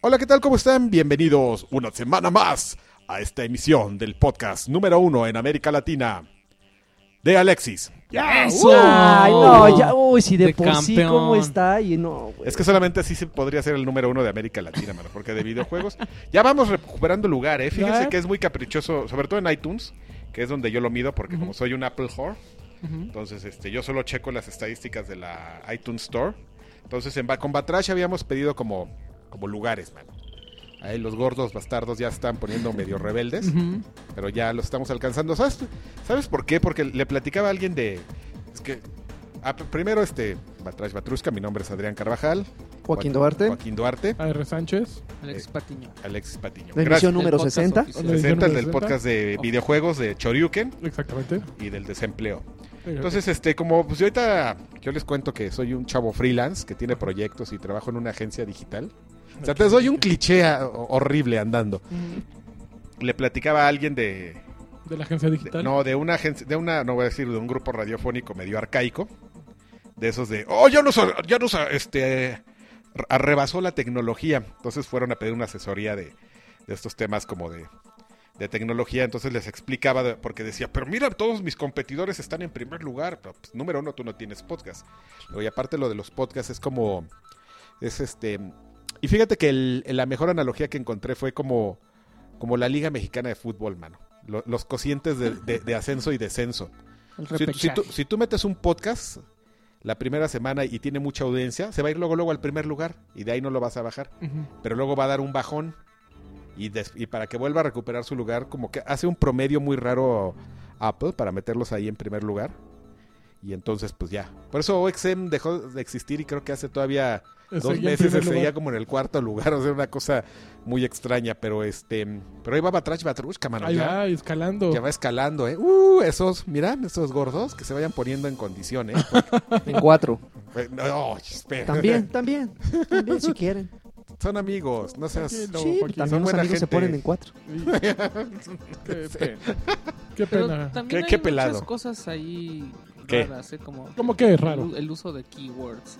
Hola, ¿qué tal? ¿Cómo están? Bienvenidos una semana más a esta emisión del podcast número uno en América Latina de Alexis. ¡Ya! ¡Eso! Ay, no, ya, uy, si de, De por sí campeón. cómo está, y no, güey. Es que solamente así se podría ser el número uno de América Latina, mano, porque de videojuegos ya vamos recuperando lugar, ¿eh? Fíjense Claro. que es muy caprichoso, sobre todo en iTunes, que es donde yo lo mido, porque como soy un Apple whore, Ujú. entonces este, yo solo checo las estadísticas de la iTunes Store. Entonces en Ba- con Batrash habíamos pedido como, como lugares, mano. Ahí los gordos bastardos ya están poniendo medio rebeldes. Ujú. pero ya lo estamos alcanzando. ¿Sabes, ¿Sabes por qué? Porque le platicaba a alguien de. Es que. ah, p- primero, este. Batrash Batrusca, mi nombre es Adrián Carvajal. Joaquín Joaqu- Duarte. Joaquín Duarte. R. Sánchez. Alex Eh, Patiño. Alexis Patiño. La Gracias. emisión Del número podcast 60. oficial. La edición Presenta el número del 60. podcast de videojuegos de Choryuken Exactamente. y del desempleo. Entonces, este, como pues yo ahorita yo les cuento que soy un chavo freelance que tiene proyectos y trabajo en una agencia digital. O sea, te doy un cliché ah, horrible andando. Le platicaba a alguien de, de la agencia de- digital. no, de una agencia, de una, no voy a decir, de un grupo radiofónico medio arcaico. De esos de, oh, ya nos, ya nos, este, re- rebasó la tecnología. Entonces fueron a pedir una asesoría de, de estos temas como de, de tecnología. Entonces les explicaba, de- porque decía, pero mira, todos mis competidores están en primer lugar. Pero, pues, número uno, tú no tienes podcast. Luego, y aparte lo de los podcasts es como, es este... Y fíjate que el- la mejor analogía que encontré fue como, como la Liga Mexicana de Fútbol, mano. Lo- los cocientes de, de- de ascenso y descenso. El Si, repechaje. si tú, si tú metes un podcast la primera semana y tiene mucha audiencia, se va a ir luego, luego al primer lugar y de ahí no lo vas a bajar. Ujú. Pero luego va a dar un bajón y, des- y para que vuelva a recuperar su lugar, como que hace un promedio muy raro Apple para meterlos ahí en primer lugar. Y entonces, pues ya. Por eso OXM dejó de existir y creo que hace todavía Seguía dos en meses se primer seguía lugar. como en el cuarto lugar, o sea, una cosa muy extraña, pero este, pero ahí va Batrash Batrushka, mano, Ahí ya, va, escalando. ya va escalando, eh. Uh, esos, mira, esos gordos que se vayan poniendo en condición, eh. En cuatro. Porque- no, espera. También, también. También si quieren. Son amigos, no seas. Tranquilo. No, sí, Joaquín, son también los buena amigos se gente. ponen en cuatro. Y- Qué pena. Qué Pero pena. también Qué- hay qué pelado. muchas cosas ahí ¿Qué? raras, ¿eh? como ¿Cómo que es raro? el, el uso de keywords.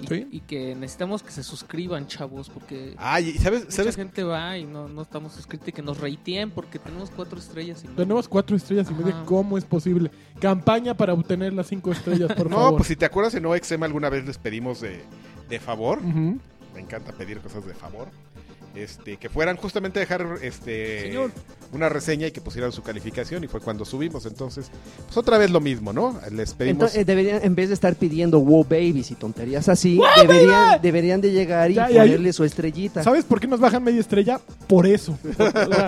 Y, ¿Sí? y que necesitamos que se suscriban, chavos, porque Ay, ¿y ¿sabes, mucha Ah, sabes gente va y no, no estamos suscritos y que nos reiteen porque tenemos cuatro estrellas y no- Tenemos cuatro estrellas y media. Ajá. ¿Cómo es posible? Campaña para obtener las cinco estrellas, por No, favor. pues si te acuerdas en OXM alguna vez les pedimos de, de favor. Ujú. Me encanta pedir cosas de favor. Este, que fueran justamente a dejar este Señor. una reseña y que pusieran su calificación y fue cuando subimos, entonces, pues otra vez lo mismo, ¿no? Les pedimos eh, Entonces, eh, deberían, en vez de estar pidiendo wow babies y tonterías así, deberían, deberían de llegar y Ya, ya, ponerle su estrellita. ¿Sabes por qué nos bajan media estrella? Por eso.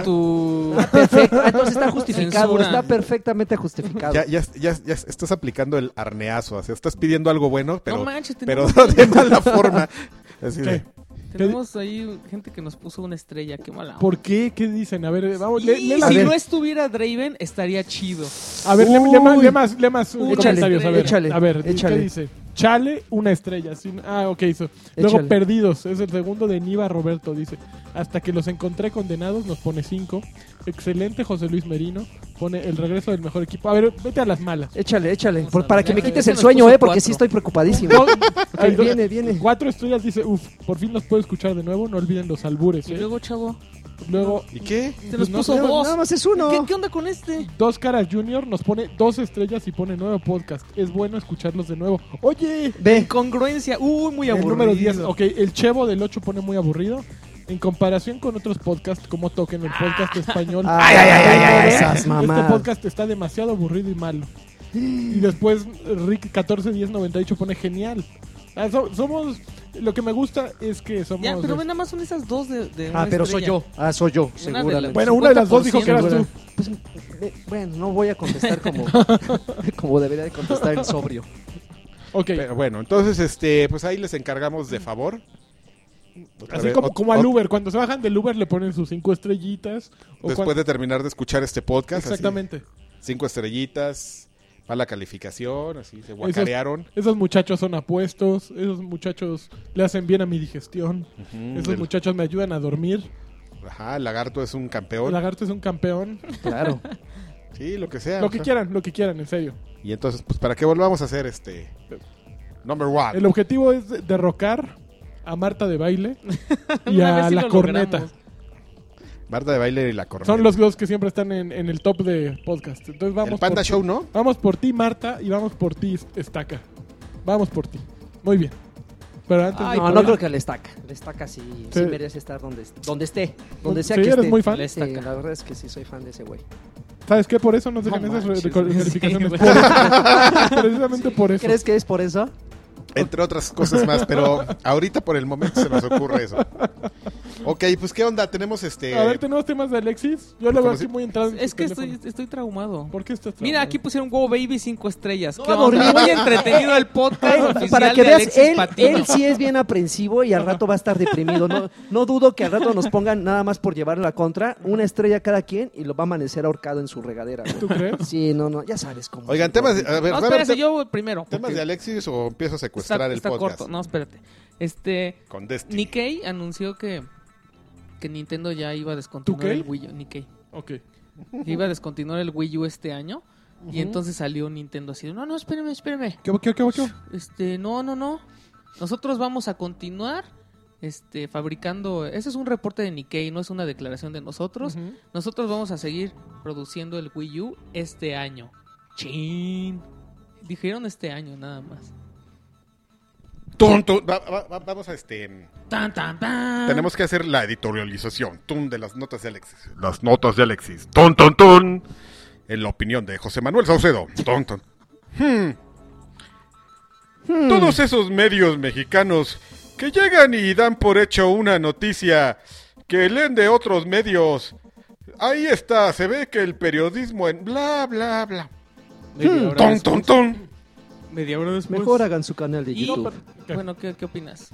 tu Perfecto. Ah, Entonces está justificado, Censura. está perfectamente justificado. ya, ya, ya, ya estás aplicando el arneazo, o sea, estás pidiendo algo bueno, pero no manches, pero tenemos, de mala forma. Así de, ¿Qué? tenemos ahí gente que nos puso una estrella, qué mala. onda. ¿Por qué? ¿Qué dicen? A ver, vamos, Y le- lee la- si a ver. no estuviera Draven, estaría chido. A ver, le, Uy. le más, le más, le más uh, Échale, comentarios. A ver, échale, a ver échale. ¿qué dice? Chale, una estrella. sin- ah, ok, eso. Luego Échale. Perdidos, es el segundo de Niva Roberto, dice. Hasta que los encontré condenados, nos pone cinco. Excelente José Luis Merino, pone el regreso del mejor equipo. A ver, vete a las malas. Échale, échale. Vamos Por- a para ver. que me Ya, quites ya el nos sueño, puso ¿eh? Porque cuatro. sí estoy preocupadísimo. No, Ahí ok, viene, viene. Cuatro estrellas, dice, uff, por fin los puedo escuchar de nuevo, no olviden los albures. Y ¿eh? luego, chavo, Luego, ¿Y qué? se nos No, puso Nada- dos. Nada más es uno. ¿Qué, qué onda con eh. este? Dos Caras Junior nos pone dos estrellas y pone nuevo podcast. Es bueno escucharlos de nuevo. Oye, Ve. Incongruencia. Uy, muy El aburrido. número 10. Ok, el Chevo del 8 pone muy aburrido. En comparación con otros podcasts, como toquen el podcast español. Ay, ay, ay, ay, ay, Este esas mamadas. Este podcast está demasiado aburrido y malo. Y después Rick 141098 pone genial. Ah, so- somos. Lo que me gusta es que somos. Ya, pero eh, ven, nada más son esas dos de. de Ah, una pero soy estrella. yo. Ah, soy yo, de seguramente. las- bueno, una de las dos dijo que eras tú. 50%. Pues, eh, bueno, no voy a contestar como, como debería de contestar el sobrio. Ok. Pero bueno, entonces este, pues ahí les encargamos de favor. Otra Así vez, como, ot- como al ot- Uber, cuando se bajan del Uber le ponen sus cinco estrellitas. o Después cuan- de terminar de escuchar este podcast, así, Exactamente. cinco estrellitas, mala calificación, así se guacarearon. Esos muchachos son apuestos, esos muchachos le hacen bien a mi digestión, Ujú, esos Mm, el- muchachos me ayudan a dormir. Ajá, el lagarto es un campeón. El lagarto es un campeón. Claro. Sí, lo que sea. Lo o que sea. quieran, lo que quieran, en serio. Y entonces, pues, ¿para qué volvamos a hacer este? Number one. El objetivo es de- derrocar a Marta de baile y Una vez a sí la lo corneta. logramos. Marta de baile y la corneta. Son los dos que siempre están en, en el top de podcast. Entonces vamos El Panda por ti. Show, ¿no? Vamos por ti, Marta, y vamos por ti, Estaca. Vamos por ti. Muy bien. Pero antes Ay, de- No, no creo que le estaca. Le estaca sí, sí Sí. merece estar donde, donde esté. Donde sea Sí, que eres esté. muy fan. Le Sí, Estaca. la verdad es que sí soy fan de ese güey. ¿Sabes qué? Por eso nos dejan No esas manches, re- güey. calificaciones. Sí, Por eso. Precisamente por eso. ¿Crees que es por eso? Entre otras cosas más, pero ahorita por el momento se nos ocurre eso. Ok, pues ¿qué onda? Tenemos este... A ver, ¿tenemos temas de Alexis? Yo la ¿Cómo veo se- aquí muy entrado. en Es tu que teléfono. estoy, estoy traumado. ¿Por qué estás traumado? Mira, aquí pusieron Go Baby 5 estrellas. No Qué va a onda, dormir. Muy entretenido el podcast oficial Para que de veas, Alexis él, Patiño. él sí es bien aprensivo y al rato va a estar deprimido. No, no dudo que al rato nos pongan nada más por llevar la contra, una estrella cada quien y lo va a amanecer ahorcado en su regadera. güey. ¿Tú crees? Sí, no, no, ya sabes cómo. Oigan, son, temas... güey. de- ah, A ver, No, a ver, espérate, te- yo voy primero. ¿Temas porque de Alexis o empiezo a está, secuestrar el está podcast? corto. No, espérate. Este, Con Destiny. Nikkei anunció que, que Nintendo ya iba a descontinuar ¿Tú qué? el Wii U. Nikkei. Ok. Que iba a descontinuar el Wii U este año. Y entonces salió Nintendo así, de, no, no, espérame, espérame. ¿Qué, qué, qué, qué? Este, no, no, no. Nosotros vamos a continuar este, fabricando... Ese es un reporte de Nikkei, no es una declaración de nosotros. Ujú. Nosotros vamos a seguir produciendo el Wii U este año. Chin. Dijeron este año nada más. Tun, tun. Va- va- va- vamos a este... Tan, tan, tan. Tenemos que hacer la editorialización. Tun de las notas de Alexis. Las notas de Alexis. Tun, tun, tun. En la opinión de José Manuel Saucedo. Tun, tun. Hmm. Todos esos medios mexicanos que llegan y dan por hecho una noticia que leen de otros medios. Ahí está, se ve que el periodismo en bla, bla, bla. Media hora Tun, después. tun, tun. Media hora después. Mejor hagan su canal de Y- YouTube. ¿Qué? Bueno, ¿qué, qué opinas?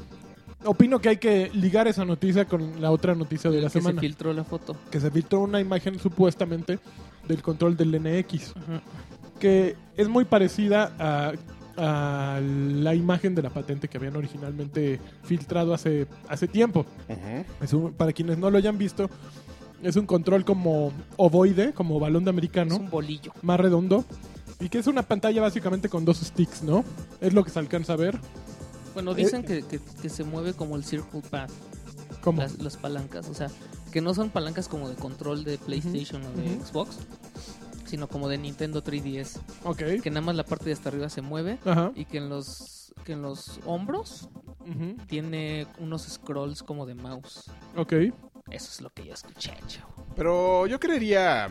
Opino que hay que ligar esa noticia con la otra noticia de la que se semana. filtró la foto. que se filtró una imagen supuestamente del control del NX, que es muy parecida a, a la imagen de la patente que habían originalmente filtrado hace, hace tiempo. Ujú. Es un- para quienes no lo hayan visto, es un control como ovoide, como balón de americano, Es un bolillo. más redondo, y que es una pantalla básicamente con dos sticks, ¿no? Es lo que se alcanza a ver. Bueno, Eh. dicen que, que- que se mueve como el Circle Pad, Como, las, las palancas. O sea, que no son palancas como de control de PlayStation o de ujú. Xbox, sino como de Nintendo 3DS. ok. Que nada más la parte de hasta arriba se mueve Ajá. y que en los, que en los hombros ujú, tiene unos scrolls como de mouse. Ok. Eso es lo que yo escuché, chavo. Pero yo creería, eh,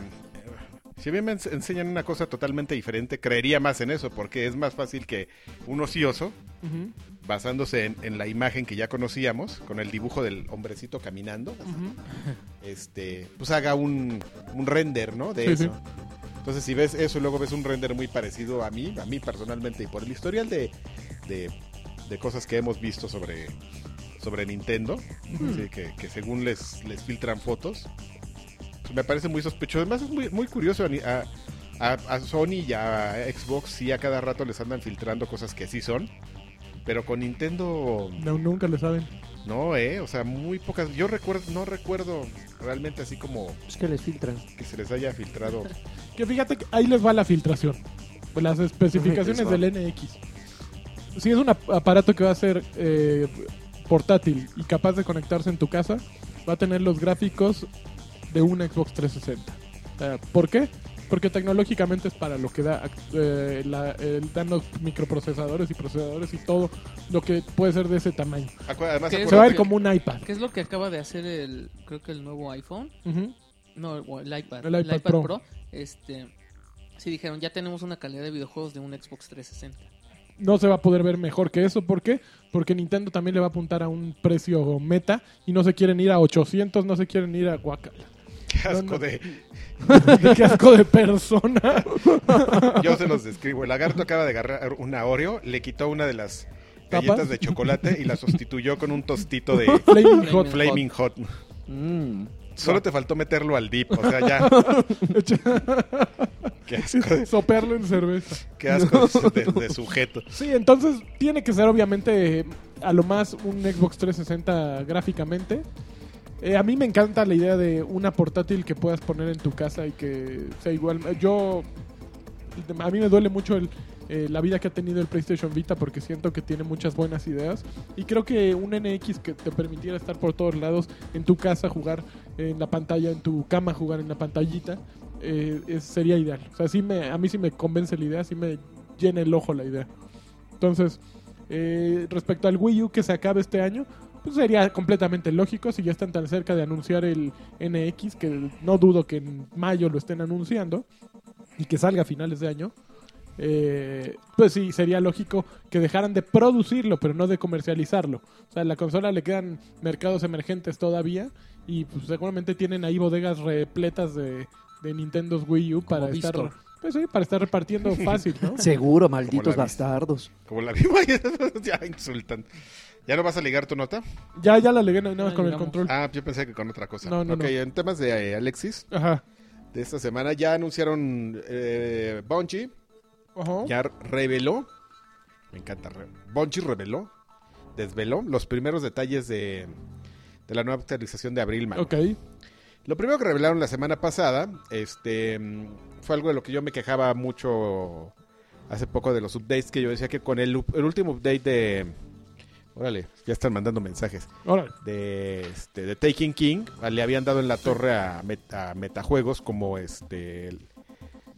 si bien me ens- enseñan una cosa totalmente diferente, creería más en eso, porque es más fácil que un ocioso, ujú, basándose en, en la imagen que ya conocíamos, con el dibujo del hombrecito caminando, ujú. este, pues haga un, un render, ¿no? De Sí, eso. sí. Entonces, si ves eso y luego ves un render muy parecido a mí, a mí personalmente, y por el historial de, de, de cosas que hemos visto sobre, sobre Nintendo, sí, que, que según les, les filtran fotos, pues me parece muy sospechoso. Además, es muy, muy curioso a, ni- a- a- a Sony y a Xbox, sí, a cada rato les andan filtrando cosas que sí son. Pero con Nintendo, No, nunca lo saben. no, ¿eh? O sea, muy pocas. Yo recuerdo, no recuerdo realmente así como Es que les filtran. que se les haya filtrado. Que fíjate que ahí les va la filtración. Pues Las especificaciones Ahí del les NX. Si es un ap- aparato que va a ser eh, portátil y capaz de conectarse en tu casa, va a tener los gráficos de un Xbox 360. Eh, ¿Por qué? Porque tecnológicamente es para lo que da ac- eh, la- eh, dan los microprocesadores y procesadores y todo lo que puede ser de ese tamaño. Acu- Además, ¿Qué? Se va a ver acuérdate- como un iPad. ¿Qué es lo que acaba de hacer el, creo que el nuevo iPhone? Ujú. No, o el iPad. El iPad Pro. Este, sí dijeron, ya tenemos una calidad de videojuegos de un Xbox 360. no se va a poder ver mejor que eso. ¿Por qué? Porque Nintendo también le va a apuntar a un precio meta y no se quieren ir a 800, no se quieren ir a Guacala. qué asco no, no. de- ¡Qué asco de persona! Yo se los describo. El lagarto acaba de agarrar una Oreo, le quitó una de las galletas ¿Tapas? de chocolate y la sustituyó con un tostito de Flaming Hot. Flaming Hot. Mm. Solo te faltó meterlo al dip, o sea, ya. Qué asco, de- Soperlo en cerveza. qué asco de, de sujeto. Sí, entonces tiene que ser obviamente eh, a lo más un Xbox 360 gráficamente. Eh, a mí me encanta la idea de una portátil que puedas poner en tu casa y que sea igual. Yo a mí me duele mucho el, eh, la vida que ha tenido el PlayStation Vita porque siento que tiene muchas buenas ideas. Y creo que un NX que te permitiera estar por todos lados, en tu casa, jugar en la pantalla, en tu cama, jugar en la pantallita, eh, es- sería ideal. O sea, sí me, a mí sí me convence la idea, sí me llena el ojo la idea. Entonces, eh, respecto al Wii U que se acabe este año, pues sería completamente lógico si ya están tan cerca de anunciar el NX, que no dudo que en mayo lo estén anunciando y que salga a finales de año. eh, pues sí, sería lógico que dejaran de producirlo, pero no de comercializarlo. O sea, a la consola le quedan mercados emergentes todavía y pues, seguramente tienen ahí bodegas repletas de, de Nintendo's Wii U para estar, Vistor. pues sí, para estar repartiendo fácil, ¿no? Seguro, malditos ves? bastardos. Como la misma, ya insultan. ¿Ya no vas a ligar tu nota? Ya, ya la legué nada Ya más la con el ligamos. control. Ah, yo pensé que con otra cosa. No, no, ok, no. en temas de eh, Alexis, Ajá. de esta semana ya anunciaron eh, Bungie, Ajá. ya reveló, me encanta, re- Bungie reveló, desveló los primeros detalles de, de la nueva actualización de abril, man. Ok. Lo primero que revelaron la semana pasada, este, mm, fue algo de lo que yo me quejaba mucho hace poco de los updates, que yo decía que con el, up- el último update de... Órale, ya están mandando mensajes. Órale. de, este, de Taking King a- le habían dado en la torre a, Met- a metajuegos como este el,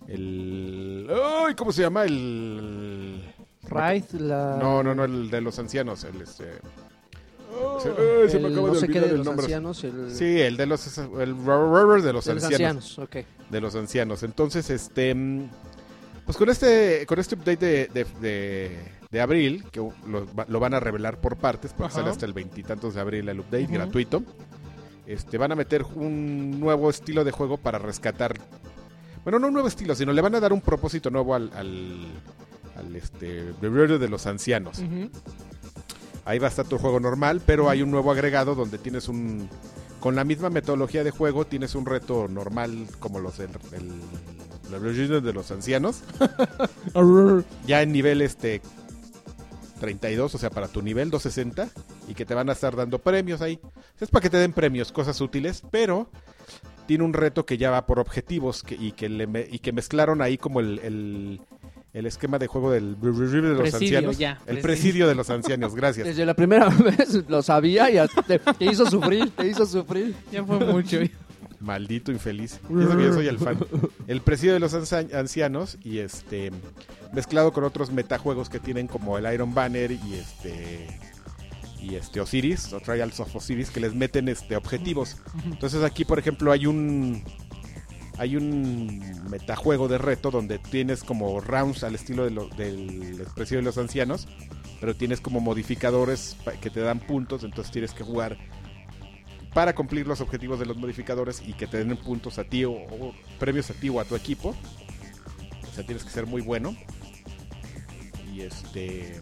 el- ¡ay! cómo se llama el Raid, la... no no no el de los ancianos el este se, ¡ay! Oh, el se me acaba no de sé qué olvidar de el los nombre ancianos, el... sí el de los el rrrr de los de los ancianos, ancianos, ok. de los ancianos entonces este mm, pues con este con este update de, de, de- de abril que lo, va- lo van a revelar por partes porque Ajá. sale hasta el veintitantos de abril el update Ujú. gratuito este van a meter un nuevo estilo de juego para rescatar bueno no un nuevo estilo sino le van a dar un propósito nuevo al, al, al, este breviario de los ancianos Ujú. Ahí va a estar tu juego normal, pero hay un nuevo agregado donde tienes un... Con la misma metodología de juego tienes un reto normal como los del- del- la reunión de los ancianos, Arr. ya en nivel este 32, o sea, para tu nivel 260, y que te van a estar dando premios ahí. Es para que te den premios, cosas útiles, pero tiene un reto que ya va por objetivos que- y, que le me- y que mezclaron ahí como el, el- el esquema de juego del de los Presidio, ancianos. ya, el presidio. presidio de los ancianos, gracias. Desde la primera vez lo sabía y hasta te, te hizo sufrir, te hizo sufrir. Ya fue mucho. Maldito infeliz. Y eso que yo soy el fan. El presidio de los anza- ancianos y este mezclado con otros metajuegos que tienen como el Iron Banner y este y este Osiris o Trials of Osiris que les meten este objetivos. Entonces aquí, por ejemplo, hay un hay un metajuego de reto donde tienes como rounds al estilo de lo- del presidio de los ancianos, pero tienes como modificadores pa- que te dan puntos, entonces tienes que jugar para cumplir los objetivos de los modificadores y que te den puntos a ti o, o premios a ti o a tu equipo. O sea, tienes que ser muy bueno. Y este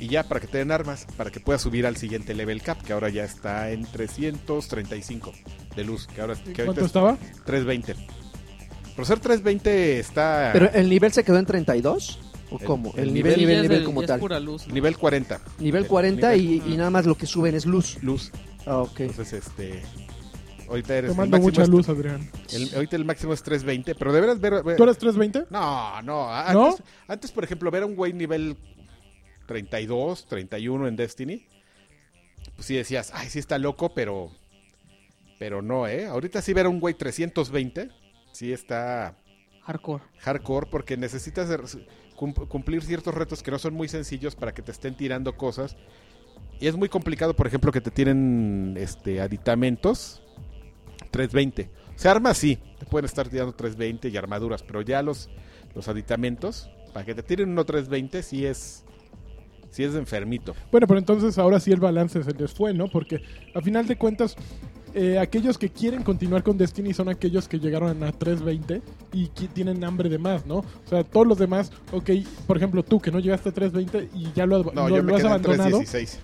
y ya para que te den armas, para que puedas subir al siguiente level cap, que ahora ya está en 335 de luz, que ahora que ahorita ¿Cuánto es estaba? 320. Pero ser 320 está ¿Pero el nivel se quedó en 32? ¿O El- cómo? el El, nivel, Ya nivel, es nivel de- como ya es tal. pura luz. ¿no? nivel 40 Nivel el 40 y, nivel. y nada más lo que suben es luz. luz. Ah, ok. Entonces, este ahorita eres Tomando máximo mucha es- luz, Adrián. el- ahorita el máximo es 320, pero deberás ver, ver- ¿Tú eres 320? No, no, a- ¿No? antes, antes por ejemplo ver a un güey nivel 32, 31 en Destiny, pues sí decías, "Ay, sí está loco, pero pero no, eh. Ahorita sí ver a un güey 320, sí está Hardcore. hardcore porque necesitas de- cum- cumplir ciertos retos que no son muy sencillos para que te estén tirando cosas. Y es muy complicado, por ejemplo, que te tienen este aditamentos 320. O sea, armas sí, te pueden estar tirando 320 y armaduras, pero ya los, los aditamentos, para que te tiren uno 320, sí es, sí es de enfermito. Bueno, pero entonces ahora sí el balance se les fue, ¿no? Porque a final de cuentas, eh, aquellos que quieren continuar con Destiny son aquellos que llegaron a 320 y que tienen hambre de más, ¿no? O sea, todos los demás, ok, por ejemplo tú que no llegaste a 320 y ya lo, ab- No, lo- yo lo me has quedé en abandonado 316.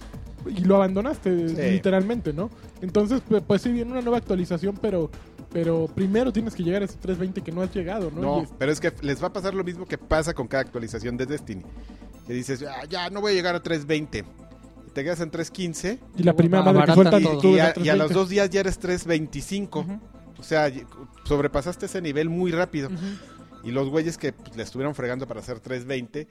y lo abandonaste Sí. literalmente, ¿no? Entonces, pues, pues sí, viene una nueva actualización, pero... Pero primero tienes que llegar a ese 320 que no has llegado, ¿no? Y No, es- pero es que les va a pasar lo mismo que pasa con cada actualización de Destiny. Que dices, "Ah, ya no voy a llegar a 320. Y te quedas en 315 Y la primera Abaratan madre que suelta Y, todo. tú y eres a, y a 320. los dos días ya eres 3.25. Ujú, O sea, y- sobrepasaste ese nivel muy rápido. ujú. Y los güeyes que pues, le estuvieron fregando para hacer 320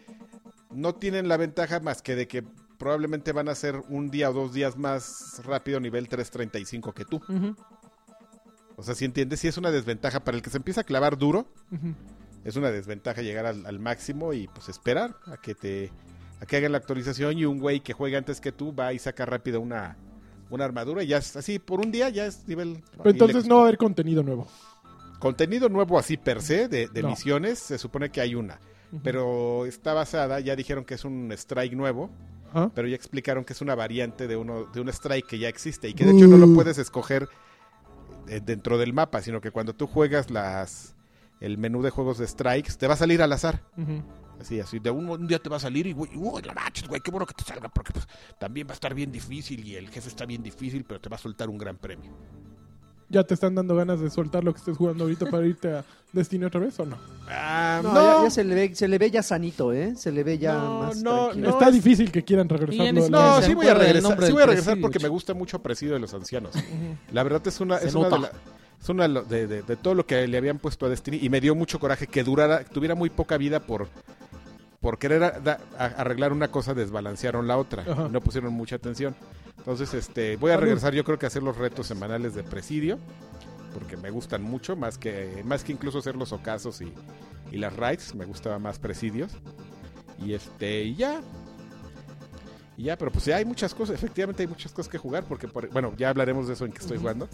no tienen la ventaja más que de que probablemente van a ser un día o dos días más rápido nivel 335 que tú. Ujú, O sea, si entiendes, si es una desventaja para el que se empieza a clavar duro, ujú. es una desventaja llegar al, al máximo y pues esperar a que te a que hagan la actualización y un güey que juegue antes que tú va y saca rápido una, una armadura y ya es así por un día ya es nivel Pero entonces y le- no va a haber contenido nuevo. contenido nuevo así per se de, de No. misiones se supone que hay una Ujú. pero está basada ya dijeron que es un strike nuevo Ajá. pero ya explicaron que es una variante de uno de un strike que ya existe y que de hecho no lo Uh. puedes escoger eh, dentro del mapa sino que cuando tú juegas las el menú de juegos de strikes te va a salir al azar Ujú. Así, así, de un, un día te va a salir y, güey, uy, la manches, güey, qué bueno que te salga, porque pues, también va a estar bien difícil y el jefe está bien difícil, pero te va a soltar un gran premio. ¿Ya te están dando ganas de soltar lo que estés jugando ahorita para irte a Destiny otra vez o no? Ah, No, Ya, ya se le ve, se le ve ya sanito, ¿eh? Se le ve ya No, más no, tranquilo. Está es- difícil que quieran Y ya ni regresarlo. de siquiera la- no, se sí voy a acuerda del regresar, nombre sí del voy a regresar presidio, porque me chico. gusta mucho Presidio de los Ancianos. Ujú. La verdad es una, Se es una, de, nota. la- es una lo- de, de- de todo lo que le habían puesto a Destiny y me dio mucho coraje que durara, tuviera muy poca vida por, por querer a- da- a- arreglar una cosa, desbalancearon la otra. Ajá. No pusieron mucha atención. Entonces, este, voy a Salud. regresar yo creo que a hacer los retos semanales de presidio, porque me gustan mucho, más que, más que incluso hacer los ocasos y, y las raids, me gustaba más presidios. Y este, y ya. Y ya, pero pues ya hay muchas cosas, efectivamente hay muchas cosas que jugar, porque, por- bueno, ya hablaremos de eso en que estoy jugando.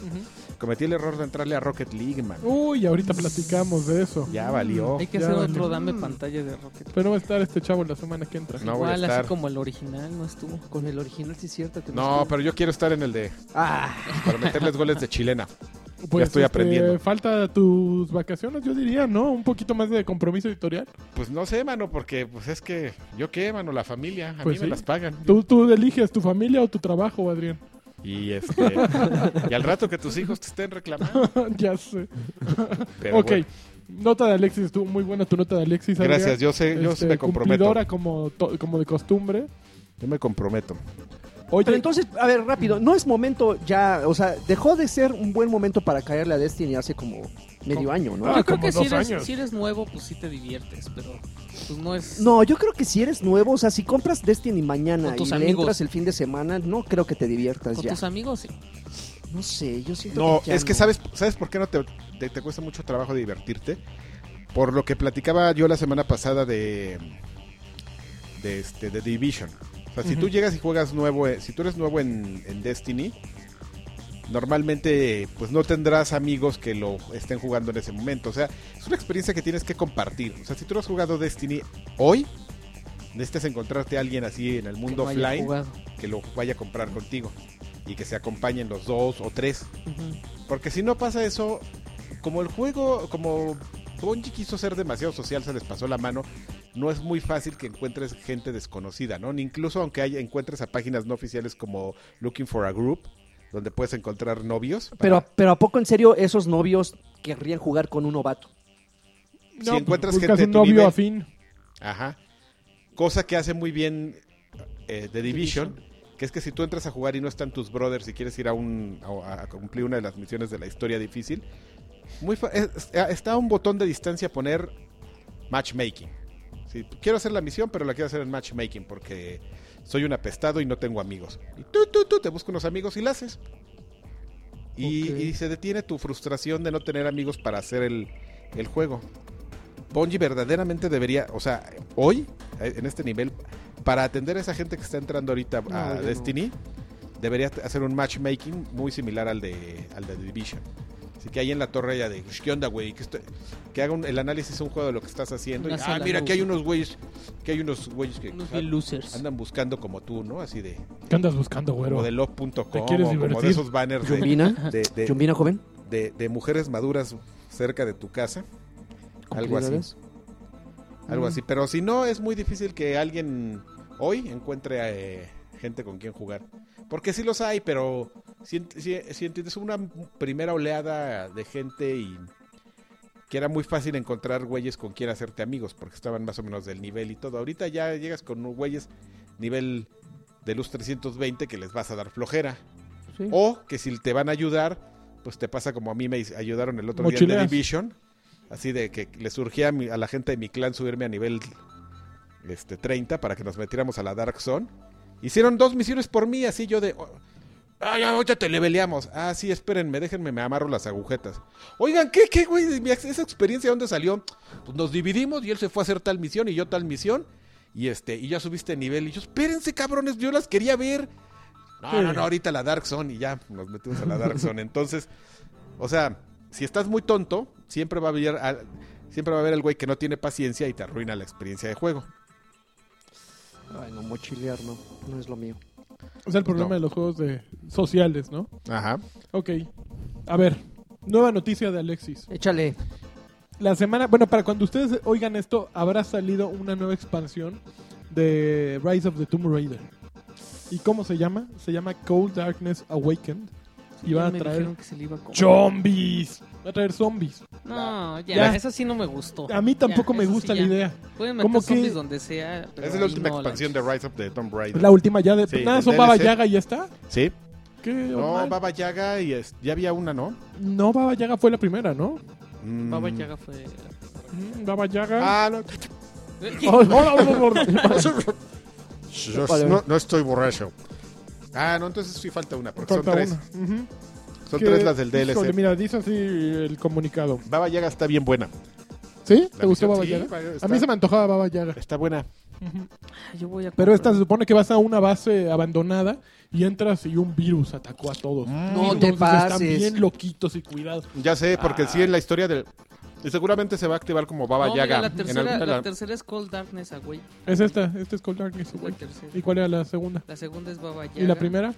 Cometí el error de entrarle a Rocket League, man. Uy, ahorita platicamos de eso. Ya valió. Hay que Ya hacer valió. otro dame pantalla de Rocket. Pero no va a estar este chavo la semana que entra. No voy a Igual, estar. así como el original, no estuvo. Con el original sí es cierto que No, estuvo. pero yo quiero estar en el de... Ah, Para meterles goles de chilena. Pues, estoy aprendiendo. Falta tus vacaciones, yo diría, ¿no? Un poquito más de compromiso editorial. Pues no sé, mano, porque pues es que... ¿Yo qué, mano? La familia. A mí Pues me sí. las pagan. Tú, tú eliges tu familia o tu trabajo, Adrián. Y este... y al rato que tus hijos te estén reclamando. ya sé. Pero ok. bueno, Nota de Alexis, tú, muy buena tu nota de Alexis. Adrián. gracias, yo sé, yo Este, me comprometo. Cumplidora como, to- como de costumbre. Yo me comprometo. Oye, pero entonces, a ver, rápido, no es momento ya, o sea, dejó de ser un buen momento para caerle a Destiny hace como medio año, ¿no? Ah, yo creo como que si dos eres, años. si eres nuevo, pues sí te diviertes, pero pues no es... No, yo creo que si eres nuevo, o sea, si compras Destiny mañana Con y tus le amigos. entras el fin de semana, no creo que te diviertas pues Con ya. tus amigos, sí. No sé, yo siento No, que ya es que no. sabes, ¿sabes por qué no te, te- te cuesta mucho trabajo divertirte? Por lo que platicaba yo la semana pasada de de, este, de Division. O sea, si tú Ujú. llegas y juegas nuevo, eh, si tú eres nuevo en, en Destiny, normalmente pues no tendrás amigos que lo estén jugando en ese momento. O sea, es una experiencia que tienes que compartir. O sea, si tú no has jugado Destiny hoy, necesitas encontrarte a alguien así en el que mundo no haya offline jugado. que lo vaya a comprar contigo y que se acompañen los dos o tres. Porque si no pasa eso, como el juego, como Bungie quiso ser demasiado social, se les pasó la mano, no es muy fácil que encuentres gente desconocida, ¿no? Ni incluso aunque haya, encuentres a páginas no oficiales como Looking for a Group, donde puedes encontrar novios. Pero, para- pero ¿a poco en serio esos novios querrían jugar con un novato? si encuentras gente buscas de un tu pues, novio nivel. afín. Ajá. Cosa que hace muy bien eh, The Division, que es que si tú entras a jugar y no están tus brothers y quieres ir a, un, a, a cumplir una de las misiones de la historia difícil, muy fa- es- está un botón de distancia poner matchmaking. Si quiero hacer la misión, pero la quiero hacer en matchmaking porque soy un apestado y no tengo amigos. Y tú, tú, tú, te busco unos amigos y la haces. Y, Ok. y se detiene tu frustración de no tener amigos para hacer el, el juego. Bungie verdaderamente debería, o sea, hoy, eh, en este nivel, para atender a esa gente que está entrando ahorita ya a no. Destiny, debería t- hacer un matchmaking muy similar al de, al de Division. Así que ahí en la torre ya de, "Ush, ¿qué onda, güey? Que, esto- que haga un- el análisis de un juego de lo que estás haciendo. Y, Una ah, sala, mira, ¿no? aquí hay unos güeyes, que hay unos güeyes que Unos ah, bien losers. andan buscando como tú, ¿no? Así de, ¿Qué andas buscando, güero? como de love.com, ¿Te quieres o como de divertir? esos banners de, ¿Yumbina? de- de- ¿Yumbina, joven? de- de mujeres maduras cerca de tu casa. Algo así. ¿Cumplidores? Algo así. Pero si no, es muy difícil que alguien hoy encuentre eh, gente con quien jugar. Porque sí los hay, pero si, ent- si, si entiendes una primera oleada de gente y que era muy fácil encontrar güeyes con quien hacerte amigos, porque estaban más o menos del nivel y todo. Ahorita ya llegas con güeyes nivel de luz 320 que les vas a dar flojera. Sí. O que si te van a ayudar, pues te pasa como a mí me ayudaron el otro día en Mochileas. The Division. Así de que le surgía a, mi- a la gente de mi clan subirme a nivel este, 30 para que nos metiéramos a la Dark Zone. Hicieron dos misiones por mí, así yo de... "Oh, Ay, ahorita te leveleamos. Ah, sí, espérenme, déjenme, me amarro las agujetas. Oigan, ¿qué, qué, güey? Mi ex- ¿Esa experiencia dónde salió? Pues nos dividimos y él se fue a hacer tal misión y yo tal misión. Y este, y ya subiste de nivel. Y yo, espérense, cabrones, yo las quería ver. No, no, no, ahorita la Dark Zone y ya, nos metimos a la Dark Zone. Entonces, o sea, si estás muy tonto, siempre va a haber, al- siempre va a haber el güey que no tiene paciencia y te arruina la experiencia de juego. Oh. Ay, no, mochilear no, no es lo mío. Es el problema No. de los juegos de sociales, ¿no? Ajá. Ok. A ver, nueva noticia de Alexis. Échale. La semana, bueno, para cuando ustedes oigan esto, habrá salido una nueva expansión de Rise of the Tomb Raider. ¿Y cómo se llama? Se llama Cold Darkness Awakened. Y Ya va a me traer dijeron que se le iba a comer. zombies. Va a traer zombies. No, ya, Ya. esa sí no me gustó. A mí tampoco Ya, me eso sí gusta la ya. idea. Pueden meter ¿Cómo que- zombies donde sea. Esa pero es la ahí última no, la expansión de neta. Rise of the Tomb Raider. Es la última ya de... Sí, nada, del son Baba DLC. Yaga y ya está. Sí. ¿Qué No, mal? Baba Yaga y es- ya había una, ¿no? no, Baba Yaga fue la primera, ¿no? Mm. Baba Yaga fue... Mm, Baba Yaga... Oh, Ah, no. Yo Vale. no, no estoy borracho. Ah, no, entonces sí falta una, porque son Falta tres. una. Ujú. Son Que- tres las del DLC. híjole, mira, dice así el comunicado. Baba Yaga está bien buena. ¿Sí? La ¿Te gustó misión- Baba sí, Yaga? pa- A está- mí se me antojaba Baba Yaga. Está buena. Yo voy a Pero esta se comprar. supone que vas a una base abandonada y entras y un virus atacó a Mm. todos. No Y te todos Están pases. bien loquitos y cuidado. Ya sé, porque sí en la historia del... Y seguramente se va a activar como Baba No, mira, Yaga. la, en tercera, alguna la... de la- tercera es Cold Darkness Away. Es esta, esta es Cold Darkness. Es la güey. tercera. ¿Y cuál era la segunda? La segunda es Baba Yaga. ¿Y la primera?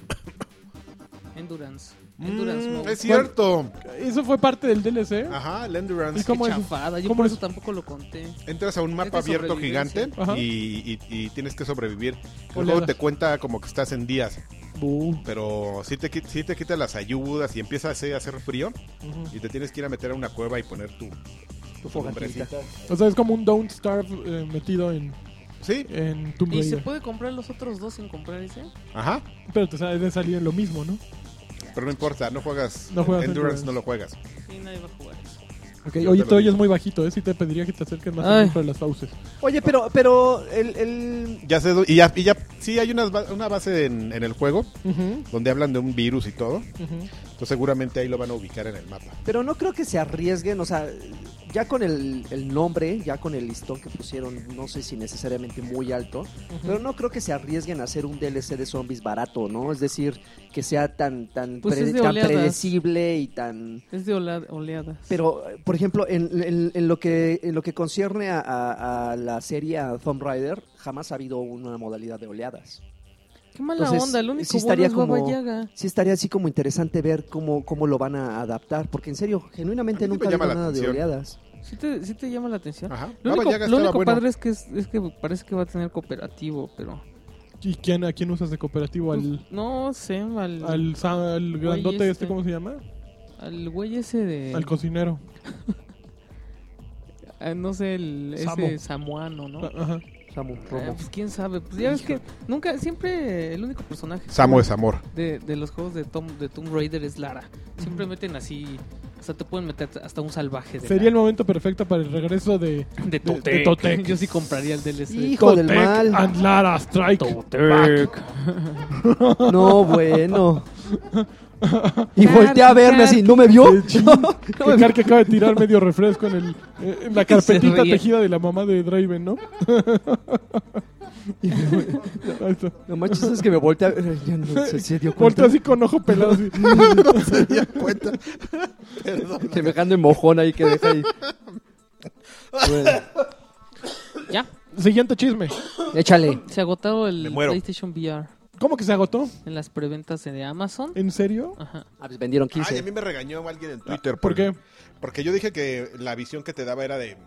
Endurance. Endurance Mm, Mode. es cierto. Eso fue parte del DLC. Ajá, el ¿Y Endurance. cómo Qué es? chafada, yo ¿Cómo por es? eso tampoco lo conté. Entras a un Es de mapa abierto sobrevivencia. gigante Ajá. y, y- y tienes que sobrevivir. El Oleadas. juego te cuenta como que estás en días, Bu. pero si te, qui- sí te quita las ayudas y empieza a hacer, a hacer frío Ujú. y te tienes que ir a meter a una cueva y poner tu, Tu tu fogatita. lumbrecita. O sea, es como un Don't Starve eh, metido en, Sí, en Tomb ¿Y se Raider. puede comprar los otros dos sin comprar ese? ajá. Pero te sale de salir en lo mismo, ¿no? Pero no importa, no juegas. No juegas Endurance Endurance. no lo juegas. Sí, nadie va a jugar eso. Ok, Yo Oye, te tú lo oyes digo. muy bajito, ¿eh? Sí te pediría que te acerques más Ay. para las fauces. Oye, pero, pero el, el- Ya sé, y ya, y ya sí hay una, una base en, en el juego donde hablan de un virus y todo. Entonces seguramente ahí lo van a ubicar en el mapa. pero no creo que se arriesguen, o sea, ya con el, el nombre, ya con el listón que pusieron, no sé si necesariamente muy alto, pero no creo que se arriesguen a hacer un DLC de zombies barato, ¿no? Es decir, que sea tan tan, Pues es de tan oleadas. predecible y tan Es de ola- oleadas. Pero, eh, por ejemplo, en, en- en lo, que, en lo que concierne a, a- a la serie a Tomb Raider, jamás ha habido una modalidad de oleadas. Qué mala Entonces, onda, el único sí estaría bueno es como- Baba Yaga. Sí estaría así como interesante ver cómo, cómo lo van a adaptar, porque en serio, genuinamente A mí sí me nunca ha habido llama la nada de atención. oleadas. ¿Sí te, sí te llama la atención? Ajá. Lo Ah, Baba único, Yaga lo estaba único bueno. padre es que, es, es que parece que va a tener cooperativo, pero... ¿Y quién, a quién usas de cooperativo? ¿Al, No sé, al, al... al, sa- al grandote Pues, este. este, ¿cómo se llama? güey ese de... Al cocinero. ah, no sé, el, Samo. ese samoano, ¿no? Ah, Ajá. Samu, Ah, Romo. pues quién sabe. Pues ya ves que nunca, siempre el único personaje Samo es amor. de, de los juegos de, Tom, de Tomb Raider es Lara. Siempre meten así... O sea, te pueden meter hasta un salvaje de Sería el momento perfecto para el regreso de De Totec. de Totec. Yo sí compraría el DLC. Hijo del Totec mal. and Lara Strike. Back. No, bueno. Y Car- volteé a verme así, ¿no me vio? No me Que vio. Car que acaba de tirar medio refresco en, el, eh, en la Y se carpetita ríe. tejida de la mamá de Draven, ¿no? Y me voy. Ahí está. Lo más chistoso es que me volteé a ver. Ya no se, se dio Voltea cuenta. Mm. así con ojo pelado. Así. cuenta. Perdón. Semejante mojón ahí que deja ahí. Bueno, Ya, Siguiente chisme. échale. se agotó el Me muero. PlayStation VR ¿Cómo que se agotó? en las preventas de Amazon. Eh, ¿En serio? Ajá. Ah, pues vendieron 15. Ay, a mí me regañó alguien en Twitter. ¿Por qué? Porque yo dije que la visión que te daba era de.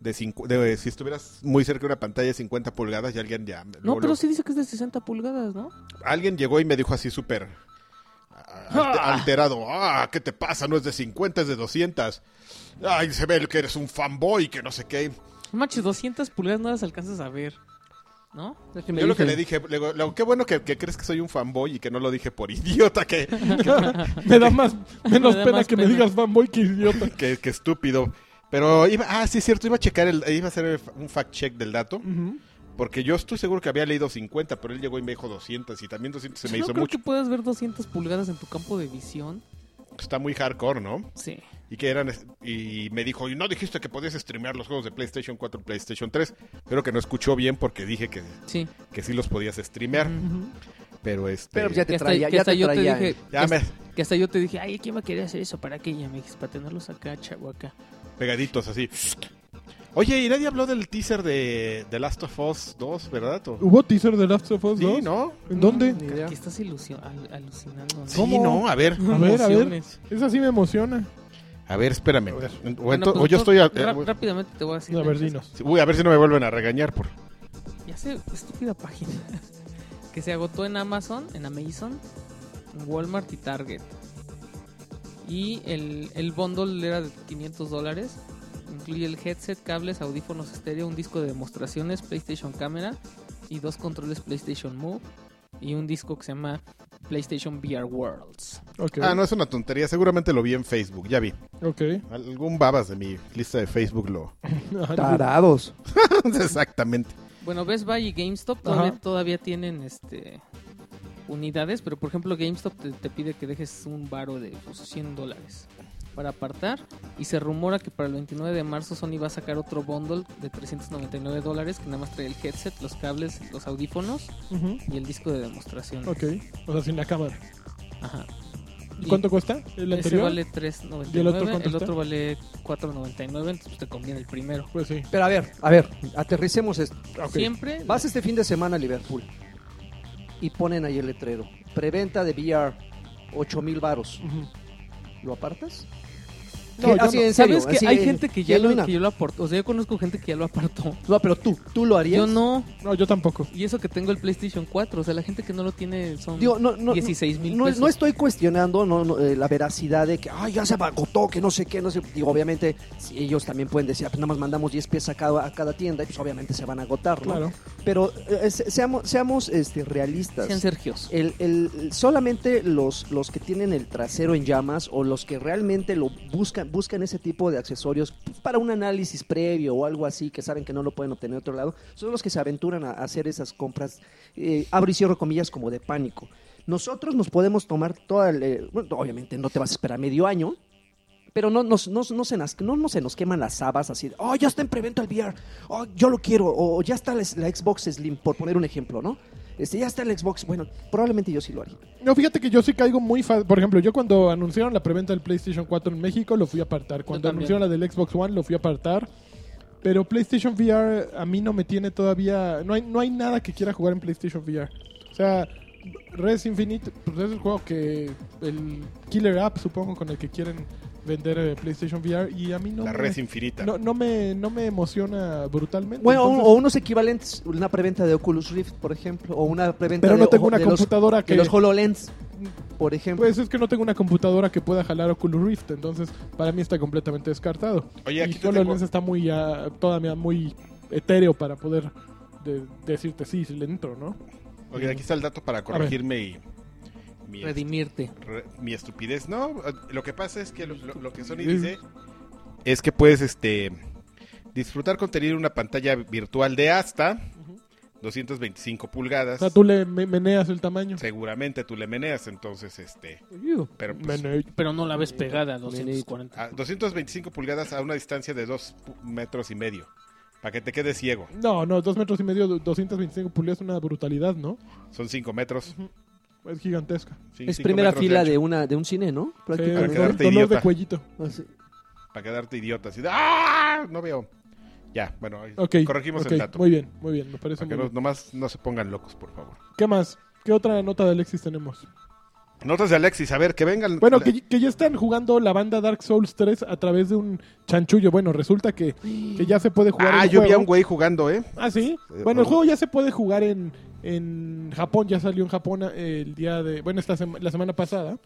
De, cincu- de- si estuvieras muy cerca de una pantalla de 50 pulgadas y alguien ya... No, luego- pero luego- sí dice que es de 60 pulgadas, ¿no? Alguien llegó y me dijo así súper ah, alte- alterado. Ah, ¿qué te pasa? No es de 50, es de 200. Ay, se ve que eres un fanboy, que no sé qué. No Manches, 200 pulgadas no las alcanzas a ver, ¿no? Yo lo que le dije, le digo, "Lo- qué bueno que, que crees que soy un fanboy y que no lo dije por idiota, que, que- Me da más, menos Me da pena más que me pena. digas fanboy que idiota. que- que estúpido. Pero iba, ah, sí es cierto, iba a checar, el, iba a hacer un fact check del dato, Ujú. porque yo estoy seguro que había leído 50, pero él llegó y me dijo 200 y también 200 se Yo me no hizo creo mucho. que puedas ver 200 pulgadas en tu campo de visión. Está muy hardcore, ¿no? Sí. Y que eran y me dijo, "Y no dijiste que podías streamear los juegos de PlayStation 4 y PlayStation 3." Creo que no escuchó bien porque dije que, Sí. que sí los podías streamear, Ujú. pero este Pero pues ya Que te hasta, traía, que ya hasta te yo traía. te dije. ya que, me que hasta yo te dije, ay, ¿quién va a querer hacer eso? ¿Para qué? Ya me dijiste, para tenerlos acá, chavo, acá. pegaditos así. Oye, y nadie habló del teaser de The Last of Us 2, ¿verdad? ¿O- ¿Hubo teaser de Last of Us Sí, 2? ¿no? ¿En dónde? Ni idea. Que estás ilusio- al- alucinando. ¿no? Sí, no, a ver. A ver, a ver. Emociones. Esa sí me emociona. A ver, espérame. A ver. O ento- Bueno, o pues, yo estoy. a- eh, rá- rápidamente te voy a decir. A la ver, neta. dinos. Uy, a ver si no me vuelven a regañar por. Ya sé, estúpida página. que se agotó en Amazon, en Amazon, en Walmart y Target. Y el, el bundle era de 500 dólares. Incluye el headset, cables, audífonos estéreo, un disco de demostraciones, PlayStation Camera y dos controles PlayStation Move y un disco que se llama PlayStation VR Worlds. Ok. Ah, no, es una tontería. Seguramente lo vi en Facebook, ya vi. Ok. Algún babas de mi lista de Facebook lo. Tarados. Exactamente. Bueno, Best Buy y GameStop todavía, Ajá. todavía tienen este unidades, pero por ejemplo GameStop te, te pide que dejes un varo de pues, 100 dólares para apartar y se rumora que para el 29 de marzo Sony va a sacar otro bundle de 399 dólares que nada más trae el headset, los cables, los audífonos Ujú. y el disco de demostración. Ok. O sea, sin la cámara. Ajá. ¿Y cuánto cuesta? ¿El Ese anterior? vale 3.99, cuánto el está? otro vale 4.99, entonces pues, te conviene el primero. Pues sí. Pero a ver, a ver, aterricemos esto. Ok. Siempre Vas este fin de semana a Liverpool y ponen ahí el letrero. Preventa de VR, 8 mil varos. Ujú. ¿Lo apartas? No, ¿Qué? yo Así, no. en serio. ¿Sabes que así, hay gente que ya, lo, genuina. que yo lo apartó? O sea, yo conozco gente que ya lo apartó. No, pero tú, ¿tú lo harías? Yo no. No, yo tampoco. Y eso que tengo el PlayStation 4. O sea, la gente que no lo tiene son Digo, no, no, 16 mil no, pesos. no estoy cuestionando no, no, eh, la veracidad de que Ay, ya se agotó, que no sé qué, no sé. Digo, obviamente, si ellos también pueden decir, "Ah, pues nada más mandamos 10 piezas a cada, a cada tienda y pues obviamente se van a agotar, ¿no? Claro. Pero eh, se- seamos, seamos este, realistas. Sean Sergios. El, el- solamente los, los que tienen el trasero en llamas o los que realmente lo buscan, buscan ese tipo de accesorios pues, para un análisis previo o algo así que saben que no lo pueden obtener de otro lado, son los que se aventuran a hacer esas compras, eh, abro y cierro comillas como de pánico. Nosotros nos podemos tomar toda el, eh, bueno, obviamente no te vas a esperar medio año, pero no, nos, no, no se nas- no, no se nos queman las habas así de, oh, ya está en preventa el VR, oh, yo lo quiero, o ya está la, la Xbox Slim, por poner un ejemplo, ¿no? Este, ya está el Xbox, bueno, probablemente yo sí lo haría. No, fíjate que yo sí caigo muy fácil. Por ejemplo, yo cuando anunciaron la preventa del PlayStation 4 en México, lo fui a apartar. Cuando también. anunciaron la del Xbox One, lo fui a apartar. Pero PlayStation VR a mí no me tiene todavía... No hay, no hay nada que quiera jugar en PlayStation VR. O sea, Res Infinite pues es el juego que... El killer app, supongo, con el que quieren vender eh, PlayStation VR. Y a mí no La me- red infinita. no, no me, no me emociona brutalmente. Bueno, o- Entonces- o unos equivalentes, una preventa de Oculus Rift, por ejemplo, o una preventa Pero de, no tengo ojo- una de los, computadora de que... los HoloLens, por ejemplo. Pues es que no tengo una computadora que pueda jalar Oculus Rift, entonces para mí está completamente descartado. Oye, aquí y te HoloLens tengo- está muy, ah, todavía muy etéreo para poder de- decirte sí, si le entro, ¿no? Oye, aquí está el dato para corregirme y. Mi, Redimirte. re- mi estupidez. No, eh, lo que pasa es que lo, lo- lo que Sony dice es que puedes este disfrutar contenido en una pantalla virtual de hasta 225 O pulgadas. sea, tú le me- meneas el tamaño. Seguramente tú le meneas, entonces este pero pues, Mene- Pero no la ves pegada a 240. a 225 pulgadas a una distancia de 2 metros y medio, para que te quedes ciego. No, no, dos metros y medio, do- 225 pulgadas es una brutalidad, ¿no? Son 5 metros. Es gigantesca. sí, es cinco primera metros fila de, ancho, una, de un cine, ¿no? Sí, para do- Prácticamente. quedarte dolor idiota. de cuellito. Así. para quedarte idiota, así de, ¡ah! No veo. Ya, bueno, ahí Ok. corregimos ok, el dato. Muy bien, muy bien, me parece Para muy que no, bien. nomás no se pongan locos, por favor. ¿Qué más? ¿Qué otra nota de Alexis tenemos? Notas de Alexis, a ver, que vengan. Bueno, que, que ya están jugando la banda Dark Souls 3 a través de un chanchullo. Bueno, resulta que, que ya se puede jugar Ah, el yo vi a juego. un güey jugando, ¿eh? Ah, sí. Eh, Bueno, el bueno. juego ya se puede jugar en, en Japón. Ya salió en Japón eh, el día de. Bueno, esta sema- la semana pasada.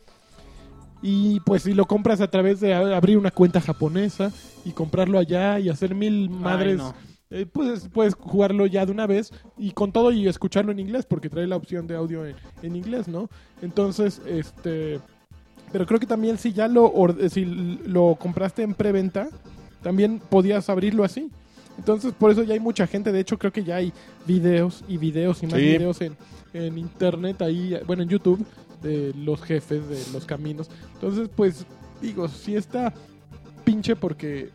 Y pues si lo compras a través de a- abrir una cuenta japonesa y comprarlo allá y hacer mil madres. no. eh, pues puedes jugarlo ya de una vez y con todo y escucharlo en inglés porque trae la opción de audio en, en inglés, ¿no? Entonces, este, pero creo que también si ya lo or- eh, si l- lo compraste en preventa, también podías abrirlo así. Entonces, por eso ya hay mucha gente. De hecho, creo que ya hay videos y videos y más Sí. videos en, en internet, ahí, bueno, en YouTube, de los jefes, de los caminos. Entonces, pues, digo, si está pinche porque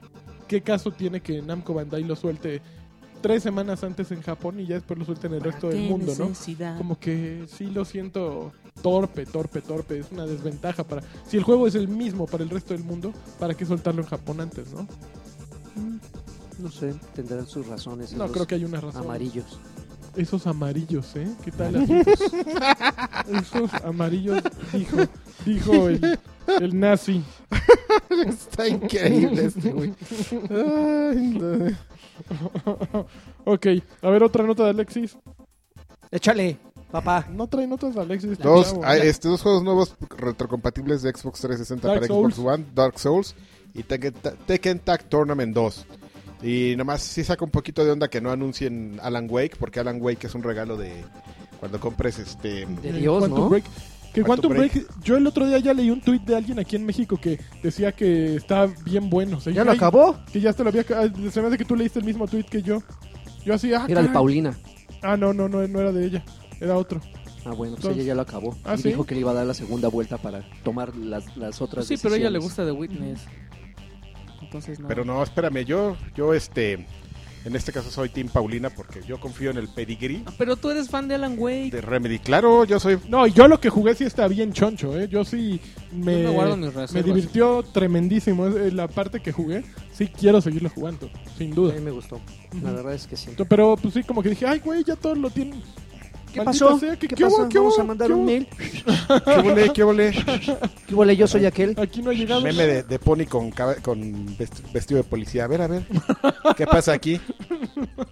¿qué caso tiene que Namco Bandai lo suelte tres semanas antes en Japón y ya después lo suelte en el resto del mundo, ¿no? Como que sí lo siento torpe, torpe, torpe. Es una desventaja para... Si el juego es el mismo para el resto del mundo, ¿para qué soltarlo en Japón antes, no? No sé, tendrán sus razones. No, esos creo que hay una razón. Amarillos. Esos amarillos, ¿eh? ¿Qué tal? Esos amarillos, dijo, dijo el, el nazi. Está increíble este, güey. Ay, no. ok, a ver otra nota de Alexis. Échale, papá. No trae notas de Alexis. este Dos, chavo. ah, este, dos juegos nuevos retrocompatibles de Xbox 360 Dark para Souls. Xbox One, Dark Souls y Tekken, Ta- Tekken Tag Tournament 2. Y nomás sí saca un poquito de onda que no anuncien Alan Wake, porque Alan Wake es un regalo de cuando compres este... De El Dios, Quantum ¿no? Break. Que Quantum Quantum Break, yo el otro día ya leí un tuit de alguien aquí en México que decía que está bien bueno. O sea, ¿Ya yo lo leí- acabó? Que ya te lo había... ca- ah, Se me hace que tú leíste el mismo tuit que yo. Yo así, ah, Era de caray. Paulina. Ah, no, no, no, no era de ella. Era otro. Ah, bueno, pues Entonces- ella ya lo acabó. Ah, y ¿sí? dijo que le iba a dar la segunda vuelta para tomar las, las otras Pues Sí, pero a ella le decisiones. gusta The Witness. Entonces no. Pero no, espérame, yo, yo este, en este caso soy Team Paulina porque yo confío en el pedigree Ah, pero tú eres fan de Alan Wake. de Remedy. Claro, yo soy No, yo lo que jugué sí está bien choncho, ¿eh? Yo sí me, Yo me guardo mis me reservas. divirtió tremendísimo eh, la parte que jugué. Sí quiero seguirlo jugando, sin duda. A mí me gustó. La verdad es que sí. Ento- Pero pues sí, como que dije, ay, güey, ya todos lo tienen. ¿Qué Maldita pasó? sea, ¿Qué, ¿qué- qué pasó? hubo? ¿Qué Vamos hubo? a mandar ¿Qué un hubo? mail. ¿Qué volé? ¿Qué volé? ¿Qué hubo? Yo soy aquel. Aquí no ha llegado. Meme de, de Pony con, caba- con vest- vestido de policía. A ver, a ver. ¿Qué pasa aquí?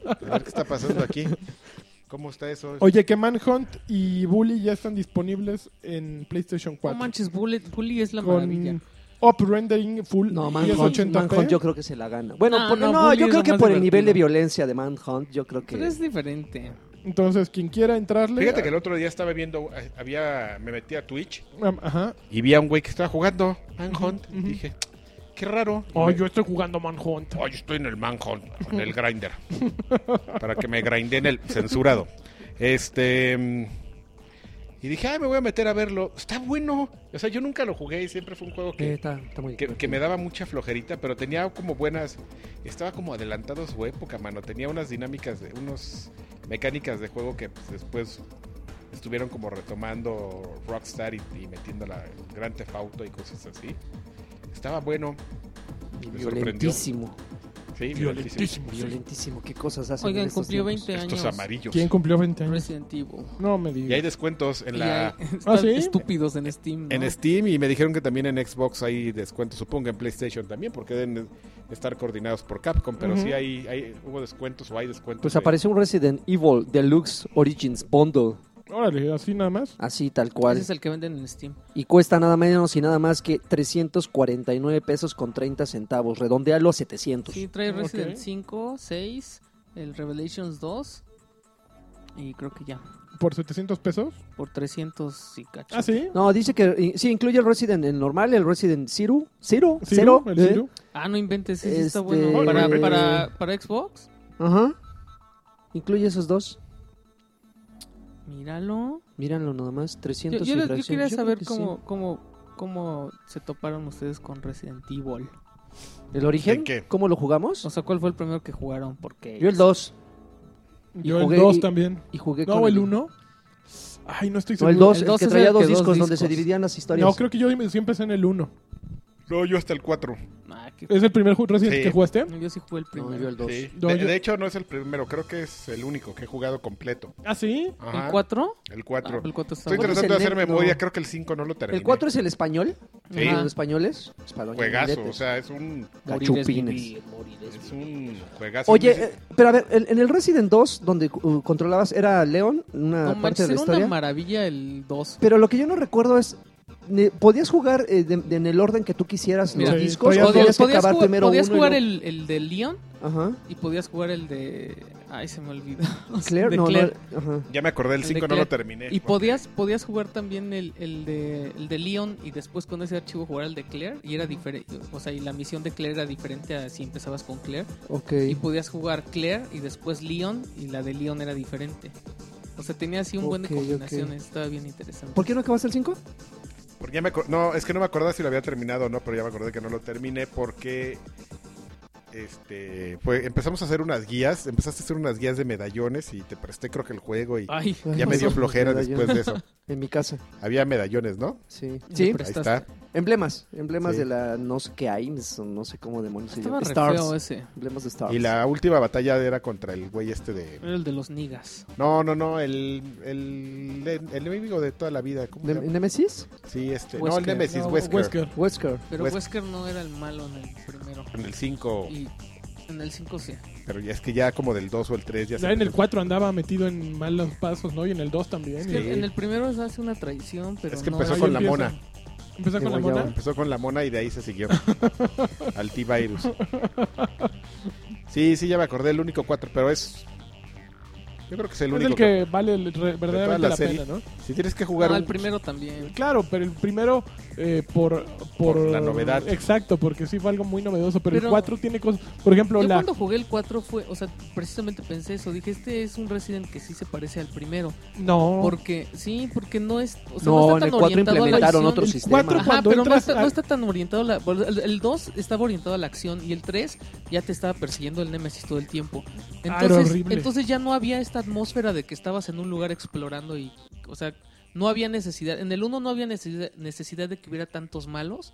A ver qué está pasando aquí. ¿Cómo está eso? Oye, que Manhunt y Bully ya están disponibles en PlayStation No 4. manches, Bullet, Bully es la maravilla. con up rendering full No, Manhunt, 1080p. Manhunt yo creo que se la gana. Bueno, No, por- no, no, Bully yo es creo lo que más por el nivel de divertido. violencia de Manhunt, yo creo que... Pero es diferente. Entonces, quien quiera entrarle. Fíjate que el otro día estaba viendo, eh, había, me metí a Twitch Am- Ajá. y vi a un güey que estaba jugando Manhunt. Y dije, qué raro. Y Oh, me- yo estoy jugando Manhunt. Oh, yo estoy en el Manhunt, en el grinder. para que me grinden el censurado. Este. mm, Y dije, ay, me voy a meter a verlo. Está bueno. O sea, yo nunca lo jugué y siempre fue un juego Eh, que, está, está muy que, que divertido. me daba mucha flojerita, pero tenía como buenas. Estaba como adelantado a su época, mano. Tenía unas dinámicas, de unos mecánicas de juego que pues, después estuvieron como retomando Rockstar y, y metiendo la Gran Theft Auto y cosas así. Estaba bueno. Y me sorprendió. Violentísimo, Sí, Violentísimo. sí. violentísimo. ¿Qué cosas hacen en Oigan, estos cumplió tiempos? 20 años. Estos amarillos. ¿Quién cumplió 20 años? Resident Evil. No me Y hay digas. descuentos en Y la hay- están Ah, ¿sí? estúpidos en Steam. ¿no? en Steam y me dijeron que también en Xbox hay descuentos, supongo en PlayStation también, porque deben estar coordinados por Capcom, pero Ujú. sí hay, hay hubo descuentos o hay descuentos. Pues de- apareció un Resident Evil Deluxe Origins Bundle, Órale, así nada más. así tal cual. Ese es el que venden en Steam. Y cuesta nada menos y nada más que 349 pesos con 30 centavos. Redondealo a 700. Sí, trae Ok. Resident 5, 6, el Revelations 2 y creo que ya. ¿Por 700 pesos? Por 300 y cacho. Ah, sí. No, dice que eh, sí incluye el Resident el normal, el Resident Zero, Zero, Ciro, Cero, el ¿eh? Ciro. Ah, no inventes, ese sí está Este- bueno. Para, Órale. para, para Xbox, Ajá. Incluye esos dos. míralo. Míralo nada más, Yo, 300 yo- y yo fracción. quería Yo creo saber que cómo, cómo, cómo se toparon ustedes con Resident Evil. sí. ¿El origen? ¿De qué? ¿Cómo lo jugamos? O sea, ¿cuál fue el primero que jugaron? Porque Yo el 2 Y Yo el jugué- 2 y- también. y jugué con No, el 1. Ay, no estoy No, el seguro. 2, El el, dos que es traía el dos que dos discos donde discos. se dividían las historias. no, creo que yo sí empecé en el 1. No, yo hasta el 4. Ah, que- ¿Es el primer ju- Resident Sí. que jugaste? no, yo sí jugué el primero. No, yo el 2. Sí. No, de, yo- de hecho, no es el primero, creo que es el único que he jugado completo. Ah, sí. Ajá, ¿El 4? El 4. el E 4 está Estoy ¿Cuál bueno. es tratando de el hacer net? No. memoria, creo que el 5 no lo terminé. El 4 es el español. Ah, Sí. ¿Los españoles? Pues Español, Juegazo, ingleses. o sea, es un, Morir es Cachupines. vivir, morir es es vivir. un juegazo. Oye, Dice- eh, pero a ver, en, en el Resident 2, donde uh, controlabas, era León, una No parte manches, de la era una historia. maravilla el 2. Pero lo que yo no recuerdo es ne- podías jugar eh, de- de- en el orden que tú quisieras Mira, los discos. podías- o tenías Podías, que podías acabar jugar, primero podías uno y jugar luego- el, el de Leon Ajá. y podías jugar el de. Ay, se me olvidó. Claire, De no, no, Claire. ajá. Ya me acordé, el El de 5 no Claire. lo terminé. Y podías, podías jugar también el, el, de, el de Leon y después con ese archivo jugar el de Claire y era diferente, o sea, y la misión de Claire era diferente a si empezabas con Claire Ok. y podías jugar Claire y después Leon y la de Leon era diferente. O sea, tenía así un buen de Ok, ok. combinaciones, estaba bien interesante. ¿Por qué no acabaste el 5? Porque ya me acor- no, es que no me acordaba si lo había terminado o no, pero ya me acordé que no lo terminé porque este fue, empezamos a hacer unas guías, empezaste a hacer unas guías de medallones y te presté creo que el juego y Ah, Ay, ya me dio flojera después de eso. En mi casa, Había medallones, ¿no? sí. me Sí, Ahí prestaste. está. emblemas. Emblemas Sí. de la no sé qué AIMS, o no sé cómo demonios se Estaba llama. re Stars. feo eh. ese. Emblemas de Stars. Y la última batalla era contra el güey este de Era el de los niggas. No, no, no, el el, el, el enemigo de toda la vida, ¿cómo se Ne- llama? ¿Nemesis? Sí, este, no, el Wesker. Nemesis No, Wesker, Wesker. Pero Wes- Wesker no era el malo en el primero. en el 5, Y en el 5 sí. pero ya es que ya como del 2 o el 3 ya, se Ya en el empezó- 4 andaba metido en malos pasos, ¿no? Y en el 2 también. Es y- que en el primero se hace una traición, pero Es que no empezó ahí era- con la empieza. mona. Empezó De con la guayaba. mona. Empezó con la mona y de ahí se siguió. Al T-Virus. Sí, sí, ya me acordé, el único 4, pero es. Yo creo que es el Es único. el que vale el- re- toda verdaderamente la la serie. pena, ¿no? que- Si tienes que jugar No, un. el primero también. Claro, pero el primero eh, por, por... Por la novedad. Exacto, porque sí fue algo muy novedoso, pero, el Pero- 4 tiene cosas... Por ejemplo, Yo la... cuando jugué el 4 fue, o sea, precisamente pensé eso. Dije, este es un Resident que sí se parece al primero. No. Porque, sí, porque no es. O sea, Oh. No, no, Pues en está tan el orientado 4 a la implementaron acción. otro El sistema. cuatro Ajá, cuando pero no entras está, a- no está tan orientado a la. El, el 2 estaba orientado a la acción y el 3 ya te estaba persiguiendo el Nemesis todo el tiempo. Ah, era Entonces, horrible. entonces ya no había esta atmósfera de que estabas en un lugar explorando y. O sea, no había necesidad. En el 1 no había necesidad, necesidad de que hubiera tantos malos,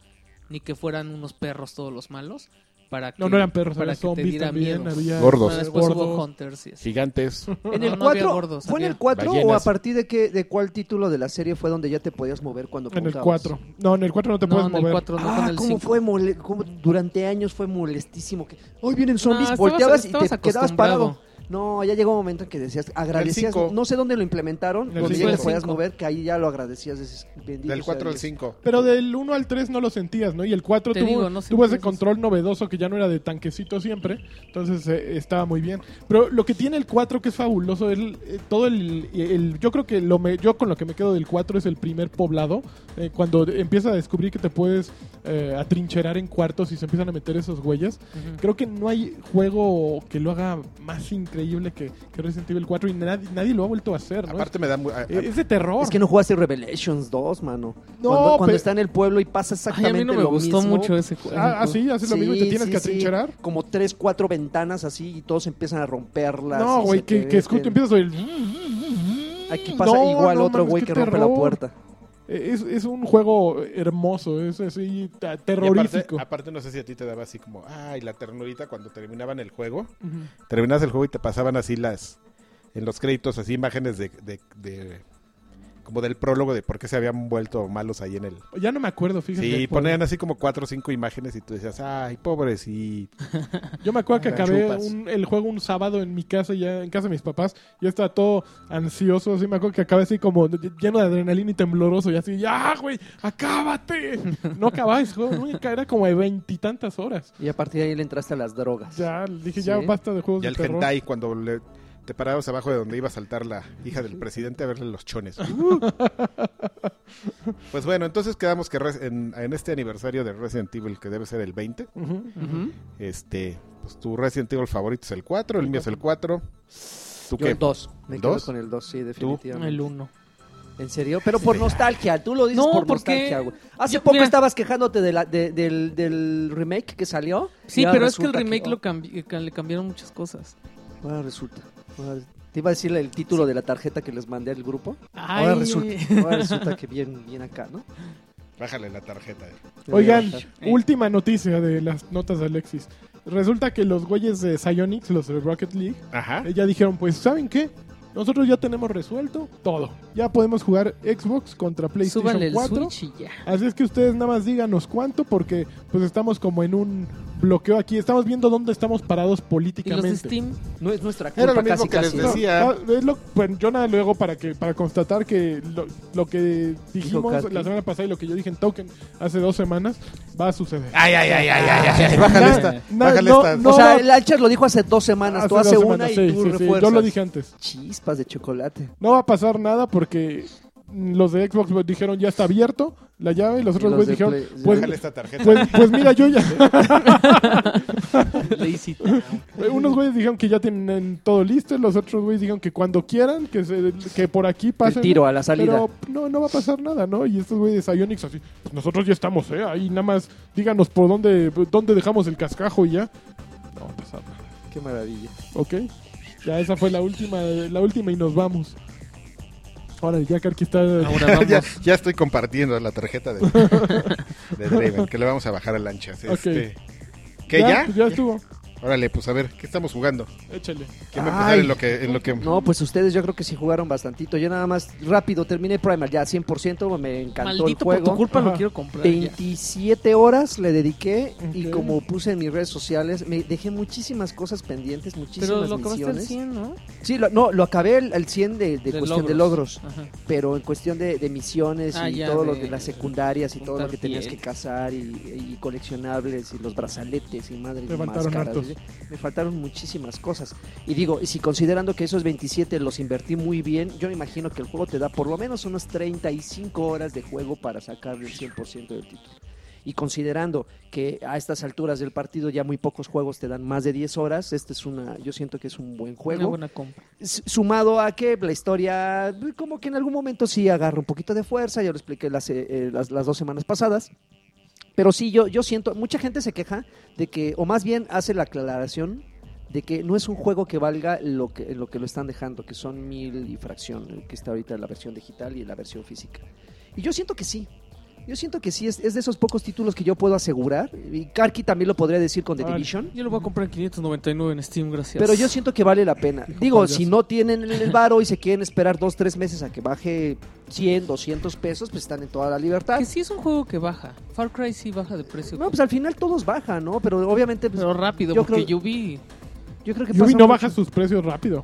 ni que fueran unos perros todos los malos. Para que, No, no eran perros, para había que te zombies diera también, miedo. había... Gordos. Ah, después hubo gordos. Hunters. y así. Gigantes. ¿En No, el no 4? había gordos, ¿Fue en había el 4 o a ballenas. partir de qué, de cuál título de la serie fue donde ya te podías mover cuando En el contabas? 4. No, en el 4 no te No, puedes en el mover. 4 no, Ah, con el cómo 5. fue mole- cómo durante años fue molestísimo que hoy vienen zombies, estabas- volteabas estabas y te quedabas acostumbrado. parado. No, ya llegó un momento en que decías, agradecías, cinco. no sé dónde lo implementaron, En el donde cinco. ya En te el podías cinco. mover, que ahí ya lo agradecías, dices, bendito Del sea 4 al Dios. 5. Pero del 1 al 3 no lo sentías, ¿no? Y el 4 Te tuvo, digo, no tuvo ese sientes eso. control novedoso que ya no era de tanquecito siempre. Entonces eh, estaba muy bien. Pero lo que tiene el 4 que es fabuloso es el- eh, todo el, el- Yo creo que lo me- yo con lo que me quedo del 4 es el primer poblado. eh, cuando empiezas a descubrir que te puedes eh, atrincherar en cuartos y se empiezan a meter esos huellas. Ujú. Creo que no hay juego que lo haga más increíble que, que Resident Evil 4 y nadie, nadie lo ha vuelto a hacer, ¿no? Aparte me da. mu- a- a- Eh, es de terror. Es que no jugaste Revelations 2, mano. cuando, No, cuando pero- está en el pueblo y pasa Ay, a exactamente mí no me lo gustó mismo. mucho ese juego. Ah, ah, sí, haces lo mismo y te Sí, tienes sí, que sí. atrincherar. Como tres, cuatro ventanas así y todos empiezan a romperlas. No, y güey, se que, te que escu- meten. empiezas a oír. Aquí pasa No, igual no otro mames, güey qué que rompe la terror. puerta. Eh, Es, es un juego hermoso, es así ta- y aparte, terrorífico. aparte, no sé si a ti te daba así como. Ay, la ternurita cuando terminaban el juego. Ujú. Terminabas el juego y te pasaban así las. En los créditos, así imágenes de. de- de- como del prólogo de por qué se habían vuelto malos ahí en el. Ya no me acuerdo, fíjate. Sí, por- ponían así como cuatro o cinco imágenes y tú decías, ay, pobrecito. Yo me acuerdo que Ajá. acabé Chupas. un- el juego un sábado en mi casa, ya en casa de mis papás. Ya estaba todo ansioso, así me acuerdo que acabé así como de- lleno de adrenalina y tembloroso. Y así, ¡ya, güey! ¡Acábate! No acababas, juego, nunca, era como de veintitantas horas. Y a partir de ahí le entraste a las drogas. Ya, dije, ya Sí. basta de juegos Ya de el terror. hentai cuando le- te parabas abajo de donde iba a saltar la hija del presidente a verle los chones. Uh. pues bueno, entonces quedamos que res- en, en este aniversario de Resident Evil, que debe ser el 20, Ujú. Ujú. este, pues tu Resident Evil favorito es el 4, el mío es el 4. ¿Tú Yo qué? el 2. Me ¿El quedo dos? con el 2, sí, El definitivamente. 1. ¿En serio? Pero por nostalgia, tú lo dices No, por porque- nostalgia, güey. Hace Yo- poco mira. estabas quejándote de la- de- del, del remake que salió. Sí, y ahora pero es que el resulta remake oh, lo cambi- eh, ca- le cambiaron muchas cosas. Ahora resulta. Ahora- Te iba a decir el título de la tarjeta que les mandé al grupo. Ay. Ahora resulta. Ahora resulta que bien, bien acá, ¿no? Bájale la tarjeta. eh. Oigan, Eh. última noticia de las notas de Alexis. Resulta que los güeyes de Psyonix, los de Rocket League, Ajá. eh, ya dijeron, pues, ¿saben qué? Nosotros ya tenemos resuelto todo. Ya podemos jugar Xbox contra PlayStation Súbanle el 4. Switch y ya. Así es que ustedes nada más díganos cuánto, porque pues estamos como en un bloqueó aquí. Estamos viendo dónde estamos parados Y los políticamente. de Steam, No es nuestra culpa Era lo casi, mismo que les casi. No, decía. no, es lo- bueno, yo nada luego para que para constatar que lo, lo que dijimos Karki. la semana pasada y lo que yo dije en Token hace dos semanas va a suceder. Ay, ay, ay, ay, ay, ay, ay. Bájale Na- esta. na- bájale no, esta. no, o sea, no, el Alcher lo dijo hace dos semanas, tú hace dos una semanas, y sí, tú sí, sí, refuerzas. Yo lo dije antes. Chispas de chocolate. No va a pasar nada porque los de Xbox pues, dijeron ya está abierto la llave y los otros Los güeyes de dijeron Play- pues, Bájale esta tarjeta. pues, pues mira yo ya Lazy. unos güeyes dijeron que ya tienen todo listo y los otros güeyes dijeron que cuando quieran que se- que por aquí pasen El tiro a la salida. Pero no, no va a pasar nada, ¿no? Y estos güeyes Ionix así, pues nosotros ya estamos, ¿eh? Ahí nada más díganos por dónde, dónde dejamos el cascajo y ya. No va a pasar nada. Qué maravilla. ¿Ok? Ya esa fue la última, la última y nos vamos. Ahora ya Karki está... Ah, Ahora vamos. ya, ya estoy compartiendo la tarjeta de, de Draven, que le vamos a bajar a lanchas. Ok. Este, ¿Qué ya? Ya estuvo. Órale, pues a ver, ¿qué estamos jugando? Échale. ¿Quién va a empezar Ay. en lo que, en lo que No, pues ustedes yo creo que sí jugaron bastantito. Yo nada más rápido terminé Primer ya 100%, me encantó el Maldito, por juego. tu culpa lo Ajá. quiero comprar. ya. 27 horas le dediqué y Ok. como puse en mis redes sociales, me dejé muchísimas cosas pendientes, muchísimas Pero lo acabaste al misiones. 100, ¿no? Sí, lo- no, lo acabé el, el 100 de, de cuestión de logros, Ajá. pero en cuestión de, de misiones Ah, y ya, todo lo de- de las secundarias y todo lo juntar que tenías piel. que cazar y, y coleccionables y los brazaletes y madre Te y faltaron máscaras. hartos. ¿sí? Me faltaron muchísimas cosas. Y digo, y si considerando que esos 27 los invertí muy bien, yo me imagino que el juego te da por lo menos unas 35 horas de juego para sacarle el 100% del título. Y considerando que a estas alturas del partido ya muy pocos juegos te dan más de 10 horas, este es una, yo siento que es un buen Una juego. buena compra. S- sumado a que la historia eh, como que en algún momento sí agarra un poquito de fuerza, ya lo expliqué las, eh, eh, las, las dos semanas pasadas. Pero sí, yo, yo siento, mucha gente se queja de que, o más bien hace la aclaración de que no es un juego que valga lo que lo, que lo están dejando, que son mil y fracción, el que está ahorita en la versión digital y en la versión física. Y yo siento que sí. Yo siento que sí, es, es de esos pocos títulos que yo puedo asegurar. Y Karki también lo podría decir con The Vale. Division. Yo lo voy a comprar en 599 en Steam, gracias. Pero yo siento que vale la pena. Digo, Por Dios. si no tienen en el varo y se quieren esperar dos, tres meses a que baje 100, 200 pesos, pues están en toda la libertad. Que sí es un juego que baja. Far Cry sí baja de precio. No, pues al final todos bajan, ¿no? Pero obviamente, pues, Pero rápido, Yo porque yo creo- vi. yo creo que Yubi pasa no mucho. baja sus precios rápido.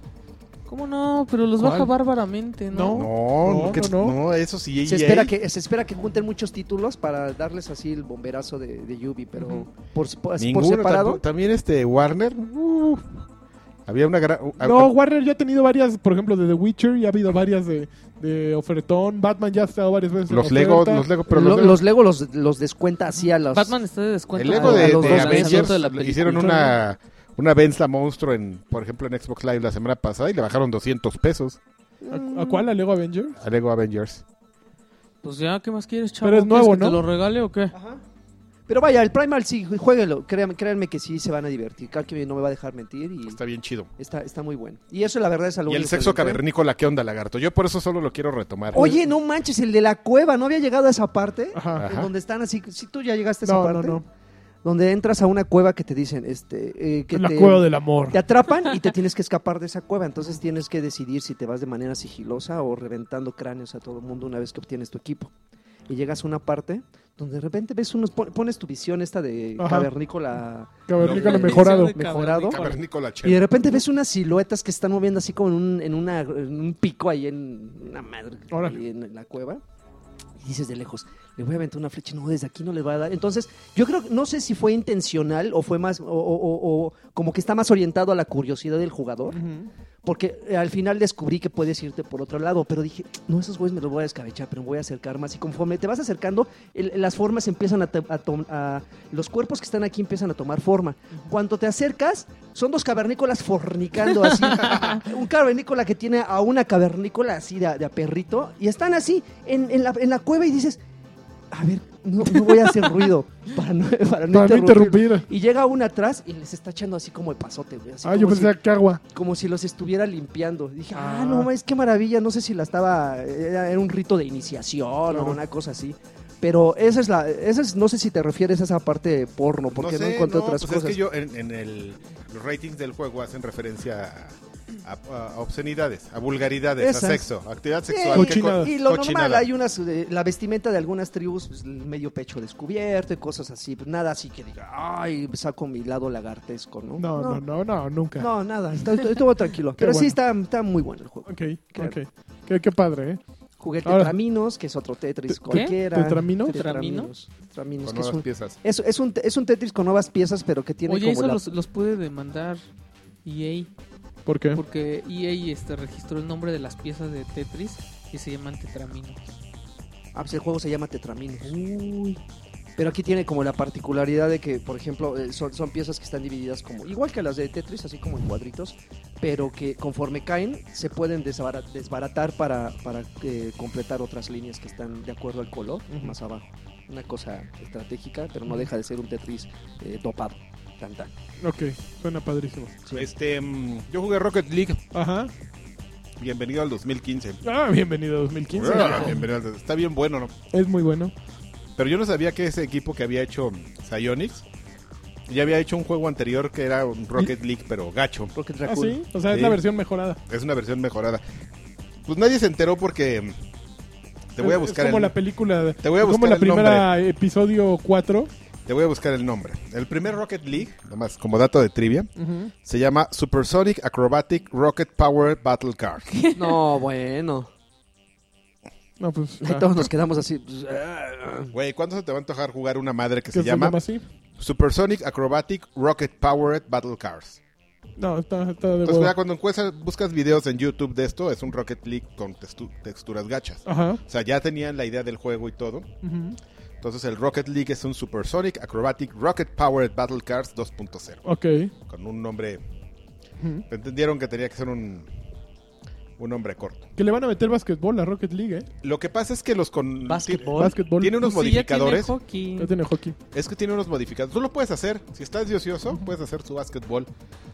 ¿Cómo no? Pero los ¿Cuál? baja bárbaramente, ¿no? No. No, No, que- no, no, no. eso sí. Se EA. espera, que, se espera que junten muchos títulos para darles así el bomberazo de, de Yubi, pero Ujú. por, por- por Ninguno, separado. tampo- También este Warner. uh, había una gran. uh, No, uh, Warner ya ha tenido varias, por ejemplo, de The Witcher, ya ha habido varias de, de ofertón. Batman ya ha estado varias veces. en los Lego, oferta. los Lego, pero Lo- los, los, Lego- Lego los, los descuenta así a los... Batman está de descuento. el Lego a- de, a los de dos Avengers lanzamientos de la le película. hicieron una una Benz la monstruo en, por ejemplo, en Xbox Live la semana pasada y le bajaron 200 pesos ¿A, a cuál? ¿A Lego Avenger? a Lego Avengers. Pues ya, ¿qué más quieres, chavo? Pero es nuevo, ¿Quieres que ¿no? ¿Te lo regale o qué? Ajá. Pero vaya, el Primal sí, jueguenlo. Créanme, créanme que sí se van a divertir. Karki no me va a dejar mentir y Está bien chido. está, está muy bueno. Y eso la verdad es algo Y el sexo cavernícola, ¿qué onda, lagarto? Yo por eso solo lo quiero retomar. Oye, no manches, el de la cueva, ¿no había llegado a esa parte? Ajá. Ajá. En Donde están así, si tú ya llegaste a esa No, no, parte, no. donde entras a una cueva que te dicen, este, eh, que La te, cueva del amor. te atrapan y te tienes que escapar de esa cueva, entonces tienes que decidir si te vas de manera sigilosa o reventando cráneos a todo el mundo una vez que obtienes tu equipo. Y llegas a una parte donde de repente ves unos, pon- pones tu visión esta de Ajá. cavernícola eh, Cavernícola Lo- mejorado. Edición de Mejorado. cavernícola. Cavernícola, che. Y de repente ves unas siluetas que están moviendo así como en un, en una, en un pico ahí en una madre, Órale. ahí en la cueva. Y dices de lejos, le voy a aventar una flecha, no, desde aquí no le va a dar. Entonces, yo creo, no sé si fue intencional o fue más, o, o- o- o como que está más orientado a la curiosidad del jugador, porque eh, al final descubrí que puedes irte por otro lado, pero dije, no, esos güeyes me los voy a descabechar, pero me voy a acercar más. Y conforme te vas acercando, el- las formas empiezan a, to- a tom- a- Los cuerpos que están aquí empiezan a tomar forma. Cuando te acercas, son dos cavernícolas fornicando así. Un cavernícola que tiene a una cavernícola así de, a- de a perrito, y están así en, en la, en la cueva y dices, a ver, no, no voy a hacer ruido para no, para no Para no interrumpir. interrumpir. Y llega una atrás y les está echando así como el pasote, güey. así Ah, yo como si- pensé que agua. como si los estuviera limpiando. Dije, ah, Ah. no, es qué maravilla. No sé si la estaba. Era, era un rito de iniciación Claro. o una cosa así. Pero esa es la, esa es, no sé si te refieres a esa parte porno, porque no, sé, encontré no, otras pues cosas. Es que yo en, en el, los ratings del juego hacen referencia a, a- a obscenidades, a vulgaridades, Esas. a sexo, actividad Sí, sexual. y- ¿Qué co- y lo cochinada? normal, hay unas, eh, la vestimenta de algunas tribus, pues, el medio pecho descubierto y cosas así, pues, nada así que diga, ay, saco mi lado lagartesco, ¿no? No, no, no, no, nunca. No, nada, está- estuvo estuvo tranquilo. Pero sí bueno. está, está muy bueno el juego. Ok, Creo. ok. Qué, qué padre, ¿eh? Jugué Ahora- Tetraminos, que es otro Tetris ¿Te- cualquiera. ¿Tetramino? Tetraminos. Tetraminos, Con que es nuevas un, piezas. es, es un, es un Tetris con nuevas piezas, pero que tiene Oye, como eso la- los, los puede demandar EA, ¿Por qué? porque EA este, registró el nombre de las piezas de Tetris y se llaman Tetramino. Ah, pues el juego se llama Tetraminos. Pero aquí tiene como la particularidad de que, por ejemplo, eh, son, son piezas que están divididas como, igual que las de Tetris, así como en cuadritos, pero que conforme caen se pueden desbara- desbaratar para, para eh, completar otras líneas que están de acuerdo al color Ujú. más abajo. Una cosa estratégica, pero no deja de ser un Tetris eh, dopado. Tan, tan. Ok, suena padrísimo. Este, mm, yo jugué Rocket League. Ajá. Bienvenido al 2015. Ah, bienvenido a 2015. Ah, bienvenido al- está bien bueno, ¿no? Es muy bueno. Pero yo no sabía que ese equipo que había hecho Psyonix ya había hecho un juego anterior que era un Rocket League, pero gacho. Rocket Ah, Raccoon. sí. O sea, es Sí. la versión mejorada. Es una versión mejorada. Pues nadie se enteró porque. mm, Te voy a Es- buscar Es como el, la película. de- Te voy a es como buscar la el primera episodio 4. te voy a buscar el nombre. El primer Rocket League, nomás como dato de trivia, se llama Supersonic Acrobatic Rocket Power Battle Card. No, bueno. No, pues. Ahí ah. todos nos quedamos así. pues, ah. Güey, ¿cuándo se te va a antojar jugar una madre que ¿Qué se llama así? Supersonic Acrobatic Rocket Powered Battle Cars? No, está, está de Entonces, ya huevo. cuando encuentras, buscas videos en YouTube de esto, es un Rocket League con textu- texturas gachas. Ajá. O sea, ya tenían la idea del juego y todo. Ujú. Entonces, el Rocket League es un Supersonic Acrobatic Rocket Powered Battle Cars 2.0. Ok. Con un nombre. Ujú. Entendieron que tenía que ser un, un nombre corto. Que le van a meter basquetbol a Rocket League, ¿eh? Lo que pasa es que los con. Básquetbol. Basquetbol. Tiene unos Pues sí, ya tiene modificadores. hockey. Ya tiene hockey. Es que tiene unos modificadores. Tú lo puedes hacer. Si estás de ocioso, puedes hacer tu básquetbol.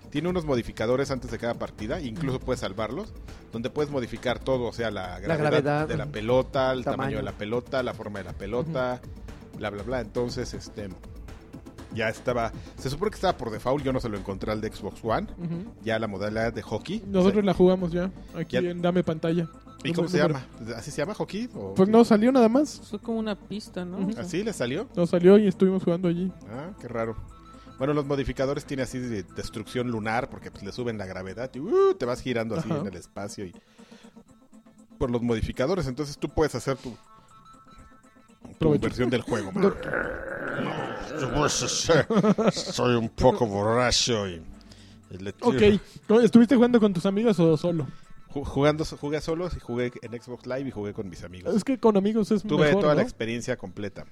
Tiene unos modificadores antes de cada partida. Incluso puedes salvarlos. Donde puedes modificar todo. O sea, la gravedad, gravedad, de la ujú. pelota, el tamaño. Tamaño. de la pelota, la forma de la pelota, bla, bla, bla. Entonces, este... Ya estaba... Se supone que estaba por default. Yo no se lo encontré al de Xbox One. Ujú. Ya la modalidad de hockey. Nosotros la jugamos ya. Aquí Ya- en Dame Pantalla. ¿Y cómo Número- se número- llama? ¿Así se llama hockey? ¿O Pues no, salió nada más. Fue como una pista, ¿no? Ujú. O sea, ¿Así le salió? Nos salió y estuvimos jugando allí. Ah, qué raro. Bueno, los modificadores tiene así de destrucción lunar porque pues, le suben la gravedad y ¡uh! te vas girando así Ajá. en el espacio y por los modificadores, entonces tú puedes hacer tu, tu Provecho. versión del juego. Soy un poco borracho y, y le tiro. Ok. No, ¿Estuviste jugando con tus amigos o solo? Ju- Jugando, jugué solos y jugué en Xbox Live y jugué con mis amigos. Es que con amigos es Tuve mejor, toda la ¿no? experiencia completa.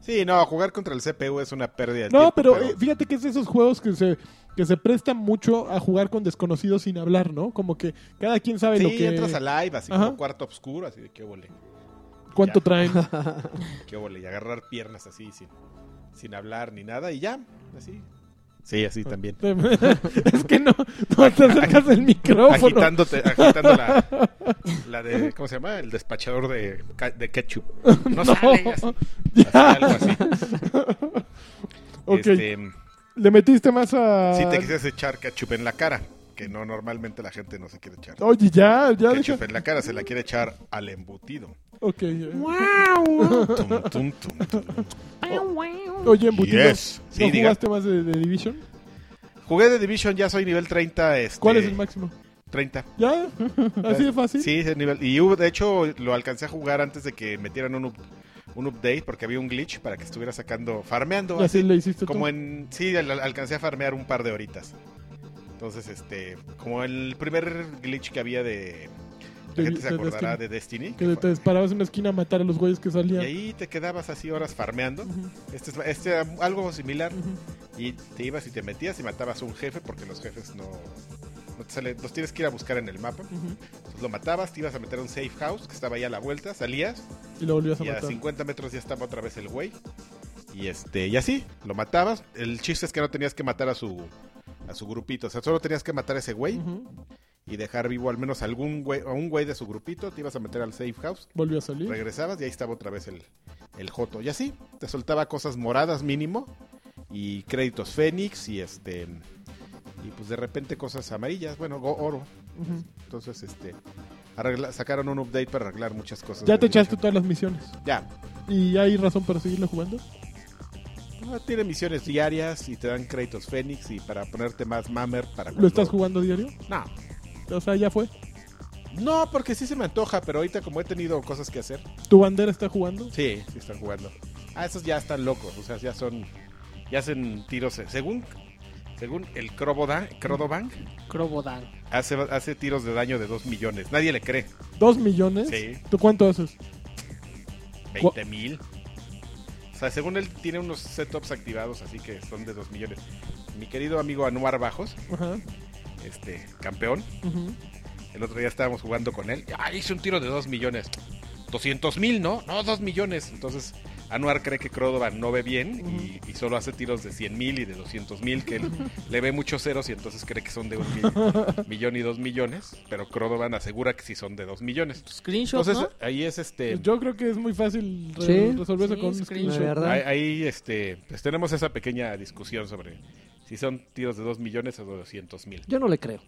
Sí, no, jugar contra el CPU es una pérdida de No, tiempo, pero eh, fíjate que es de esos juegos que se que se prestan mucho a jugar con desconocidos sin hablar, ¿no? Como que cada quien sabe lo Sí, que entras a live, así Ajá. como cuarto oscuro, así de qué vole, cuánto ya. traen. qué vole, y agarrar piernas así sin, sin hablar ni nada y ya, así. Sí, así también. es que no, no te acercas del micrófono. Agitándote, agitando la, la de, ¿cómo se llama? El despachador de, ca- de ketchup. No, sale, así, así, algo así. Ok, Ah. Este, le metiste más a Si te quisieras echar ketchup en la cara, que no normalmente la gente no se quiere echar. Oye, ya, ya deja. Ketchup en la cara se la quiere echar al embutido. Ok. eh. Tum, tum, tum, tum. Oye, embutido. Yes. Sí, ¿No diga. jugaste más de, de Division? Jugué de Division, ya soy nivel 30. Este, ¿Cuál es el máximo? 30. ¿Ya? ¿Así de fácil? Sí, ese nivel. Y hubo- de hecho, lo alcancé a jugar antes de que metieran un, up- un update porque había un glitch para que estuviera sacando, farmeando. ¿Y así así, le hiciste tú? como en. Sí, al- al- alcancé a farmear un par de horitas. Entonces, este. Como el primer glitch que había de. La De- gente se de acordará Destiny. de Destiny. que Que fue- te disparabas en una esquina a matar a los güeyes que y salían. ahí te quedabas así horas farmeando. Ujú, Este, es- este era algo similar. ujú. Y te ibas y te metías y matabas a un jefe porque los jefes no. no te sale- los tienes que ir a buscar en el mapa. Entonces, lo matabas, te ibas a meter a un safe house que estaba ahí a la vuelta, salías Y lo volvías a y a matar. 50 metros ya estaba otra vez el güey. Y este, y así, lo matabas. El chiste es que no tenías que matar a su a su grupito, o sea, solo tenías que matar a ese güey Ujú. y dejar vivo al menos algún güey, a un güey de su grupito, te ibas a meter al safe house, Volvió a salir. regresabas y ahí estaba otra vez el, el Joto. Y así, te soltaba cosas moradas mínimo y créditos Fénix y este y pues de repente cosas amarillas, bueno, go- oro. Ujú. Entonces, este arregla- sacaron un update para arreglar muchas cosas. Ya del te echaste Witcher. todas las misiones. Ya. ¿Y hay razón para seguirlo jugando? Ah, Tiene misiones diarias y te dan créditos Fénix y para ponerte más mamer para ¿Lo estás cuando- jugando diario? No. O sea, ya fue. No, porque sí se me antoja, pero ahorita como he tenido cosas que hacer, ¿Tu bandera está jugando? Sí, sí están jugando. Ah, esos ya están locos, o sea, ya son. Ya hacen tiros. eh, Según, según el Croboda- Crodobank, Crobodan. hace, hace tiros de daño de 2 millones. Nadie le cree. ¿Dos millones? Sí. ¿Tú cuánto haces? 20 mil. O sea, según él tiene unos setups activados, así que son de 2 millones. Mi querido amigo Anuar Bajos, Ajá. Eh, este campeón, ujú. el otro día estábamos jugando con él. Ah, hice un tiro de 2 millones. 200 mil, ¿no? No, 2 millones. Entonces, Anuar cree que Crodovan no ve bien y- y, solo hace tiros de 100 mil y de 200 mil, que él le ve muchos ceros y entonces cree que son de un mil- millón y 2 millones, pero Crodovan asegura que sí son de 2 millones. Screenshot, Entonces, ¿no? ahí es este... Pues Yo creo que es muy fácil re- Sí. resolverse Sí, con un screenshot. screenshot. La verdad. Ahí, ahí, este, pues tenemos esa pequeña discusión sobre si son tiros de 2 millones o de 200 mil. Yo no le creo.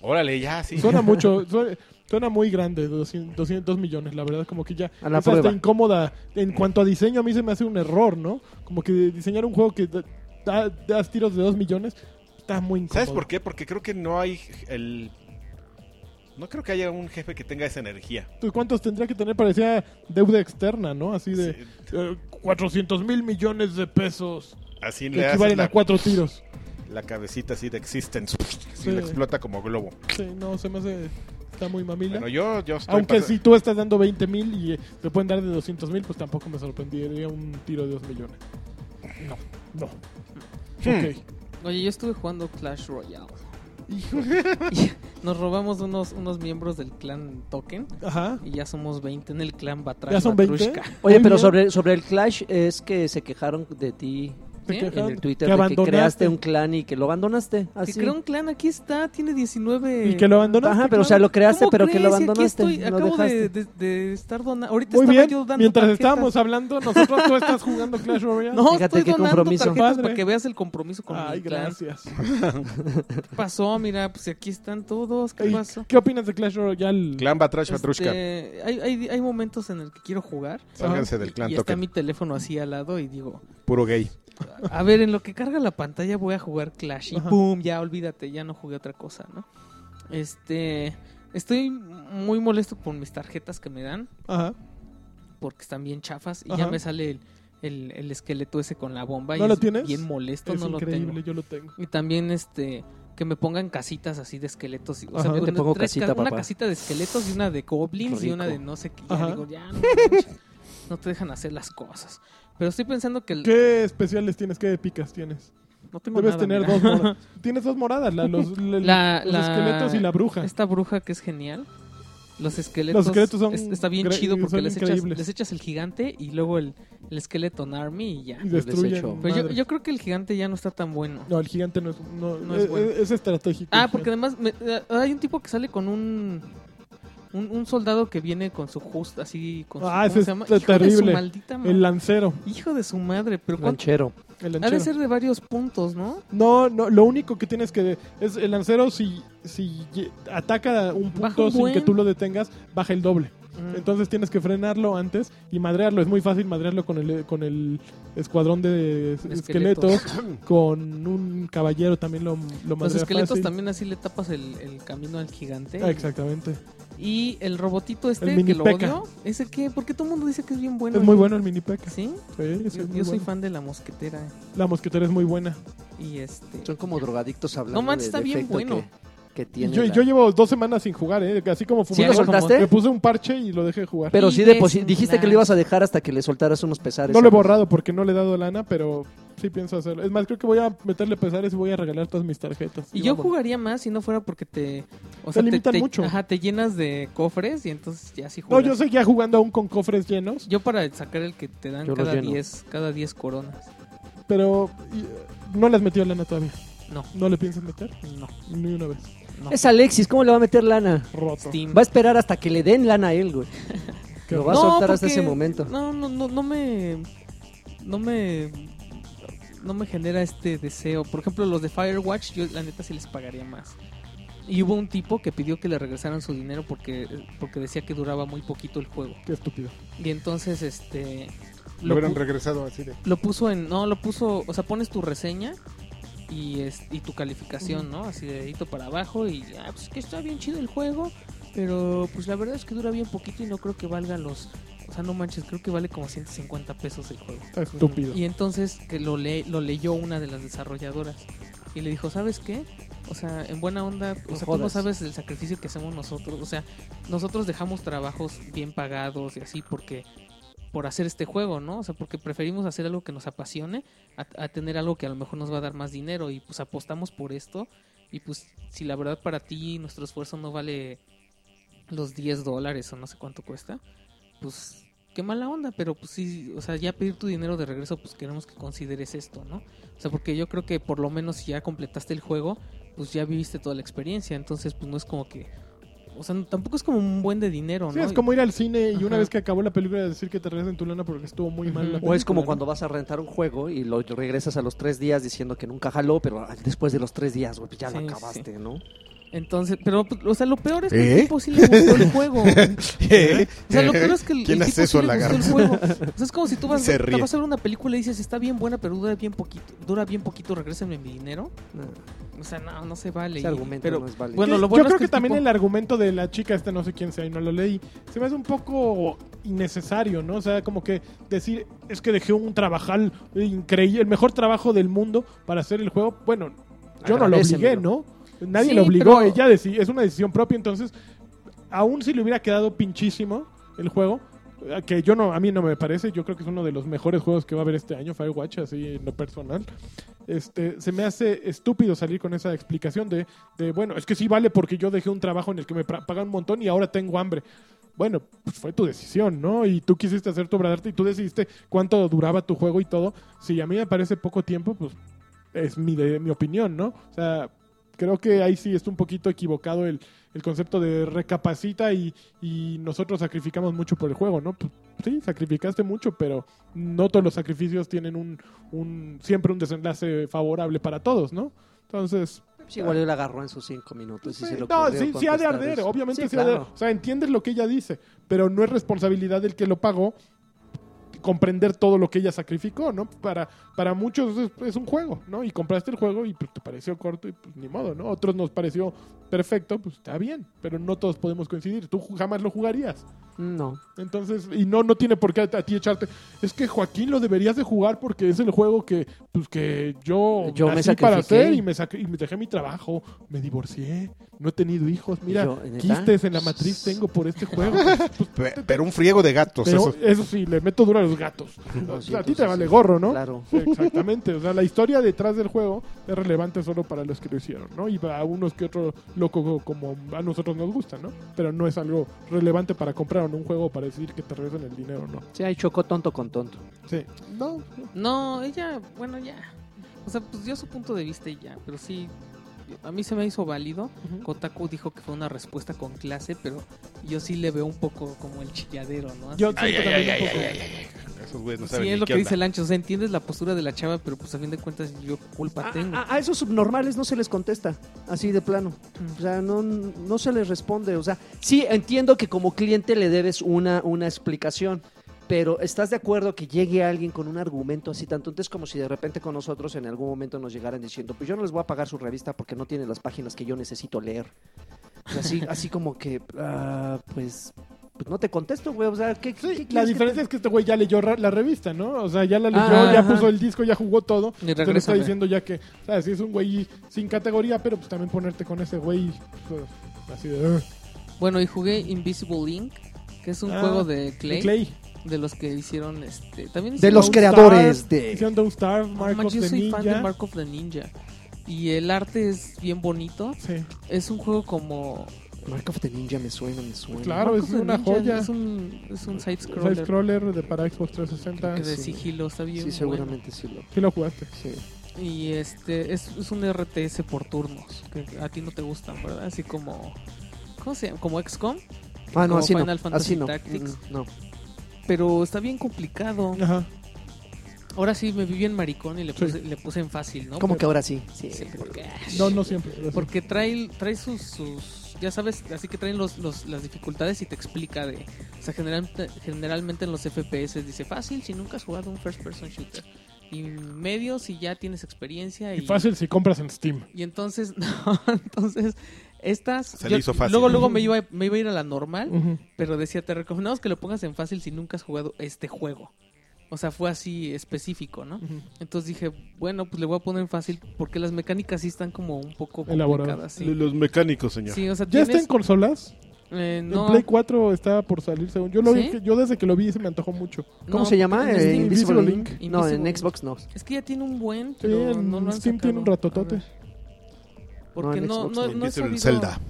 Órale, ya, sí. Suena mucho, suena, suena muy grande, 200, 200 millones, la verdad, como que ya A la es hasta prueba. incómoda. En cuanto a diseño, a mí se me hace un error, ¿no? Como que diseñar un juego que da, da- das tiros de 2 millones, está muy incómodo. ¿Sabes por qué? Porque creo que no hay el... No creo que haya un jefe que tenga esa energía. Entonces, ¿Cuántos tendría que tener? Parecía deuda externa, ¿no? Así de Sí, eh, 400 mil millones de pesos, así que le haces equivalen la, a cuatro tiros. la cabecita así de existence. Sí. Y le explota como globo. Sí, no, se me hace... Está muy mamila. Bueno, yo, yo estoy Aunque pas- si tú estás dando 20 mil y eh, te pueden dar de 200 mil, pues tampoco me sorprendería un tiro de 2 millones. No, no. Hmm. Ok. Oye, yo estuve jugando Clash Royale. Nos robamos unos, unos miembros del clan Token Ajá. y ya somos 20 en el clan Batrash. ¿Ya son 20? Batrushka. Muy Oye, pero bien. sobre, sobre el Clash es que se quejaron de ti Te ¿Eh? quejas en el Twitter que de que abandonaste. creaste un clan y que lo abandonaste. Que Así. creo un clan, aquí está, tiene 19. ¿Y que lo abandonaste? Ajá, pero o claro. sea, lo creaste, ¿Cómo pero que crees? lo Y aquí abandonaste. estoy, lo acabo de, dejaste. de- de estar donando. Ahorita Muy estaba bien. yo dando Mientras tarjetas. estábamos hablando, nosotros tú estás jugando Clash Royale. No, Fíjate estoy qué donando compromiso. tarjetas para Padre. que veas el compromiso con Ay, mi clan. gracias. ¿Qué pasó? Mira, pues aquí están todos. ¿Qué Ey, pasó? ¿Qué opinas de Clash Royale? Clan Batrash Matrushka. Este, hay, hay, hay momentos en el que quiero jugar. Sálganse del y- clan y está Token. mi teléfono así al lado y digo, Puro gay. a ver, en lo que carga la pantalla voy a jugar Clash y Ajá. ¡pum! Ya olvídate, ya no jugué otra cosa, ¿no? Este, estoy muy molesto por mis tarjetas que me dan Ajá. porque están bien chafas y Ajá. ya me sale el, el- el esqueleto ese con la bomba ¿No y lo es tienes? bien molesto, Es no lo increíble, tengo. yo lo tengo. Y también este que me pongan casitas así de esqueletos. y- O sea, Ajá. Yo te una- pongo tres casita, ca- una papá. casita de esqueletos y una de goblins y Rico. una de no sé qué. Ya Ajá. digo, ya no, manches, no te dejan hacer las cosas. Pero estoy pensando que el- ¿Qué especiales tienes? ¿Qué épicas tienes? no tengo Debes nada, tener mira. dos moradas. Tienes dos moradas, la- los, la- La- los la- esqueletos y la bruja. Esta bruja que es genial. Los esqueletos, esqueletos son es- está bien gre- chido porque son les echas, increíbles. les echas el gigante y luego el, el esqueleto en army y ya. Y destruyen. desecho. Pero yo, madres. yo creo que el gigante ya no está tan bueno. No, el gigante no es, no, No es, Eh, es bueno. es estratégico. Ah, el porque además me- eh, hay un tipo que sale con un, un un soldado que viene con su host así con su, Ah, ese está Hijo de su terrible. maldita ma- El lancero. Hijo de su madre, pero ¿cuánto? Ranchero. El Ha de lanchero. ser de varios puntos, ¿no? No, no, lo único que tienes que. Es el lancero, si, si ye- ataca un Baja punto un sin buen. que tú lo detengas, baja el doble. Mm. Entonces tienes que frenarlo antes y madrearlo. Es muy fácil madrearlo con el, con el escuadrón de es- Esqueletos. esqueletos. Con un caballero también lo, lo Los madrea esqueletos fácil. también ¿eh? así le tapas el, el camino al gigante. Ah, exactamente. Y el robotito este El que mini lo peca. odio, ese que, porque todo el mundo dice que es bien bueno. es muy bueno el mini peca. ¿Sí? Sí, sí, yo es muy yo soy bueno. fan de la mosquetera La mosquetera es muy buena. y este Son como drogadictos hablando No manches, de está bien defecto bueno. que, que tiene. Yo, la- yo llevo dos semanas sin jugar, ¿eh? Así como Sí, ¿Sí fumando. lo algo como- soltaste? Me puse un parche y lo dejé jugar. Pero sí Vives deposi- en dijiste que la- lo ibas a dejar hasta que le soltaras unos pesares. No lo he borrado porque no le he dado lana, pero sí pienso hacerlo. Es más, creo que voy a meterle pesares y voy a regalar todas mis tarjetas. Y yo vámonos. jugaría más si no fuera porque te. O Te sea, limitan mucho. Ajá, te llenas de cofres y entonces ya sí No, juegas. yo seguía jugando aún con cofres llenos, Yo para sacar el que te dan Yo los cada lleno. 10 cada 10 coronas. pero y, eh, no las metió lana todavía. No, No le piensas meter no, ni una vez. no. Es Alexis, ¿cómo le va a meter lana? Roto. Steam. Va a esperar hasta que le den lana a él, güey. ¿Qué? Lo va a No, soltar hasta porque- ese momento. No, no, no, no me. No me. No me genera este deseo. Por ejemplo, los de Firewatch, yo la neta sí les pagaría más. Y hubo un tipo que pidió que le regresaran su dinero porque, porque decía que duraba muy poquito el juego. Qué estúpido. Y entonces, este. Lo hubieran pu- regresado así de. lo puso en. No, lo puso. O sea, pones tu reseña y, es, y tu calificación, ¿no? Así de dedito para abajo. Y ah, pues que está bien chido el juego. Pero pues la verdad es que dura bien poquito y no creo que valga los. O sea, no manches, creo que vale como 150 pesos el juego. Está Ah, estúpido. Y entonces que lo, le, lo leyó una de las desarrolladoras. Y le dijo, ¿sabes qué? O sea, en buena onda, o No sea, tú no jodas. sabes el sacrificio que hacemos nosotros. O sea, nosotros dejamos trabajos bien pagados y así porque por hacer este juego, ¿no? O sea, porque preferimos hacer algo que nos apasione a, a tener algo que a lo mejor nos va a dar más dinero y pues apostamos por esto y pues si la verdad para ti nuestro esfuerzo no vale los 10 dólares o no sé cuánto cuesta, pues qué mala onda, pero pues sí, o sea, ya pedir tu dinero de regreso, pues queremos que consideres esto, ¿no? O sea, porque yo creo que por lo menos si ya completaste el juego, pues ya viviste toda la experiencia, entonces pues no es como que... O sea, no- tampoco es como un buen de dinero, Sí, ¿no? es como ir al cine y Ajá. una vez que acabó la película decir que te regresen tu lana porque estuvo muy mal. Ujú. la O es película, como ¿no? cuando vas a rentar un juego y lo regresas a los tres días diciendo que nunca jaló, pero ah, después de los tres días, güey, pues ya Sí, lo acabaste, ¿no? Entonces, pero, pues, o sea, lo peor es que ¿Eh? el tipo sí le gustó el juego. O sea, lo peor es que el, ¿Eh? ¿Quién el hace tipo eso, sí le gustó el lagarto? juego. O sea, es como si tú vas, Se te ríe. vas a ver una película y dices, está bien buena, pero dura bien poquito, dura bien poquito, regrésenme mi dinero. No, O sea, no, no se vale. Ah, ese Y- argumento pero, no es válido. bueno, Que- lo bueno es Yo creo que que, el también tipo- el argumento de la chica, este no sé quién sea y no lo leí, se me hace un poco innecesario, ¿no? O sea, como que decir, es que dejé un trabajal increíble, el mejor trabajo del mundo para hacer el juego. Bueno, yo no lo obligué, Agradécemelo. ¿no? Nadie Sí, lo obligó, pero- ella decidió, es una decisión propia, entonces, aún si le hubiera quedado pinchísimo el juego, eh, que yo no, a mí no me parece, yo creo que es uno de los mejores juegos que va a haber este año, Firewatch, así en lo personal. Este, se me hace estúpido salir con esa explicación de, de, bueno, es que sí vale porque yo dejé un trabajo en el que me pra- pagan un montón y ahora tengo hambre. Bueno, pues fue tu decisión, ¿no? Y tú quisiste hacer tu obra de arte y tú decidiste cuánto duraba tu juego y todo. Si a mí me parece poco tiempo, pues es mi, de, mi opinión, ¿no? O sea, creo que ahí sí está un poquito equivocado el, el concepto de recapacita y, y nosotros sacrificamos mucho por el juego, ¿no? Pues, sí, sacrificaste mucho, pero no todos los sacrificios tienen un, un siempre un desenlace favorable para todos, ¿no? Entonces, Pues igual él agarró en sus cinco minutos. y sí, se lo no, ocurrió sí, sí ha de contestar arder, eso. obviamente Sí, sí ha de claro. arder. O sea, entiendes lo que ella dice, pero no es responsabilidad del que lo pagó comprender todo lo que ella sacrificó, ¿no? Para, para muchos es, es un juego, ¿no? Y compraste el juego y pues, te pareció corto y pues ni modo, ¿no? Otros nos pareció perfecto, pues está bien, pero no todos podemos coincidir. Tú ju- jamás lo jugarías. Mm, No. Entonces, y no, no tiene por qué a, a ti echarte. Es que Joaquín lo deberías de jugar porque es el juego que, pues, que yo, Yo me nací para sacrifiqué. hacer y me, sacri- y me dejé mi trabajo, me divorcié, no he tenido hijos. Mira, yo, ¿neta? quistes en la matriz tengo por este juego. Pe- Pero un friego de gatos. Pero eso. eso sí, le meto duro a los gatos. O sea, a ti te vale gorro, ¿no? Claro. Exactamente, o sea, la historia detrás del juego es relevante solo para los que lo hicieron, ¿no? Y para unos que otro loco como a nosotros nos gusta, ¿no? Pero no es algo relevante para comprar un juego o para decir que te regresan el dinero, ¿no? Sí, ahí chocó tonto con tonto. Sí. No. No, ella, bueno, ya. O sea, pues dio su punto de vista y ya. Pero sí, a mí se me hizo válido. Kotaku dijo que fue una respuesta con clase, pero yo sí le veo un poco como el chilladero, ¿no? Así Yo que- siento también un poco- Esos güeyes no saben sí, ni es lo qué que onda. dice Lancho. O sea, entiendes la postura de la chava, pero pues a fin de cuentas yo culpa A, tengo. a- a esos subnormales no se les contesta, así de plano. Mm. O sea, no, no se les responde. O sea, sí entiendo que como cliente le debes una, una explicación, pero ¿estás de acuerdo que llegue alguien con un argumento así tanto? Entonces, como si de repente con nosotros en algún momento nos llegaran diciendo, pues yo no les voy a pagar su revista porque no tienen las páginas que yo necesito leer. O sea, así, así como que, ah, pues, pues no te contesto, güey. O sea, ¿qué, qué Sí, quieres la que diferencia te- es que este güey ya leyó ra- la revista, ¿no? O sea, ya la leyó, Ah, ya ajá. puso el disco, ya jugó todo. Y Te lo está regrésame. diciendo ya que, o sea, sí es un güey sin categoría, pero pues también ponerte con ese güey pues, así de... "Ugh". Bueno, y jugué Invisible Link, que es un Ah, juego de Clay, De Clay. de los que hicieron este. También De hicieron los Don't creadores Starve, de... Hicieron Don't Starve, No Mark manches, of yo the soy fan de Ninja. Mark of the Ninja. Y el arte es bien bonito. Sí. Es un juego como. Mark of the Ninja me suena, me suena. Claro, Mark es of the una joya. Es un, es un Side side-scroller. scroller de para Xbox que 360. de Sí. sigilo, está bien. Sí, bueno. seguramente sí lo... Sí lo jugaste. Sí. Y este es, es un RTS por turnos. Que a ti no te gustan, ¿verdad? Así como. ¿Cómo se llama? Como XCOM. Ah, no, como así no. Final Fantasy Así no. Tactics. Mm, no. Pero está bien complicado. Ajá. Ahora sí me vi bien maricón y le puse, le puse en fácil, ¿no? Como que Pero- ahora sí. Sí. Sí, porque, No, no siempre. pero sí. porque trae, trae sus, sus- Ya sabes, así que traen los, los- las dificultades y te explica de. O sea, general- generalmente en los FPS dice fácil si nunca has jugado un first person shooter. Y medio si ya tienes experiencia. Y, Y fácil si compras en Steam. Y entonces, no, entonces, estas. Se le hizo fácil. Luego, luego me iba, me iba a ir a la normal, Ujú. pero decía, te recomendamos que lo pongas en fácil si nunca has jugado este juego. O sea, fue así específico, ¿no? Ujú. Entonces dije, bueno, pues le voy a poner en fácil porque las mecánicas sí están como un poco complicadas. Elaboradas. Sí. Los mecánicos, señor. Sí, o sea, ¿Ya está tienes- en consolas? eh, En no, Play 4 está por salir, según yo lo vi ¿Sí? que- yo desde que lo vi se me antojó mucho. ¿Cómo no, se llama? en Eh, Steam. Invisible Invisible Link. Link. No, Invisible en Link. Xbox no. Es que ya tiene un buen, Sí, pero en no lo han Steam tiene un sacado. ratotote. Porque No, en no, Xbox no, no, he Invisible sabido- Zelda.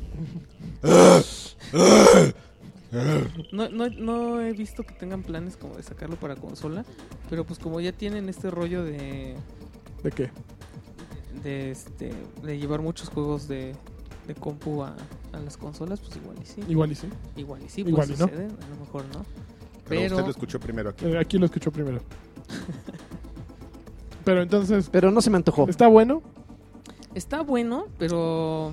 no, no- no he visto que tengan planes como de sacarlo para consola, pero pues como ya tienen este rollo de, ¿De qué? de, este, de llevar muchos juegos de, de compu a, a las consolas, pues igual y sí. Igual y sí. Igual y sí, Igual pues y no. sucede, a lo mejor no. Pero Pero- usted lo escuchó primero aquí. Eh, aquí lo escuchó primero. Pero entonces, Pero no se me antojó. ¿está bueno? Está bueno, pero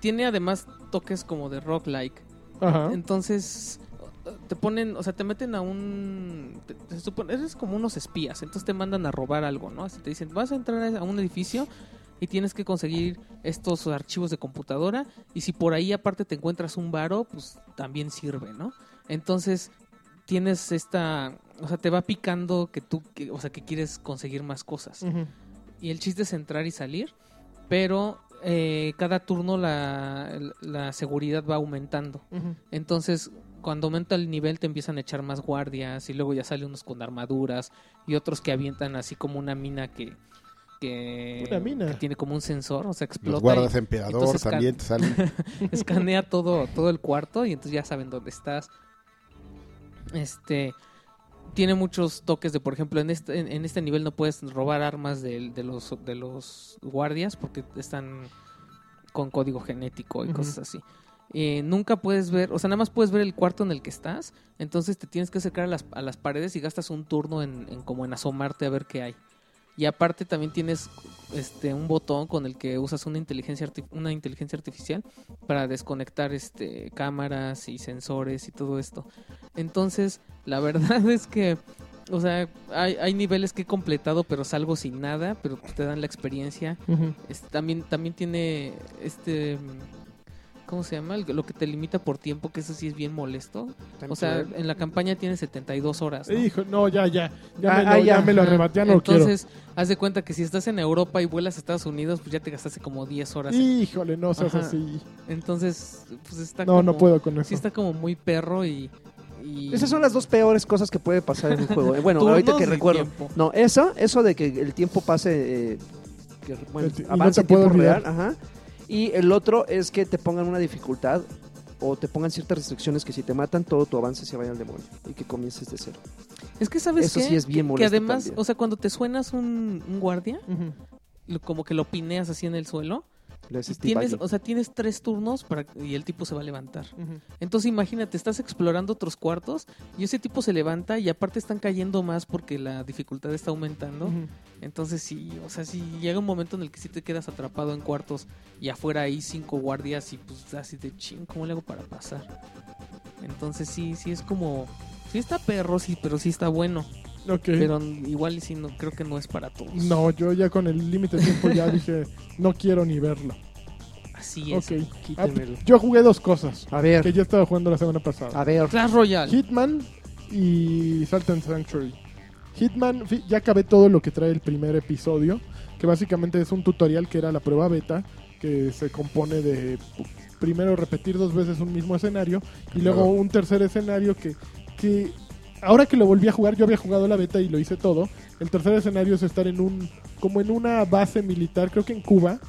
tiene además toques como de rock like. Ajá. Entonces te ponen, o sea, te meten a un te- se supone- eres como unos espías, entonces te mandan a robar algo, ¿no? Así te dicen, "Vas a entrar a un edificio y tienes que conseguir estos archivos de computadora y si por ahí aparte te encuentras un varo, pues también sirve, ¿no?" Entonces tienes esta, o sea, te va picando que tú, que- o sea, que quieres conseguir más cosas Ujú. y el chiste es entrar y salir, pero eh, cada turno la, la seguridad va aumentando. Ujú. Entonces, cuando aumenta el nivel te empiezan a echar más guardias y luego ya salen unos con armaduras y otros que avientan así como una mina que... que Una mina. que tiene como un sensor, o sea, Los explota guardas emperador entonces ca- también te salen. y escanea todo, todo el cuarto y entonces ya saben dónde estás. Este tiene muchos toques de, por ejemplo, en este, en, en este nivel no puedes robar armas del- de, los de los guardias porque están con código genético y Ujú. cosas así. Eh, nunca puedes ver, o sea, nada más puedes ver el cuarto en el que estás, entonces te tienes que acercar a las, a las paredes y gastas un turno en, en como en asomarte a ver qué hay. Y aparte también tienes este un botón con el que usas una inteligencia arti- una inteligencia artificial para desconectar este cámaras y sensores y todo esto. Entonces, la verdad es que o sea, hay, hay niveles que he completado, pero salgo sin nada, pero te dan la experiencia. Ujú. Este, también, también tiene este mm, ¿cómo se llama? El- Lo que te limita por tiempo, que eso sí es bien molesto. O sea, en la campaña tiene 72 horas. pues ¿no? Hijo, no, ya, ya. Ya, Ah, me, lo, ah, ya. ya. me lo Ajá. arrebaté, ya no lo Entonces, haz de cuenta que si estás en Europa y vuelas a Estados Unidos, pues ya te gastaste como 10 horas. quiero. Híjole, no seas Ajá. así. Entonces, pues está No, como, no puedo con eso. Sí está como muy perro y... y- Esas son las dos peores cosas que puede pasar en un juego. Eh, Bueno, Turnos ahorita que y recuerdo. tiempo. No, eso, eso de que el tiempo pase, eh, que bueno, El ti- y no avance te en tiempo puedo olvidar. real, ajá. Y el otro es que te pongan una dificultad o te pongan ciertas restricciones que si te matan todo tu avance se vaya al demonio y que comiences de cero. Es que sabes Eso qué? sí es Que- bien que molesto además, también. o sea, cuando te suenas un, un guardia, Ujú. lo- como que lo pineas así en el suelo, Lo es y Steve tienes, Agee. o sea, tienes tres turnos para y el tipo se va a levantar. Ujú. Entonces imagínate, estás explorando otros cuartos y ese tipo se levanta y aparte están cayendo más porque la dificultad está aumentando. Ujú. Entonces sí, o sea, si llega un momento en el que sí te quedas atrapado en cuartos y afuera hay cinco guardias y pues así de ching, ¿cómo le hago para pasar? Entonces sí, sí es como... Sí está perro, sí, pero sí está bueno. Ok. Pero igual y sí, no, creo que no es para todos. No, yo ya con el límite de tiempo ya dije, no quiero ni verlo. Así es. Ok. Ah, Quítemelo. yo jugué dos cosas A que ver, yo estaba jugando la semana pasada. a ver. Clash Royale. Hitman y Salt and Sanctuary. Hitman, fi- ya acabé todo lo que trae el primer episodio, que básicamente es un tutorial que era la prueba beta, que se compone de pu- primero repetir dos veces un mismo escenario y luego un tercer escenario que, que ahora que lo volví a jugar, yo había jugado la beta y lo hice todo. El tercer escenario es estar en un como en una base militar, creo que en Cuba,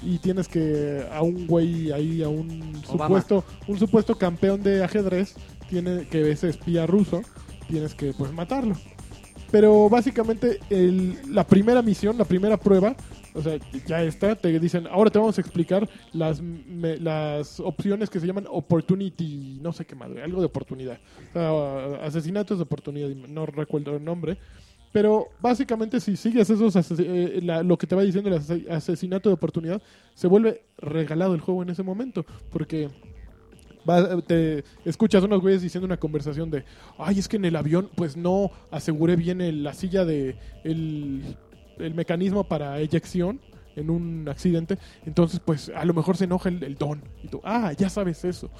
y tienes que a un güey ahí a un Obama. supuesto un supuesto campeón de ajedrez tiene que es espía ruso, tienes que pues matarlo. Pero básicamente el- la primera misión, la primera prueba O sea, ya está, te dicen, ahora te vamos a explicar las, me- las opciones que se llaman opportunity, no sé qué madre, algo de oportunidad. O sea, asesinatos de oportunidad, no recuerdo el nombre. Pero básicamente si sigues esos ases- eh, la- lo que te va diciendo el ase- asesinato de oportunidad, se vuelve regalado el juego en ese momento. Porque va- te escuchas unos güeyes diciendo una conversación de, ay, es que en el avión pues no aseguré bien el- la silla de el, el mecanismo para eyección en un accidente, entonces pues a lo mejor se enoja el, el don. Y tú, ah, ya sabes eso.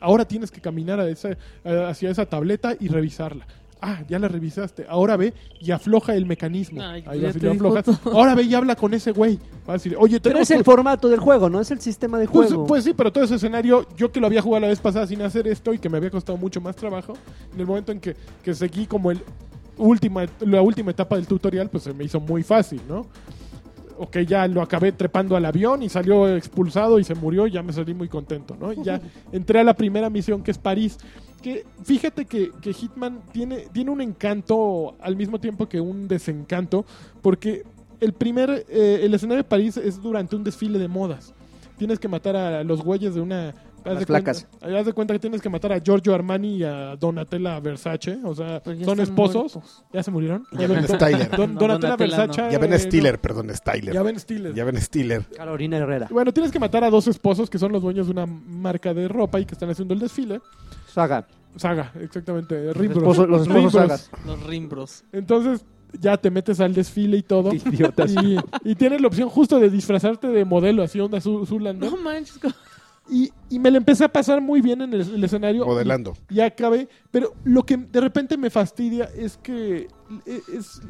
Ahora tienes que caminar a esa, a- hacia esa tableta y revisarla. Ah, ya la revisaste. Ahora ve y afloja el mecanismo. Ay, Ahí ya vas y te lo dijo aflojas. Ahora ve y habla con ese güey. Va a decir, oye, Pero tenemos es el que- formato del juego, ¿no? Es el sistema de pues, juego. pues sí, pero todo ese escenario, yo que lo había jugado la vez pasada sin hacer esto y que me había costado mucho más trabajo, en el momento en que, que seguí como el última, la última etapa del tutorial, pues se me hizo muy fácil, ¿no? Ok, ya lo acabé trepando al avión y salió expulsado y se murió y ya me salí muy contento, ¿no? Y ya entré a la primera misión que es París. Que fíjate que, que Hitman tiene, tiene un encanto al mismo tiempo que un desencanto, porque el primer, eh, el escenario de París es durante un desfile de modas. Tienes que matar a los güeyes de una... haz Las de flacas. cuenta- haz de cuenta que tienes que matar a Giorgio Armani y a Donatella Versace, o Pero sea, Pues ya son están esposos. muertos. ¿Ya se murieron? Ya ven Styler. Don- No, Donatella Donatella Versace. Ya ven eh, Stiller, no. perdón, Styler. Ya ven Stiller. Ya ven Stiller. Carolina Herrera. Bueno, tienes que matar a dos esposos que son los dueños de una marca de ropa y que están haciendo el desfile. Saga. Saga, exactamente. Los Rim Bros. esposos, los Rim esposos Bros. sagas. Los rimbros. Entonces ya te metes al desfile y todo. Idiotas. Y, y tienes la opción justo de disfrazarte de modelo, así onda Zu- Zoolander. No manches. co- Y, y me la empecé a pasar muy bien en el, el escenario. Modelando. Y, y acabé. Pero lo que de repente me fastidia es que e- es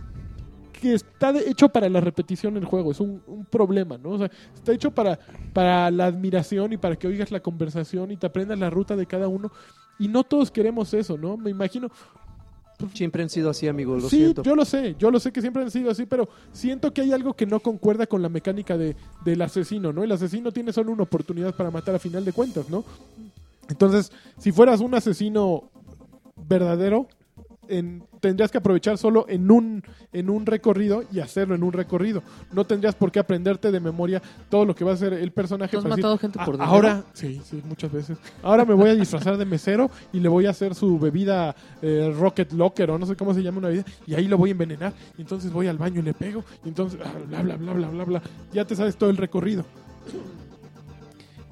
que está de- hecho para la repetición el juego. Es un, un problema, ¿no? O sea, está hecho para, para la admiración y para que oigas la conversación y te aprendas la ruta de cada uno. Y no todos queremos eso, ¿no? Me imagino. Siempre han sido así, amigos, lo sí, siento. yo lo sé, yo lo sé que siempre han sido así, pero siento que hay algo que no concuerda con la mecánica de, del asesino, ¿no? El asesino tiene solo una oportunidad para matar a final de cuentas, ¿no? Entonces, si fueras un asesino verdadero, en- tendrías que aprovechar solo en un, en un recorrido y hacerlo en un recorrido. No tendrías por qué aprenderte de memoria todo lo que va a hacer el personaje. ¿Tú has para matado gente por "Ah, dinero?" Ahora, sí, sí, muchas veces. Ahora me voy a disfrazar de mesero y le voy a hacer su bebida eh, Rocket Locker o no sé cómo se llama una bebida y ahí lo voy a envenenar. Y entonces voy al baño y le pego. Y entonces, ah, bla, bla, bla, bla, bla, bla. Ya te sabes todo el recorrido.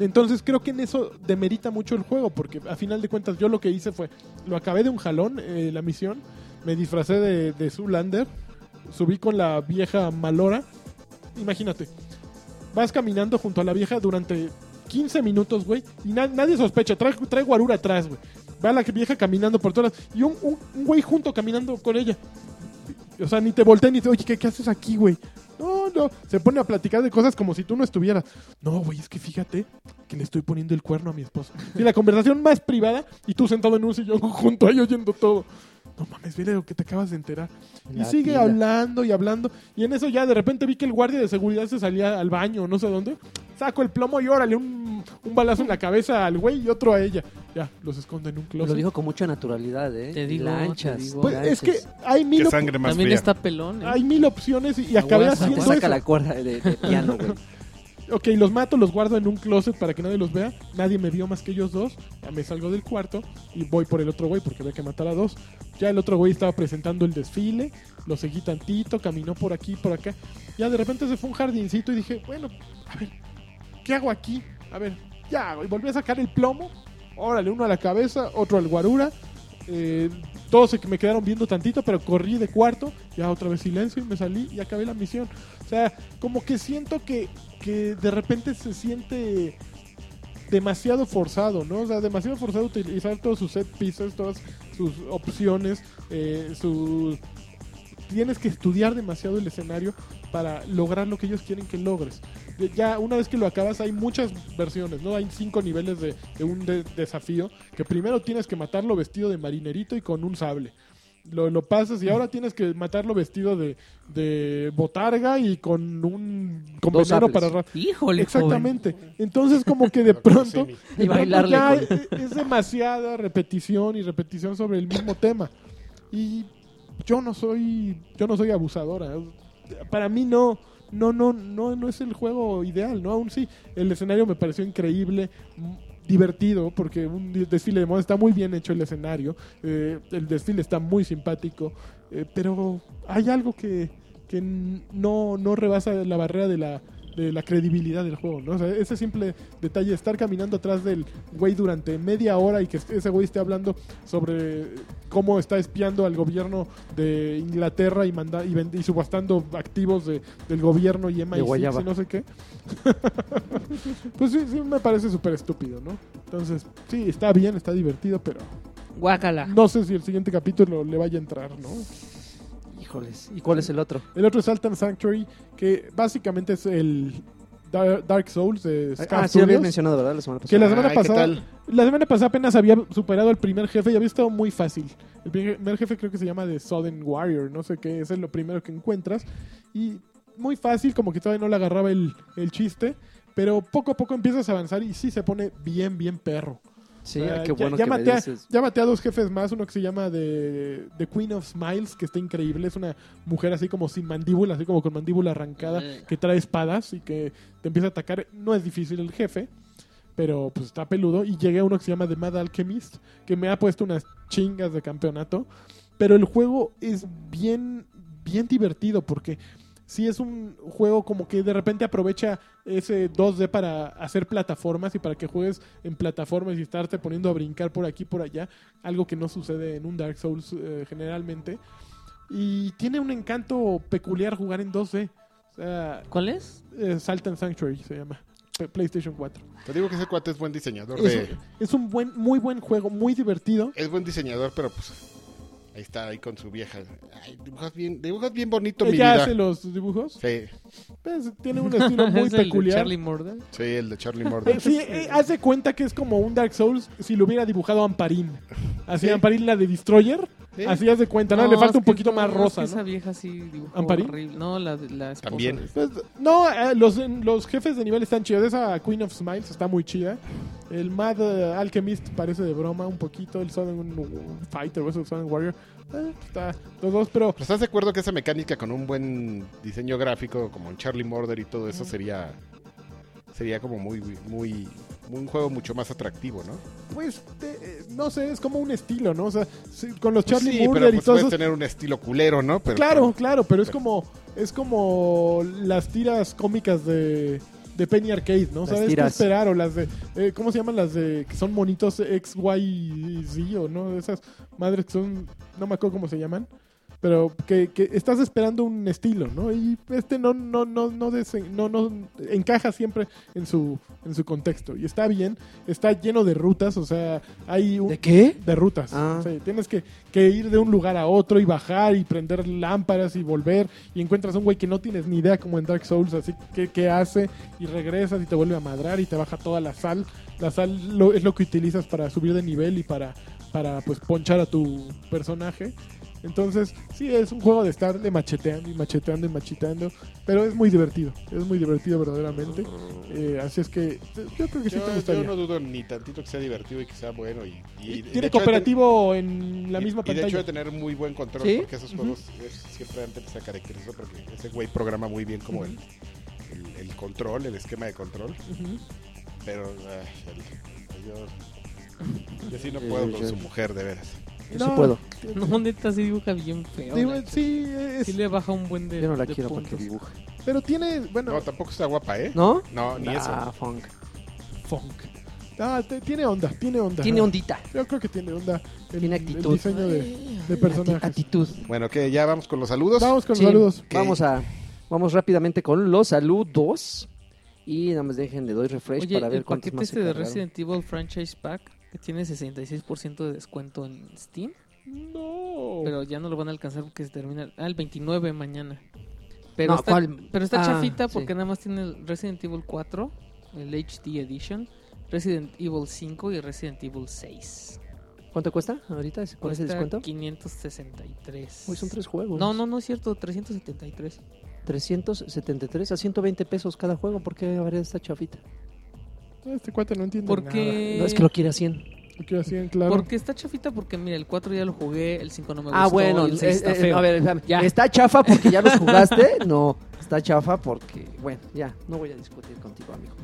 Entonces creo que en eso demerita mucho el juego, porque a final de cuentas yo lo que hice fue, lo acabé de un jalón, eh, la misión, me disfracé de, de Zoolander, subí con la vieja Malora, imagínate, vas caminando junto a la vieja durante 15 minutos, güey, y na- nadie sospecha, trae, trae guarura atrás, güey, va la vieja caminando por todas, y un, un- un güey junto caminando con ella, o sea, ni te volteé ni te, oye, ¿qué, qué haces aquí, güey? No, no, se pone a platicar de cosas como si tú no estuvieras. No, güey, es que fíjate que le estoy poniendo el cuerno a mi esposa. Y la conversación más privada y tú sentado en un sillón junto a ella oyendo todo. No mames, vele lo que te acabas de enterar. Y La sigue pila. hablando y hablando. Y en eso ya de repente vi que el guardia de seguridad se salía al baño, no sé dónde. Saco el plomo y órale, un, un balazo en la cabeza al güey y otro a ella. Ya, los esconde en un Lo closet. dijo con mucha naturalidad, ¿eh? Te digo, Lanchas. te digo. Pues es que hay mil, Qué op- sangre más También fría. está pelón. ¿eh? hay mil opciones y, y acabé Aguas, haciendo aguas. eso. Saca la cuerda de, de piano, güey. Ok, los mato, los guardo en un closet para que nadie los vea. Nadie me vio más que ellos dos. Ya me salgo del cuarto y voy por el otro güey porque había que matar a dos. Ya el otro güey estaba presentando el desfile. Lo seguí tantito, caminó por aquí, por acá. Ya de repente se fue a un jardincito y dije, bueno, a ver, ¿qué hago aquí? A ver, ya, y volví a sacar el plomo. Órale, uno a la cabeza, otro al guarura. Eh, todos se me quedaron viendo tantito, pero corrí de cuarto. Ya otra vez silencio y me salí y acabé la misión. O sea, como que siento que, que de repente se siente demasiado forzado, ¿no? O sea, demasiado forzado utilizar todos sus set pieces, todas sus opciones, eh, sus... Tienes que estudiar demasiado el escenario para lograr lo que ellos quieren que logres. De- Ya una vez que lo acabas hay muchas versiones, ¿no? Hay cinco niveles de, de un de- desafío que primero tienes que matarlo vestido de marinerito y con un sable. Lo, lo pasas y ahora tienes que matarlo vestido de, de botarga y con un con Dos veneno sables. para ra- Híjole, Exactamente. Entonces como que de pronto, de Y pronto bailarle ya e-, con- es, es demasiada repetición y repetición sobre el mismo tema. Y yo no soy yo no soy abusadora. Para mí no no, no, no, no es el juego ideal, ¿no? Aún sí, el escenario me pareció increíble, m- divertido, porque un di- desfile de moda está muy bien hecho el escenario, eh, el desfile está muy simpático, eh, pero hay algo que, que n- no, no rebasa la barrera de la de la credibilidad del juego, ¿no? O sea, ese simple detalle, estar caminando atrás del güey durante media hora y que ese güey esté hablando sobre cómo está espiando al gobierno de Inglaterra y manda, y, vend- y subastando activos de- del gobierno y MI6 guayaba. y no sé qué. pues sí, sí me parece súper estúpido, ¿no? Entonces, sí, está bien, está divertido, pero Guácala. no sé si el siguiente capítulo le vaya a entrar, ¿no? Híjoles. ¿Y cuál es el otro? Ah, El otro es Altan Sanctuary, que básicamente es el Dar- Dark Souls de Ska Ah, sí, lo habías Studios. mencionado, ¿verdad? La semana Que pasada. la semana Ay, ¿qué pasada. tal? La semana pasada apenas había superado al primer jefe y había estado muy fácil. El primer jefe creo que se llama The Southern Warrior, no sé qué, ese es lo primero que encuentras. Y muy fácil, como que todavía no le agarraba el, el chiste. Pero poco a poco empiezas a avanzar y sí se pone bien, bien perro. Sí, O sea, ah, qué ya- bueno ya, que me maté a, dices. ya maté a dos jefes más, uno que se llama The, The Queen of Smiles, que está increíble, es una mujer así como sin mandíbula, así como con mandíbula arrancada, Eh. que trae espadas y que te empieza a atacar. No es difícil el jefe, pero pues está peludo. Y llegué a uno que se llama The Mad Alchemist, que me ha puesto unas chingas de campeonato. Pero el juego es bien, bien divertido porque sí es un juego como que de repente aprovecha ese 2D para hacer plataformas y para que juegues en plataformas y estarte poniendo a brincar por aquí por allá, algo que no sucede en un Dark Souls eh, generalmente. Y tiene un encanto peculiar jugar en 2D. O sea, ¿Cuál es? eh, Salt and Sanctuary se llama. P- PlayStation 4. Te digo que ese cuate es buen diseñador. Es, de- un- es un buen, muy buen juego, muy divertido. es buen diseñador, pero pues ahí está, ahí con su vieja. Ay, dibujas bien, dibujas bien bonito mi Ella vida. hace los dibujos. Sí, Pues, tiene un estilo muy ¿Es el de peculiar. Charlie Morden. sí, el de Charlie Eh, Morden. Sí, eh, haz de cuenta que es como un Dark Souls si lo hubiera dibujado Amparín. Así Sí. Amparín la de Destroyer. Sí. Así haz de cuenta, ¿no? Le es falta un que poquito no, más es que rosa, Esa ¿no? vieja sí dibujó ¿Ampari? horrible. No, la, la esposa. También. de- Pues, no, eh, los, los jefes de nivel están chidos. Esa Queen of Smiles está muy chida. El Mad eh, Alchemist parece de broma un poquito. El Southern Fighter o eso, el Southern Warrior. eh, está los dos, pero Pero ¿Estás de acuerdo que esa mecánica con un buen diseño gráfico, como en Charlie Murder y todo Mm. eso, sería sería como muy, muy, un juego mucho más atractivo, ¿no? pues te- eh, no sé, es como un estilo, ¿no? O sea, sí, con los Charlie sí, Murder pero y pues, todo puedes eso. tener un estilo culero, ¿no? Pero, Claro, claro, pero es como es como las tiras cómicas de, de Penny Arcade, ¿no? Las ¿Sabes qué tiras. esperar? O las de. eh, ¿Cómo se llaman las de. que son monitos X, Y, Z o no? Esas madres que son. no me acuerdo cómo se llaman. Pero que, que estás esperando un estilo, ¿no? Y este no no no no, desen- no no encaja siempre en su en su contexto y está bien, está lleno de rutas, o sea, hay un, ¿De qué? de rutas. Ah. Sí, tienes que, que ir de un lugar a otro y bajar y prender lámparas y volver. Y encuentras a un güey que no tienes ni idea como en Dark Souls, así que qué hace. Y regresas y te vuelve a madrar y te baja toda la sal. La sal lo- es lo que utilizas para subir de nivel y para, para pues ponchar a tu personaje. Entonces, sí, es un juego de estar de macheteando y macheteando y macheteando. Pero es muy divertido. Es muy divertido verdaderamente. Eh, así es que yo creo que sí te pues, Yo, gustaría. yo no dudo ni tantito que sea divertido y que sea bueno. Y, y- y Tiene de hecho de ten- cooperativo en la y- misma y de pantalla. hecho de tener muy buen control, ¿Sí? porque esos juegos eh, siempre antes se caracterizó porque ese güey programa muy bien como el- el, el control, el esquema de control. Ujú. Pero ay, el- yo, yo sí no Sí, puedo sí, con sí. su mujer, de veras. Yo sí puedo. No, neta, sí dibuja bien feo. Digo, la- sí, es- Sí le baja un buen de Yo no la de quiero para puntos. que dibuje. pero tiene, bueno, No, tampoco está guapa, ¿eh? ¿No? No, ni Ah, eso. funk. funk. Ah, te- tiene onda, tiene onda. Tiene ondita. Yo creo que tiene onda. El, Tiene el actitud. diseño de, Ay, de personajes. Actitud. Bueno, que ya vamos con los saludos. Vamos con Sí, saludos. Vamos a vamos rápidamente con los saludos y nada más dejen le doy refresh Oye, para ver el cuántos paquete más este se de cargaron. Resident Evil Franchise Pack que tiene 66% de descuento en Steam, No. pero ya no lo van a alcanzar porque se termina al 29 mañana. Pero No, está, ¿cuál? pero está Ah, chafita sí. porque nada más tiene el Resident Evil 4, el HD Edition, Resident Evil 5 y Resident Evil 6. ¿Cuánto cuesta ahorita? ese- ¿Cuál es el Cuesta descuento? 563. Uy, son tres juegos. No, no, no es cierto, 373. 373 a 120 pesos cada juego. ¿Por qué habría esta chafita? Este cuate no entiende ¿Por nada. qué? No es que lo quiera 100. Yo así en claro. Porque está chafita, porque mira, el 4 ya lo jugué, el 5 no me gustó. Ah, bueno, y el seis eh, está eh, feo. a ver, espérame. Ya. ¿está chafa porque ya los jugaste? No, está chafa porque, bueno, ya, no voy a discutir contigo, amigo.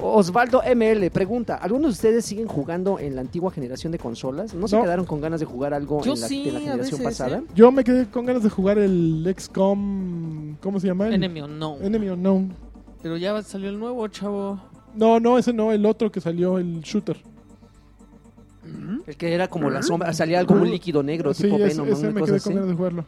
Osvaldo ML pregunta, ¿algunos de ustedes siguen jugando en la antigua generación de consolas? ¿No, se No. quedaron con ganas de jugar algo Yo en la, sí, de la a generación veces, pasada? ¿eh? Yo me quedé con ganas de jugar el XCOM. ¿Cómo se llama? El- Enemy Unknown. Enemy Unknown. Pero ya salió el nuevo, chavo. No, no, ese no, el otro que salió, el shooter. El que era como la sombra, salía algo un líquido negro, sí, tipo ese, Venom, ese una me cosa quedé así. con ganas de jugarlo.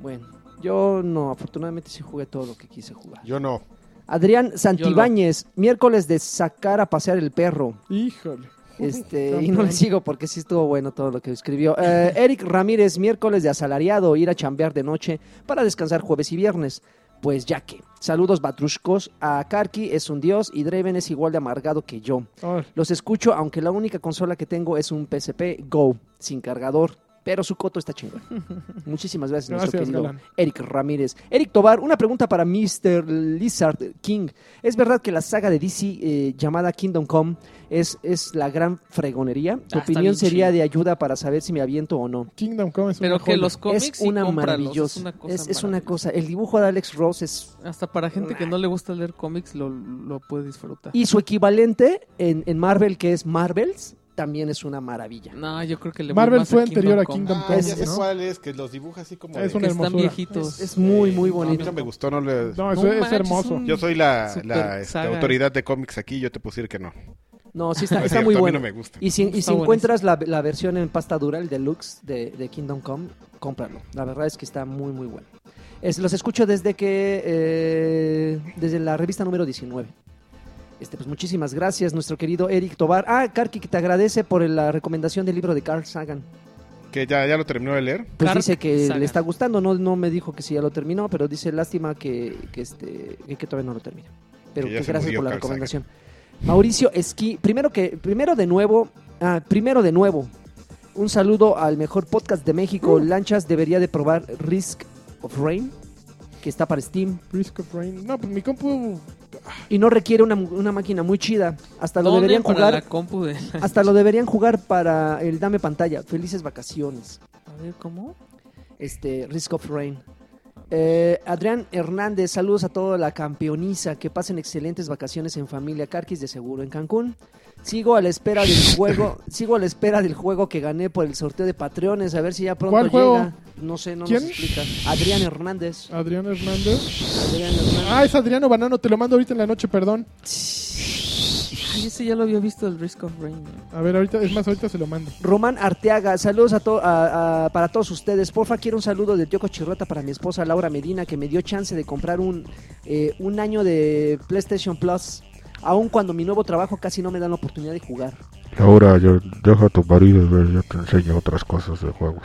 Bueno, yo no, afortunadamente sí jugué todo lo que quise jugar. Yo no. Adrián Santibáñez, miércoles de sacar a pasear el perro. Híjole. Este, y no le sigo porque sí estuvo bueno todo lo que escribió. Eh, Eric Ramírez, miércoles de asalariado, ir a chambear de noche para descansar jueves y viernes. Pues ya que. Saludos batrushcos. A Karki es un dios y Draven es igual de amargado que yo. Ahora, Los escucho, aunque la única consola que tengo es un PSP Go, sin cargador. Pero su coto está chingón. Muchísimas gracias, nuestro Gracias, querido Galán. Eric Ramírez. Eric Tobar, una pregunta para Mr. Lizard King. ¿Es verdad que la saga de DC eh, llamada Kingdom Come es, es la gran fregonería? Ah, está ¿Tu opinión bien sería chido. de ayuda para saber si me aviento o no? Kingdom Come es Pero una que joya. los cómics es sí, una cómpralos, maravillosa. Es una cosa. Es, es una maravillosa. cosa. El dibujo de Alex Ross es... Hasta para gente que no le gusta leer cómics lo, lo puede disfrutar. Y su equivalente en, en Marvel, que es Marvels, también es una maravilla. No, yo creo que le voy Marvel más fue a anterior a Come. Kingdom Ah, Come, ya sé ¿no? cuál es, que los dibuja así como. Es de- una Que están hermosura. Es, viejitos. es muy, eh, muy No, a mí bonito. no me gustó, no le- No, eso No es manches, hermoso. un- Yo soy la, Super la, este, saga. autoridad de cómics aquí, yo te puedo decir que no. No, sí No es está, está cierto, muy a mí bueno. no me gusta. Y si, y si Está encuentras la, la versión en pasta dura, el deluxe de, de Kingdom Come, cómpralo. La verdad es que está muy, muy bueno. Es- los escucho desde que eh, desde la revista número 19. Este, pues muchísimas gracias, nuestro querido Eric Tobar. Ah, Karki, que te agradece por la recomendación del libro de Carl Sagan. Que ya, ya lo terminó de leer. Pues Carl dice que Sagan. le está gustando, no, no me dijo que si ya lo terminó, pero dice lástima que, que este, que, que todavía no lo termina. Pero Que ya que se gracias murió por la Carl Sagan. recomendación. Mauricio Esquí, primero que, primero de nuevo, ah, primero de nuevo, un saludo al mejor podcast de Uh. México, Lanchas debería de probar Risk of Rain, que está para Steam, Risk of Rain. No, pues mi compu. y no requiere una, una máquina muy chida. Hasta lo Donen deberían para jugar, la compu de... hasta lo deberían jugar para el Dame Pantalla. Felices vacaciones. A ver, ¿cómo? este, Risk of Rain. Eh, Adrián Hernández, saludos a toda la campeoniza. Que pasen excelentes vacaciones en familia Carquis, de seguro en Cancún. Sigo a la espera del juego. sigo a la espera del juego que gané por el sorteo de Patreones. A ver si ya pronto ¿Cuál llega. juego? No sé, no ¿Quién? nos explica. Adrián Hernández. Adrián Hernández. Adrián Hernández. Ah, es Adriano Banano, te lo mando ahorita en la noche, perdón. Ay, ese ya lo había visto, el Risk of Rain. A ver, ahorita, es más, ahorita se lo mando. Román Arteaga, saludos a to- a- a- para todos ustedes. Porfa, quiero un saludo del Yoko Chirrota para mi esposa Laura Medina, que me dio chance de comprar un, eh, un año de PlayStation Plus, aun cuando mi nuevo trabajo casi no me dan la oportunidad de jugar. Ahora yo, deja a tu marido, yo te enseño otras cosas de juegos.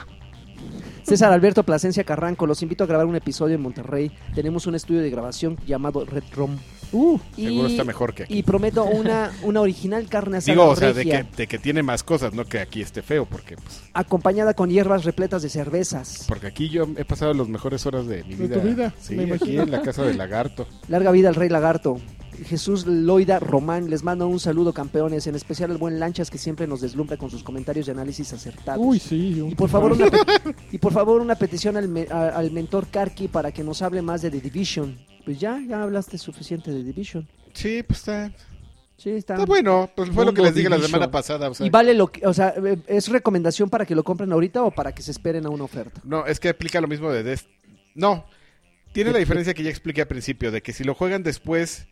César Alberto Plasencia Carranco, los invito a grabar un episodio en Monterrey. Tenemos un estudio de grabación llamado Red Room. Uh, Y, Seguro está mejor que aquí. Y prometo una, una original carne asada Digo, o sea, de regia, que, de que tiene más cosas, no que aquí esté feo, porque pues, acompañada con hierbas repletas de cervezas. porque aquí yo he pasado las mejores horas de mi De vida. tu vida, Sí, me aquí imagino. en la casa del lagarto. Larga vida al rey lagarto. Jesús Loida Román, les mando un saludo campeones, en especial al buen Lanchas que siempre nos deslumbra con sus comentarios de análisis acertados. uy, sí. un- y por favor una, pe- y por favor una petición al, me- a- al mentor Karki para que nos hable más de The Division. Pues ya, ya hablaste suficiente de Division. Sí, pues está, Sí, está. está bueno. Pues fue lo que Mundo les dije la Division. semana pasada. o sea, Y vale lo que, o sea, eh, ¿es recomendación para que lo compren ahorita o para que se esperen a una oferta? No, es que aplica lo mismo de Death. No, tiene la diferencia que ya expliqué al principio, de que si lo juegan después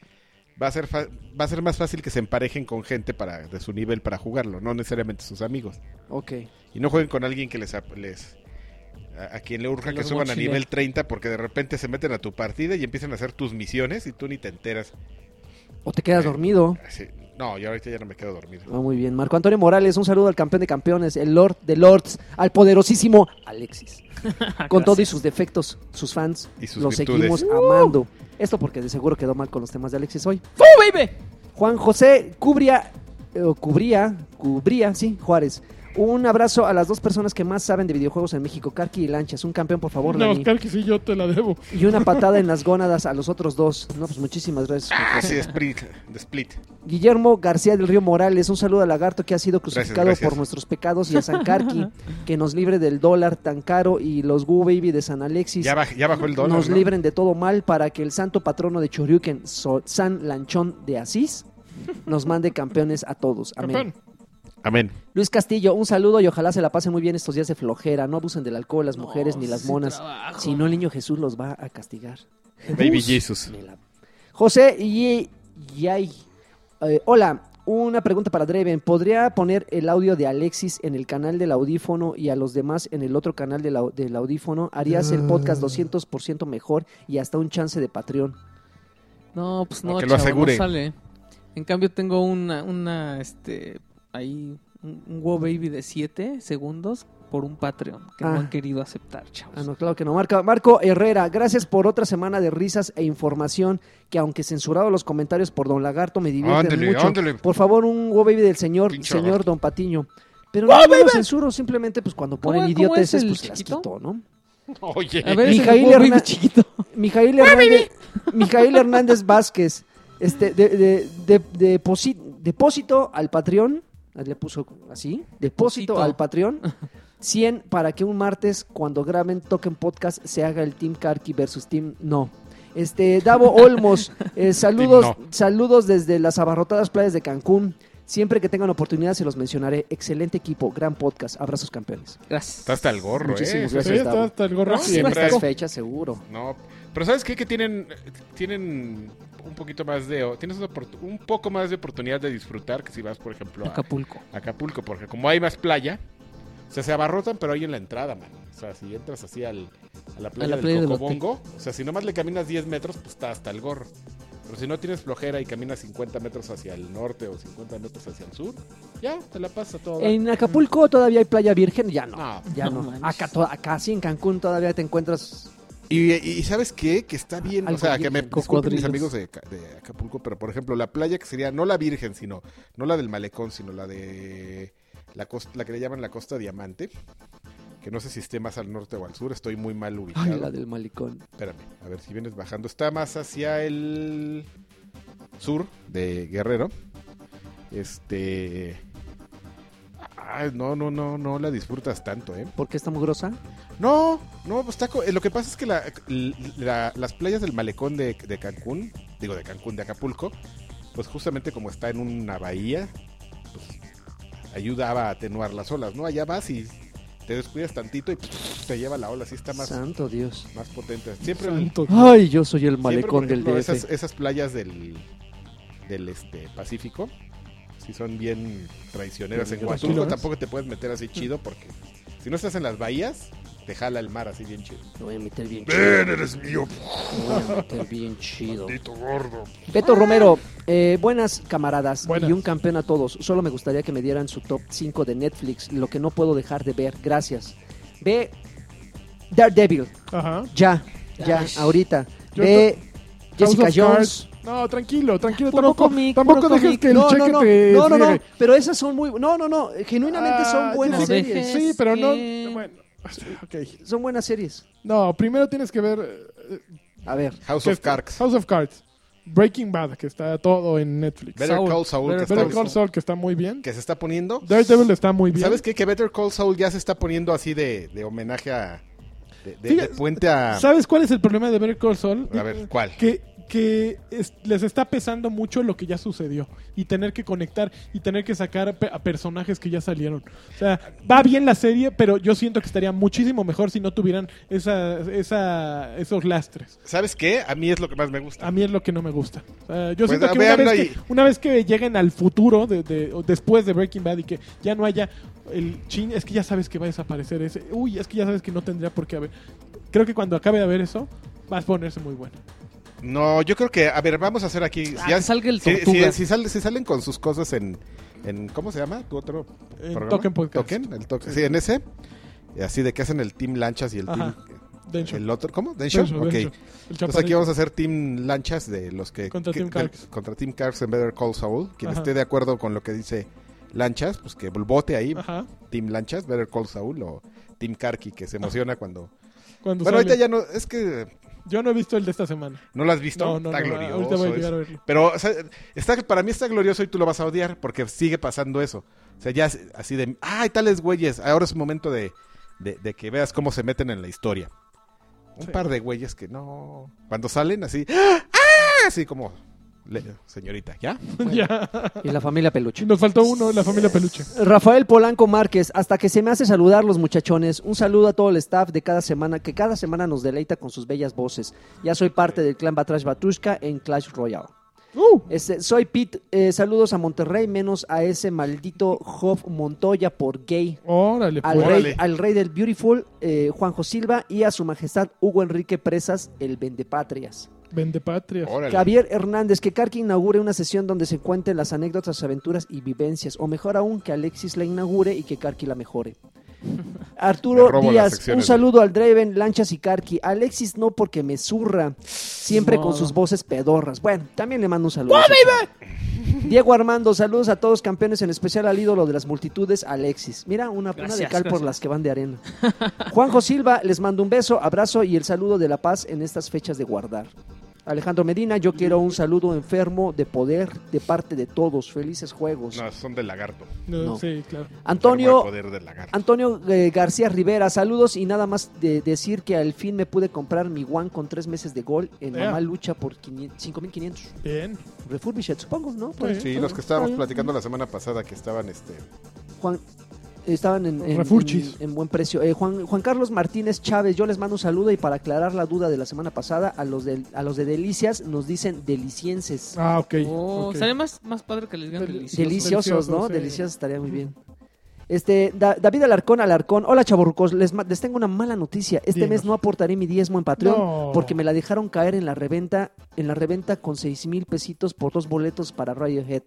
va a ser fa- va a ser más fácil que se emparejen con gente para de su nivel para jugarlo, no necesariamente sus amigos. Ok. Y no jueguen con alguien que les ap- les a, a quien le urja Que que los suban a mochile. nivel 30 porque de repente se meten a tu partida y empiezan a hacer tus misiones y tú ni te enteras. O te quedas dormido. Así- No, yo ahorita ya no me quedo dormido. Ah, muy bien. Marco Antonio Morales, un saludo al campeón de campeones, el Lord de Lords, al poderosísimo Alexis. con todo y sus defectos, sus fans, Y sus los virtudes. seguimos amando. Esto porque de seguro quedó mal con los temas de Alexis hoy. ¡Fu, baby! Juan José Cubria eh, o cubría, cubría, sí, Juárez. Un abrazo a las dos personas que más saben de videojuegos en México, Karki y Lanchas. Un campeón, por favor, No, Dani. Oscar, que sí, yo te la debo. Y una patada en las gónadas a los otros dos. No, pues muchísimas gracias. Ah, sí, de Split. De Split. Guillermo García del Río Morales, un saludo al lagarto que ha sido crucificado gracias. por nuestros pecados y a San Carqui, que nos libre del dólar tan caro y los Goo Baby de San Alexis. Ya, baj- ya bajó el dólar. nos ¿no? libren de todo mal para que el santo patrono de Churiuken, So- San Lanchón de Asís, nos mande campeones a todos. Amén. Campeón. Amén. Luis Castillo, un saludo y ojalá se la pasen muy bien estos días de flojera. No abusen del alcohol, las mujeres No, ni las sí monas. trabajo. Si no, el niño Jesús los va a castigar. Baby Jesús. Jesus. Me la- José y Yay. Eh, hola, una pregunta para Draven. ¿Podría poner el audio de Alexis en el canal del audífono y a los demás en el otro canal del, au- del audífono? Harías el Ah. podcast 200% mejor y hasta un chance de Patreon. No, pues No, no, que lo chavo, no asegure. sale. En cambio tengo una, una, este, ahí, un, un wow baby de 7 segundos por un Patreon que Ah. no han querido aceptar, chavos. Ah, no, claro que no. Marca, Marco Herrera, gracias por otra semana de risas e información que aunque censurado los comentarios por Don Lagarto me divierten Ándele, mucho. ándele. Por favor, un Wo Baby del señor, Pinche señor lagarto. Don Patiño. Pero no, no lo censuro, simplemente pues cuando ¿Cómo- ponen cómo idioteces, es el pues las chiquito? quito, ¿no? Oye. A ver, ese es Mijail el wow baby Hernan- chiquito. Mijail Hernández, Mijail Hernández Vázquez, este, de, de- de- deposi- depósito al Patreon, le puso así, depósito Depósito. al Patreon, 100 para que un martes cuando graben Token Podcast se haga el Team Karki versus Team No. Este, Davo Olmos, eh, saludos, Team saludos desde las abarrotadas playas de Cancún. Siempre que tengan oportunidad se los mencionaré. Excelente equipo, gran podcast. Abrazos campeones. Gracias. Está hasta el gorro, Muchísimas ¿eh? Sí, Gracias, Davo. está hasta el gorro. No, sí, Siempre Estas hay- fechas seguro. No, pero ¿sabes qué? Que tienen, tienen un poquito más de... Tienes una oportu- un poco más de oportunidad de disfrutar que si vas, por ejemplo, a Acapulco. a Acapulco. Porque como hay más playa, o sea, se abarrotan, pero hay en la entrada, man. O sea, si entras así al, a la playa, la playa del del Cocobongo, o sea, si nomás le caminas 10 metros, pues está hasta el gorro. Pero si no tienes flojera y caminas 50 metros hacia el norte o 50 metros hacia el sur, ya, te la pasa todo. En Acapulco todavía hay playa virgen, ya no. No, Ya No no. manches. Acá, to- acá sí, en Cancún todavía te encuentras. Y, y ¿sabes qué? Que está bien. Algo o sea, bien que me rico. disculpen mis Cocodrilos. amigos de, Ca- de Acapulco, pero por ejemplo, la playa que sería no la Virgen, sino no la del Malecón, sino la de la, costa, la que le llaman la Costa Diamante, que no sé si esté más al norte o al sur, estoy muy mal ubicado. Ay, la del malicón. Espérame, a ver si vienes bajando. Está más hacia el sur de Guerrero. Este. Ah, no, no, no, no la disfrutas tanto, ¿eh? ¿Por qué está mugrosa? No, no, pues está co- eh, lo que pasa es que la- la- las playas del malecón de, de Cancún, digo de Cancún, de Acapulco, pues justamente como está en una bahía, pues ayudaba a atenuar las olas, ¿no? Allá vas y te descuidas tantito y pff, te lleva la ola, así está más, Santo Dios. más potente. Siempre, siempre, Santo. Ay, yo soy el por malecón del ejemplo, DF. Esas, esas playas del, del este, Pacífico, sí son bien traicioneras en Peligrosas. Huatulco, tampoco te puedes meter Mm. así chido porque si no estás en las bahías, te jala el mar así bien chido. Lo voy a meter bien chido. Ven, eres mío, Lo voy a meter bien chido. maldito gordo. Beto Romero, eh, buenas camaradas Buenas. y un campeón a todos. Solo me gustaría que me dieran su top 5 de Netflix, lo que no puedo dejar de ver. Gracias. Ve Daredevil, Ajá. ya, ya, Ay. ahorita. Yo Ve House Jessica of Jones. Cards. No, tranquilo, tranquilo. Puro tampoco cómic, tampoco puro dejes cómic. que el no, cheque no, no, te. no, no, no, friegue. pero esas son muy, no, no, no, genuinamente Ah, son buenas sí, sí, series, Sí, pero no. Eh. Bueno. Ok. son buenas series. No, primero tienes que ver eh, A ver, House ¿Qué of es? Cards. House of Cards. Breaking Bad, que está todo en Netflix. Better Saul. Call Saul, que, Better- está- Better Call Saul, que está muy bien. que se está poniendo. Daredevil está muy bien. ¿Sabes qué? Que Better Call Saul ya se está poniendo así de, de homenaje a. de, de- Fíjate, de puente a. ¿Sabes cuál es el problema de Better Call Saul? A ver, ¿cuál? Que, que es- les está pesando mucho lo que ya sucedió y tener que conectar y tener que sacar a pe- a personajes que ya salieron. O sea, va bien la serie, pero yo siento que estaría muchísimo mejor si no tuvieran esa, esa, esos lastres. ¿Sabes qué? A mí es lo que más me gusta. A mí es lo que no me gusta. O sea, yo Pues, siento a- que una, véanla vez que y- una vez que lleguen al futuro, de, de- o después de Breaking Bad, y que ya no haya el chin, es que ya sabes que va a desaparecer ese. Uy, es que ya sabes que no tendría por qué haber. Creo que cuando acabe de haber eso, va a ponerse muy bueno. No, yo creo que. A ver, vamos a hacer aquí. Si Ah, ya- que salga el si, Tortuga. si- si sale- si salen con sus cosas en. en- ¿Cómo se llama? ¿Tu otro En programa? Token Podcast. Token, el token. Sí, en ese. Así de que hacen el Team Lanchas y el Ajá. Team. Densho. El otro, ¿Cómo? ¿Densho? Densho, ok. Densho. El Entonces aquí chaparrito. vamos a hacer Team Lanchas de los que... Contra que- Team del- Carcs. Contra Team Carcs en Better Call Saul. Quien Ajá. esté de acuerdo con lo que dice Lanchas, pues que vote ahí. Ajá. Team Lanchas, Better Call Saul o Team Karki, que Ah. se emociona cuando... Cuando Bueno, sale. ahorita ya no... Es que Yo no he visto el de esta semana. no lo has visto. No, está no, no, ah, glorioso. Ahorita voy a es- llegar a verlo. Pero o sea, está, para mí está glorioso y tú lo vas a odiar porque sigue pasando eso. O sea, ya es así de, ay, tales güeyes, ahora es momento de, de- de que veas cómo se meten en la historia. Un Sí. par de güeyes que no... Cuando salen así, ¡ah! así como, le- señorita, ¿ya? ya. Y la familia Peluche. Nos faltó uno, la familia Peluche. Rafael Polanco Márquez, hasta que se me hace saludar los muchachones. Un saludo a todo el staff de cada semana, que cada semana nos deleita con sus bellas voces. Ya soy parte del clan Batrash Batushka en Clash Royale. Uh, Este, soy Pete, eh, saludos a Monterrey, menos a ese maldito Job Montoya por gay. órale, Al pues. rey, al rey del Beautiful, eh, Juanjo Silva, y a su majestad Hugo Enrique Presas, el Vendepatrias. Vende patrias. Órale. Javier Hernández, que Karki inaugure una sesión donde se cuenten las anécdotas, aventuras y vivencias, o mejor aún, que Alexis la inaugure y que Karki la mejore. Me Arturo robo las Díaz, secciones un de- saludo al Draven, Lanchas y Karki. Alexis no porque me zurra, siempre con No. sus voces pedorras. Bueno, también le mando un saludo. a ese chavo. Diego Armando, saludos a todos campeones, en especial al ídolo de las multitudes, Alexis. Mira, una, una de Gracias, cal por gracias. las que van de arena. Juanjo Silva, les mando un beso, abrazo y el saludo de la paz en estas fechas de guardar. Alejandro Medina, yo quiero un saludo enfermo de poder de parte de todos. Felices juegos. No, son del lagarto. No, No. Sí, claro. Enfermo Antonio, de poder del lagarto. Antonio eh, García Rivera, saludos y nada más de decir que al fin me pude comprar mi One con tres meses de gol en Ea. Mamá Lucha por 500 5.500. Bien. Refurbished, supongo, ¿no? Está bien, Sí, está los bien. que estábamos platicando la semana pasada que estaban, este... Juan, estaban en, en- Refurchis. en- en buen precio. Eh, Juan, Juan Carlos Martínez Chávez, yo les mando un saludo y para aclarar la duda de la semana pasada, a los de, a los de Delicias nos dicen delicienses. Ah, ok. Oh, ok. Sería más, más padre que les digan Del- delicioso. deliciosos, deliciosos, ¿no? sí. Deliciosos estaría muy bien. Este, Da- David Alarcón, Alarcón. Hola, chavorrucos. Les, ma- les tengo una mala noticia. Este Dinos. mes no aportaré mi diezmo en Patreon No. porque me la dejaron caer en la reventa, en la reventa con seis mil pesitos por dos boletos para Radiohead.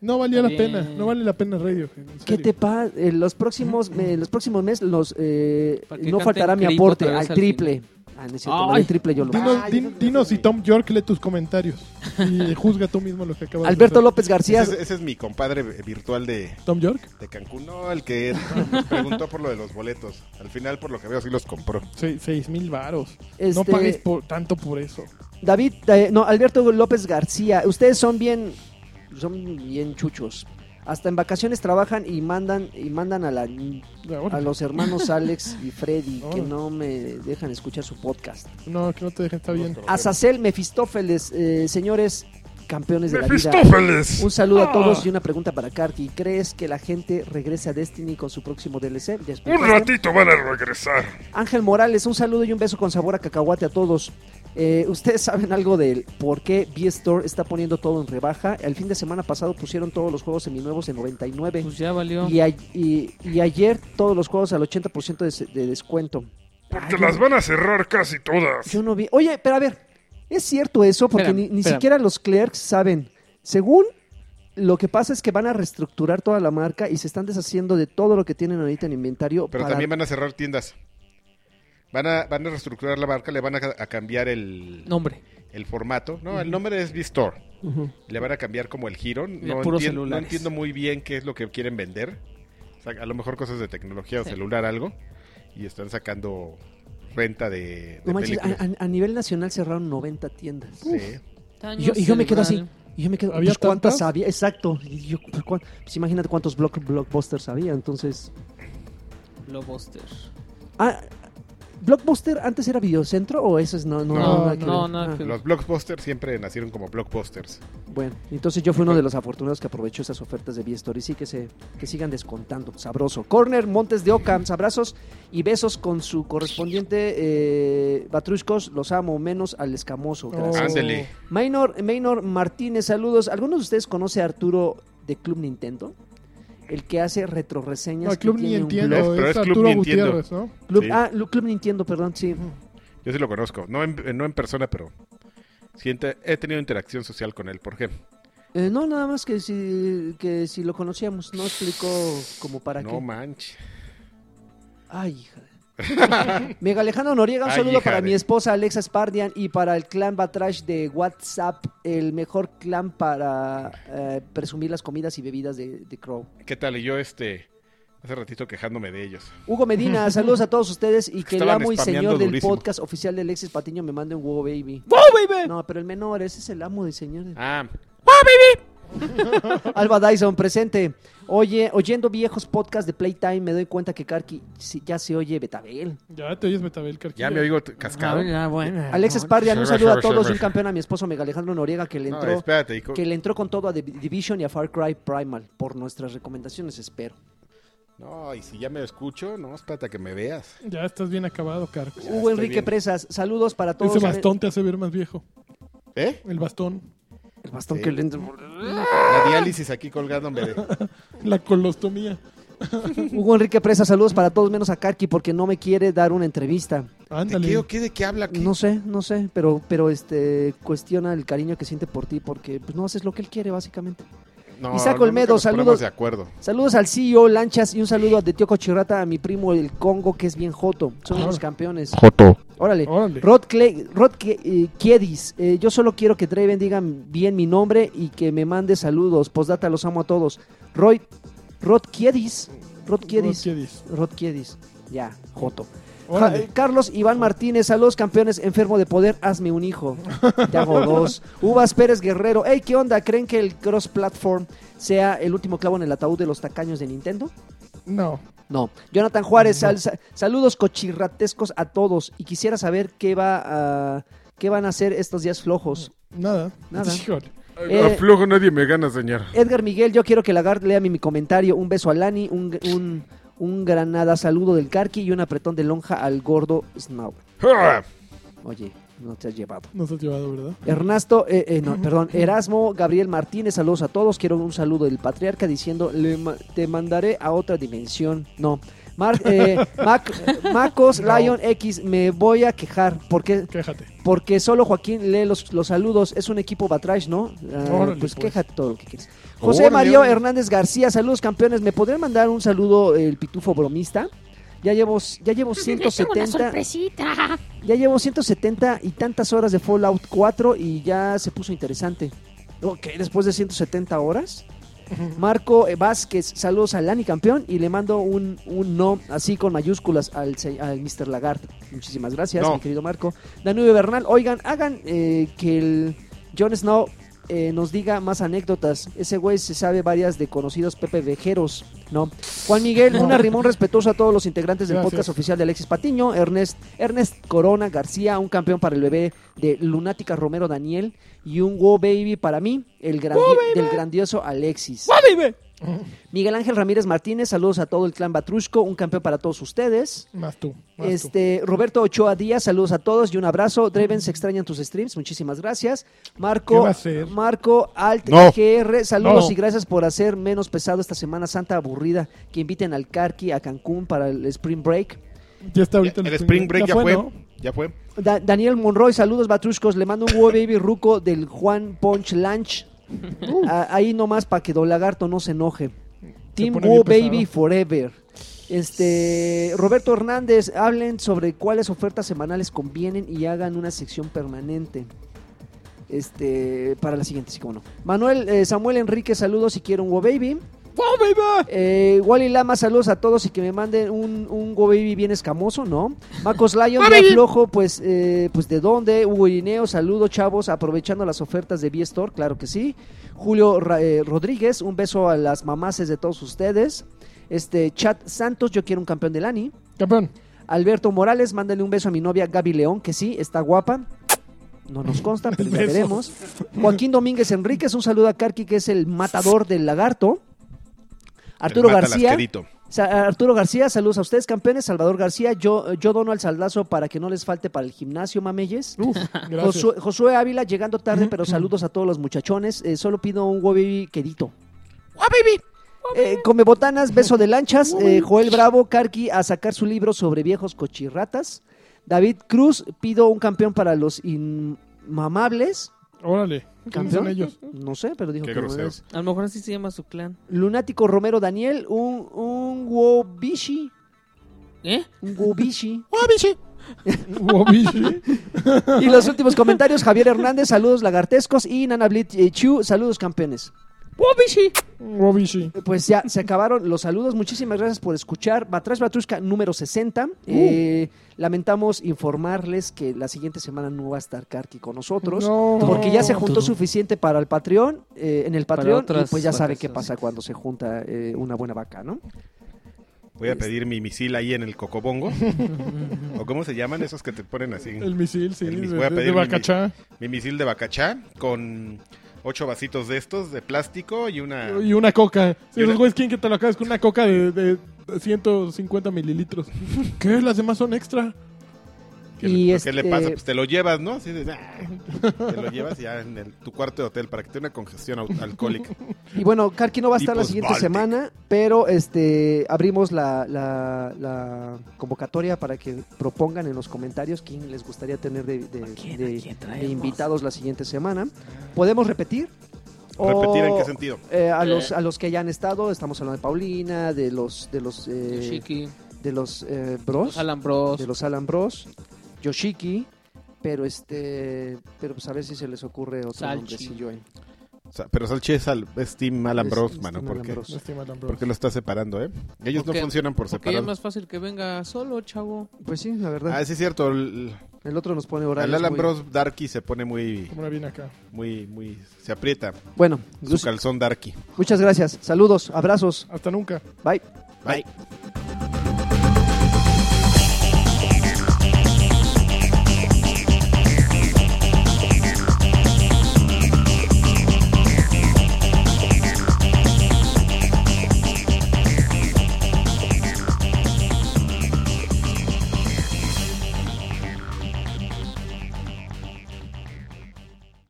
No valía la Bien. pena, no vale la pena Radio. en ¿Qué serio. te pasa? los próximos me- los próximos meses los eh, Para que no canten faltará mi Creep aporte otra al vez al triple. Ah, no es cierto, no, Ay. el triple yo lo Dinos, Ay, din- eso es dinos lo y que- Tom York lee tus comentarios y juzga tú mismo lo que acabas Alberto de hacer. López Ese García. es, ese es mi compadre virtual de, Tom York? de Cancún, no, el que preguntó por lo de los boletos. Al final, por lo que veo, sí los compró. Sí, seis mil varos. No Este- pagues por, tanto por eso. David, eh, no, Alberto López García, ustedes son bien, son bien chuchos. Hasta en vacaciones trabajan y mandan y mandan a, la, Ahora, a los hermanos Alex y Freddy que Órale. no me dejan escuchar su podcast. No, que no te dejen, está bien. Azazel Mefistófeles, eh, señores campeones de la vida. ¡Mefistófeles! Un saludo Ah. a todos y una pregunta para Karki. ¿Crees que la gente regrese a Destiny con su próximo DLC? ¿Ya explicaste? Un ratito van a regresar. Ángel Morales, un saludo y un beso con sabor a cacahuate a todos. Eh, Ustedes saben algo del por qué B-Store está poniendo todo en rebaja. El fin de semana pasado pusieron todos los juegos seminuevos en 99. Pues ya valió. Y, a- y- y ayer todos los juegos al 80% de, se- de descuento. Porque Ay, las yo, van a cerrar casi todas. yo no vi. Oye, pero a ver, ¿es cierto eso? Porque Espérame, ni, ni espérame. siquiera los clerks saben. Según lo que pasa es que van a reestructurar toda la marca y se están deshaciendo de todo lo que tienen ahorita en inventario. Pero para- también van a cerrar tiendas. Van a, van a reestructurar la marca, le van a, a cambiar el, Nombre. el formato. No, el nombre es Vistor. Le van a cambiar como el giro. No, puros entien- no celulares. entiendo muy bien qué es lo que quieren vender. O sea, a lo mejor cosas de tecnología o celular, algo. Y están sacando renta de, de No manches, a, películas. a- a nivel nacional cerraron 90 tiendas. Sí. Y yo, y yo me quedo así. Y yo me quedo, ¿Había pues, ¿cuántas tantas? había? Exacto. Y yo, pues, cuán- pues, imagínate cuántos block, blockbusters había. Entonces, Blockbuster. ah, ¿Blockbuster antes era videocentro o eso es no? No, No, nada que no, ver? nada Ah, que ver. Los blockbusters siempre nacieron como blockbusters. Bueno, entonces yo fui uno de los afortunados que aprovechó esas ofertas de B-Store y sí que se que sigan descontando. Sabroso. Corner, Montes de Oca, abrazos y besos con su correspondiente eh, Batruscos. Los amo, menos al Oh. escamoso. Gracias. Ándele. Maynor, Maynor Martínez, saludos. ¿Alguno de ustedes conoce a Arturo de Club Nintendo? El que hace retroreseñas. No, el que club ni tiene un entiendo. blog. blog. Pero es es Club Arturo Ni Entiendo. Gutiérrez, ¿no? Club, Sí. Ah, Lu- Club Nintendo, perdón, sí. Yo sí lo conozco. No en, no en persona, pero sí ente- he tenido interacción social con él. ¿Por qué? Eh, no, nada más que si, que si lo conocíamos, no explicó como para no qué. manches. Ay, hija. Miguel Alejandro Noriega, un Ay, saludo hija para de- mi esposa Alexa Spardian y para el clan Batrash de WhatsApp, el mejor clan para eh, presumir las comidas y bebidas de, de Crow. ¿Qué tal? Y yo, este, hace ratito quejándome de ellos. Hugo Medina, saludos a todos ustedes y que el Estaban amo y spameando señor del durísimo. podcast oficial de Alexis Patiño me mande un wow ¡Oh, baby. No, pero el menor, ese es el amo y señor. del- Ah, Alba Dyson, presente. Oye, oyendo viejos podcasts de Playtime, me doy cuenta que Karki sí, ya se oye Betabel. Ya te oyes Betabel, Carquillo. ya me oigo t- cascado. Ah, bueno. Alex Spardian, un Sure, saludo a sure, sure, todos y un sure. campeón a mi esposo Miguel Alejandro Noriega que le No, entró espérate, hijo. que le entró con todo a The Division y a Far Cry Primal por nuestras recomendaciones, espero. No, y si ya me escucho, no, espérate a que me veas. Ya estás bien acabado, Carco. Ya Hugo estoy Enrique bien. Presas, saludos para todos. Ese bastón te hace ver más viejo. ¿Eh? El bastón. El bastón Sí. que le entra. La diálisis aquí colgándome de... La colostomía. Hugo Enrique Presas, saludos para todos menos a Karki porque no me quiere dar una entrevista. ¿De Ándale. qué o qué? ¿De qué habla? ¿Qué? No sé, no sé, pero pero este cuestiona el cariño que siente por ti porque pues no haces lo que él quiere básicamente. No, Isaac no, nunca Olmedo, nos ponemos saludos. de acuerdo. Saludos al CEO Lanchas y un saludo a De Tío Cochirrata, a mi primo el Congo que es bien joto. Son Ah. los campeones. Joto. Órale. Órale. Rod, Clay, Rod Ke- eh, Kiedis, eh, yo solo quiero que Draven diga bien mi nombre y que me mande saludos. Postdata, los amo a todos. Roy, Rod Kiedis. Rod Kiedis. Rodquedis. Rod Kiedis. Ya, Joto. Ja- eh, Órale. Carlos Iván Martínez, saludos campeones, enfermo de poder, hazme un hijo. Te hago dos. Uvas Pérez Guerrero, hey, ¿qué onda? ¿Creen que el cross-platform sea el último clavo en el ataúd de los tacaños de Nintendo? No. No. Jonathan Juárez, No. sal- sa- saludos cochirratescos a todos. Y quisiera saber qué va a. ¿Qué van a hacer estos días flojos? Nada. Nada. Híjole. Eh, Aflojo, nadie me gana, señor. Edgar Miguel, yo quiero que Lagarde lea mi, mi comentario. Un beso a Lani, un, un, un granada saludo del Karki y un apretón de lonja al gordo Snow. Oye, no te has llevado. Nos has llevado, ¿verdad? Ernesto, eh, eh, no, perdón, Erasmo Gabriel Martínez, saludos a todos. Quiero un saludo del patriarca diciendo, "Le ma- te mandaré a otra dimensión. No. Mar- eh, Mac- Macos Lion X, me voy a quejar porque, Quéjate. porque solo Joaquín lee los, los saludos. Es un equipo batrash, ¿no? Ah, Órale, pues pues. quéjate todo lo que quieras. José Órale, Mario órale. Hernández García, saludos campeones. ¿Me podrían mandar un saludo el pitufo bromista? Ya llevo, ya llevo 170. sorpresita. Ya llevo 170 y tantas horas de Fallout 4 y ya se puso interesante. Ok, después de 170 horas. Marco eh, Vázquez, saludos a Lani campeón y le mando un, un no así con mayúsculas al, se- al Mr. Lagarde. Muchísimas gracias, No. mi querido Marco. Danube Bernal, oigan, hagan eh, que el Jon Snow eh, nos diga más anécdotas. Ese güey se sabe varias de conocidos Pepe Vejeros, ¿no? Juan Miguel, un arrimón respetuoso a todos los integrantes del Gracias. podcast oficial de Alexis Patiño, Ernest, Ernest Corona García, un campeón para el bebé de Lunática Romero Daniel y un Wow Baby para mí, el grandi- del grandioso Alexis. Mm, Miguel Ángel Ramírez Martínez, saludos a todo el clan Batrusco, un campeón para todos ustedes. Más tú. Más Este, Roberto Ochoa Díaz, saludos a todos y un abrazo. Draven, se extrañan tus streams, muchísimas gracias. ¿Qué Marco, va a ser? Marco Alt No. GR, saludos No. y gracias por hacer menos pesado esta Semana Santa aburrida. Que inviten al Karki a Cancún para el Spring Break. tú. Ya está ahorita el Spring Break ya, fue. ¿no? Ya fue. Da- Daniel Monroy, saludos batruscos, le mando un wow baby ruco del Juan Punch Lunch. Uh. A- ahí nomás para que Don Lagarto no se enoje. Team pone Wow bien pesado. Baby Forever. Este Roberto Hernández, hablen sobre cuáles ofertas semanales convienen y hagan una sección permanente. Este para la siguiente, sí, cómo no. Manuel eh, Samuel Enrique, saludos y quiero un Wow Baby. ¡Oh, Eh, Wally Lama, saludos a todos y que me manden un, un Go Baby bien escamoso, ¿no? Macos Lion, día flojo, pues, eh, pues de dónde. Hugo Irineo, saludos chavos, aprovechando las ofertas de V-Store, claro que sí. Julio Ra- eh, Rodríguez, un beso a las mamaces de todos ustedes. Este, Chat Santos, yo quiero un campeón del ANI. Campeón. Alberto Morales, mándale un beso a mi novia Gaby León, que sí, está guapa. No nos consta, pero ya Besos. veremos. Joaquín Domínguez Enríquez, un saludo a Karki, que es el matador del lagarto. Arturo El García. matalasquerito. Sa- Arturo García, saludos a ustedes, campeones. Salvador García, yo, yo dono al saldazo para que no les falte para el gimnasio, mameyes. Uf, gracias. Josué, Josué Ávila, llegando tarde, pero saludos a todos los muchachones. Eh, solo pido un Wobibi quedito. Eh, come botanas, beso de lanchas. Eh, Joel Bravo, Karki, a sacar su libro sobre viejos cochirratas. David Cruz, pido un campeón para los inmamables. Órale. ¿Quiénes son ¿Campeón? ellos? No sé, pero dijo Qué que no grosero. es. A lo mejor así se llama su clan. Lunático Romero Daniel, un, un Wobishi. ¿Eh? Un Gubishi. Wobishi. Y los últimos comentarios, Javier Hernández, saludos lagartescos y Nana Blit eh, Chu, saludos campeones. ¡Wobishi! Wobishi. Pues ya, se acabaron los saludos. Muchísimas gracias por escuchar. Batrash Batrushka número 60. Uh. Eh, lamentamos informarles que la siguiente semana no va a estar Karki con nosotros. No. Porque ya se juntó suficiente para el Patreon, eh, en el Para Patreon, y otras pues ya sabe qué vacaciones. pasa cuando se junta eh, una buena vaca, ¿no? Voy a pedir mi misil ahí en el cocobongo. ¿O cómo se llaman esos que te ponen así? El misil, sí. El mis- de- voy a de- pedir mi de Bacachá. Mi misil de bacachá con ocho vasitos de estos de plástico y una... Y una coca. Sí, Y una- esos güeyes quieren que te lo acabes con una coca de, de 150 mililitros. ¿Qué? Las demás son extra. ¿Qué, Y le, este- qué le pasa? Pues te lo llevas, ¿no? Así de, ah, te lo llevas ya en el- tu cuarto de hotel para que tenga una congestión au- alcohólica. Y bueno, Karki no va a estar la Tipos siguiente Baltic. semana, pero este abrimos la, la- la convocatoria para que propongan en los comentarios quién les gustaría tener de, de- quién, de- a quién de traemos? invitados la siguiente semana. ¿Podemos repetir? ¿Repetir en O, qué sentido? eh, a, los, a los que ya han estado, estamos hablando de Paulina, de los de los eh, Yoshiki, de los eh, bros, los Alan Bros. de los Alan Bros, Yoshiki, pero este, pero pues a ver si se les ocurre otro Salchi. nombrecillo ahí. O sea, pero Salchi es, al, es Team Alan Es- Bros, es mano. Team ¿Por Alan qué? Bros. Lástima, Alan Bros. ¿Por qué lo estás separando, eh? Ellos Porque- no funcionan por Porque es separado. más fácil que venga solo, chavo. Pues sí, la verdad. Ah, sí es cierto. El, El otro nos pone horarios el Alan muy- Bros Darky se pone muy, Como una bien acá. muy, muy... Se aprieta Bueno, su Gus, calzón Darky. muchas gracias. Saludos, abrazos. Hasta nunca. Bye. Bye.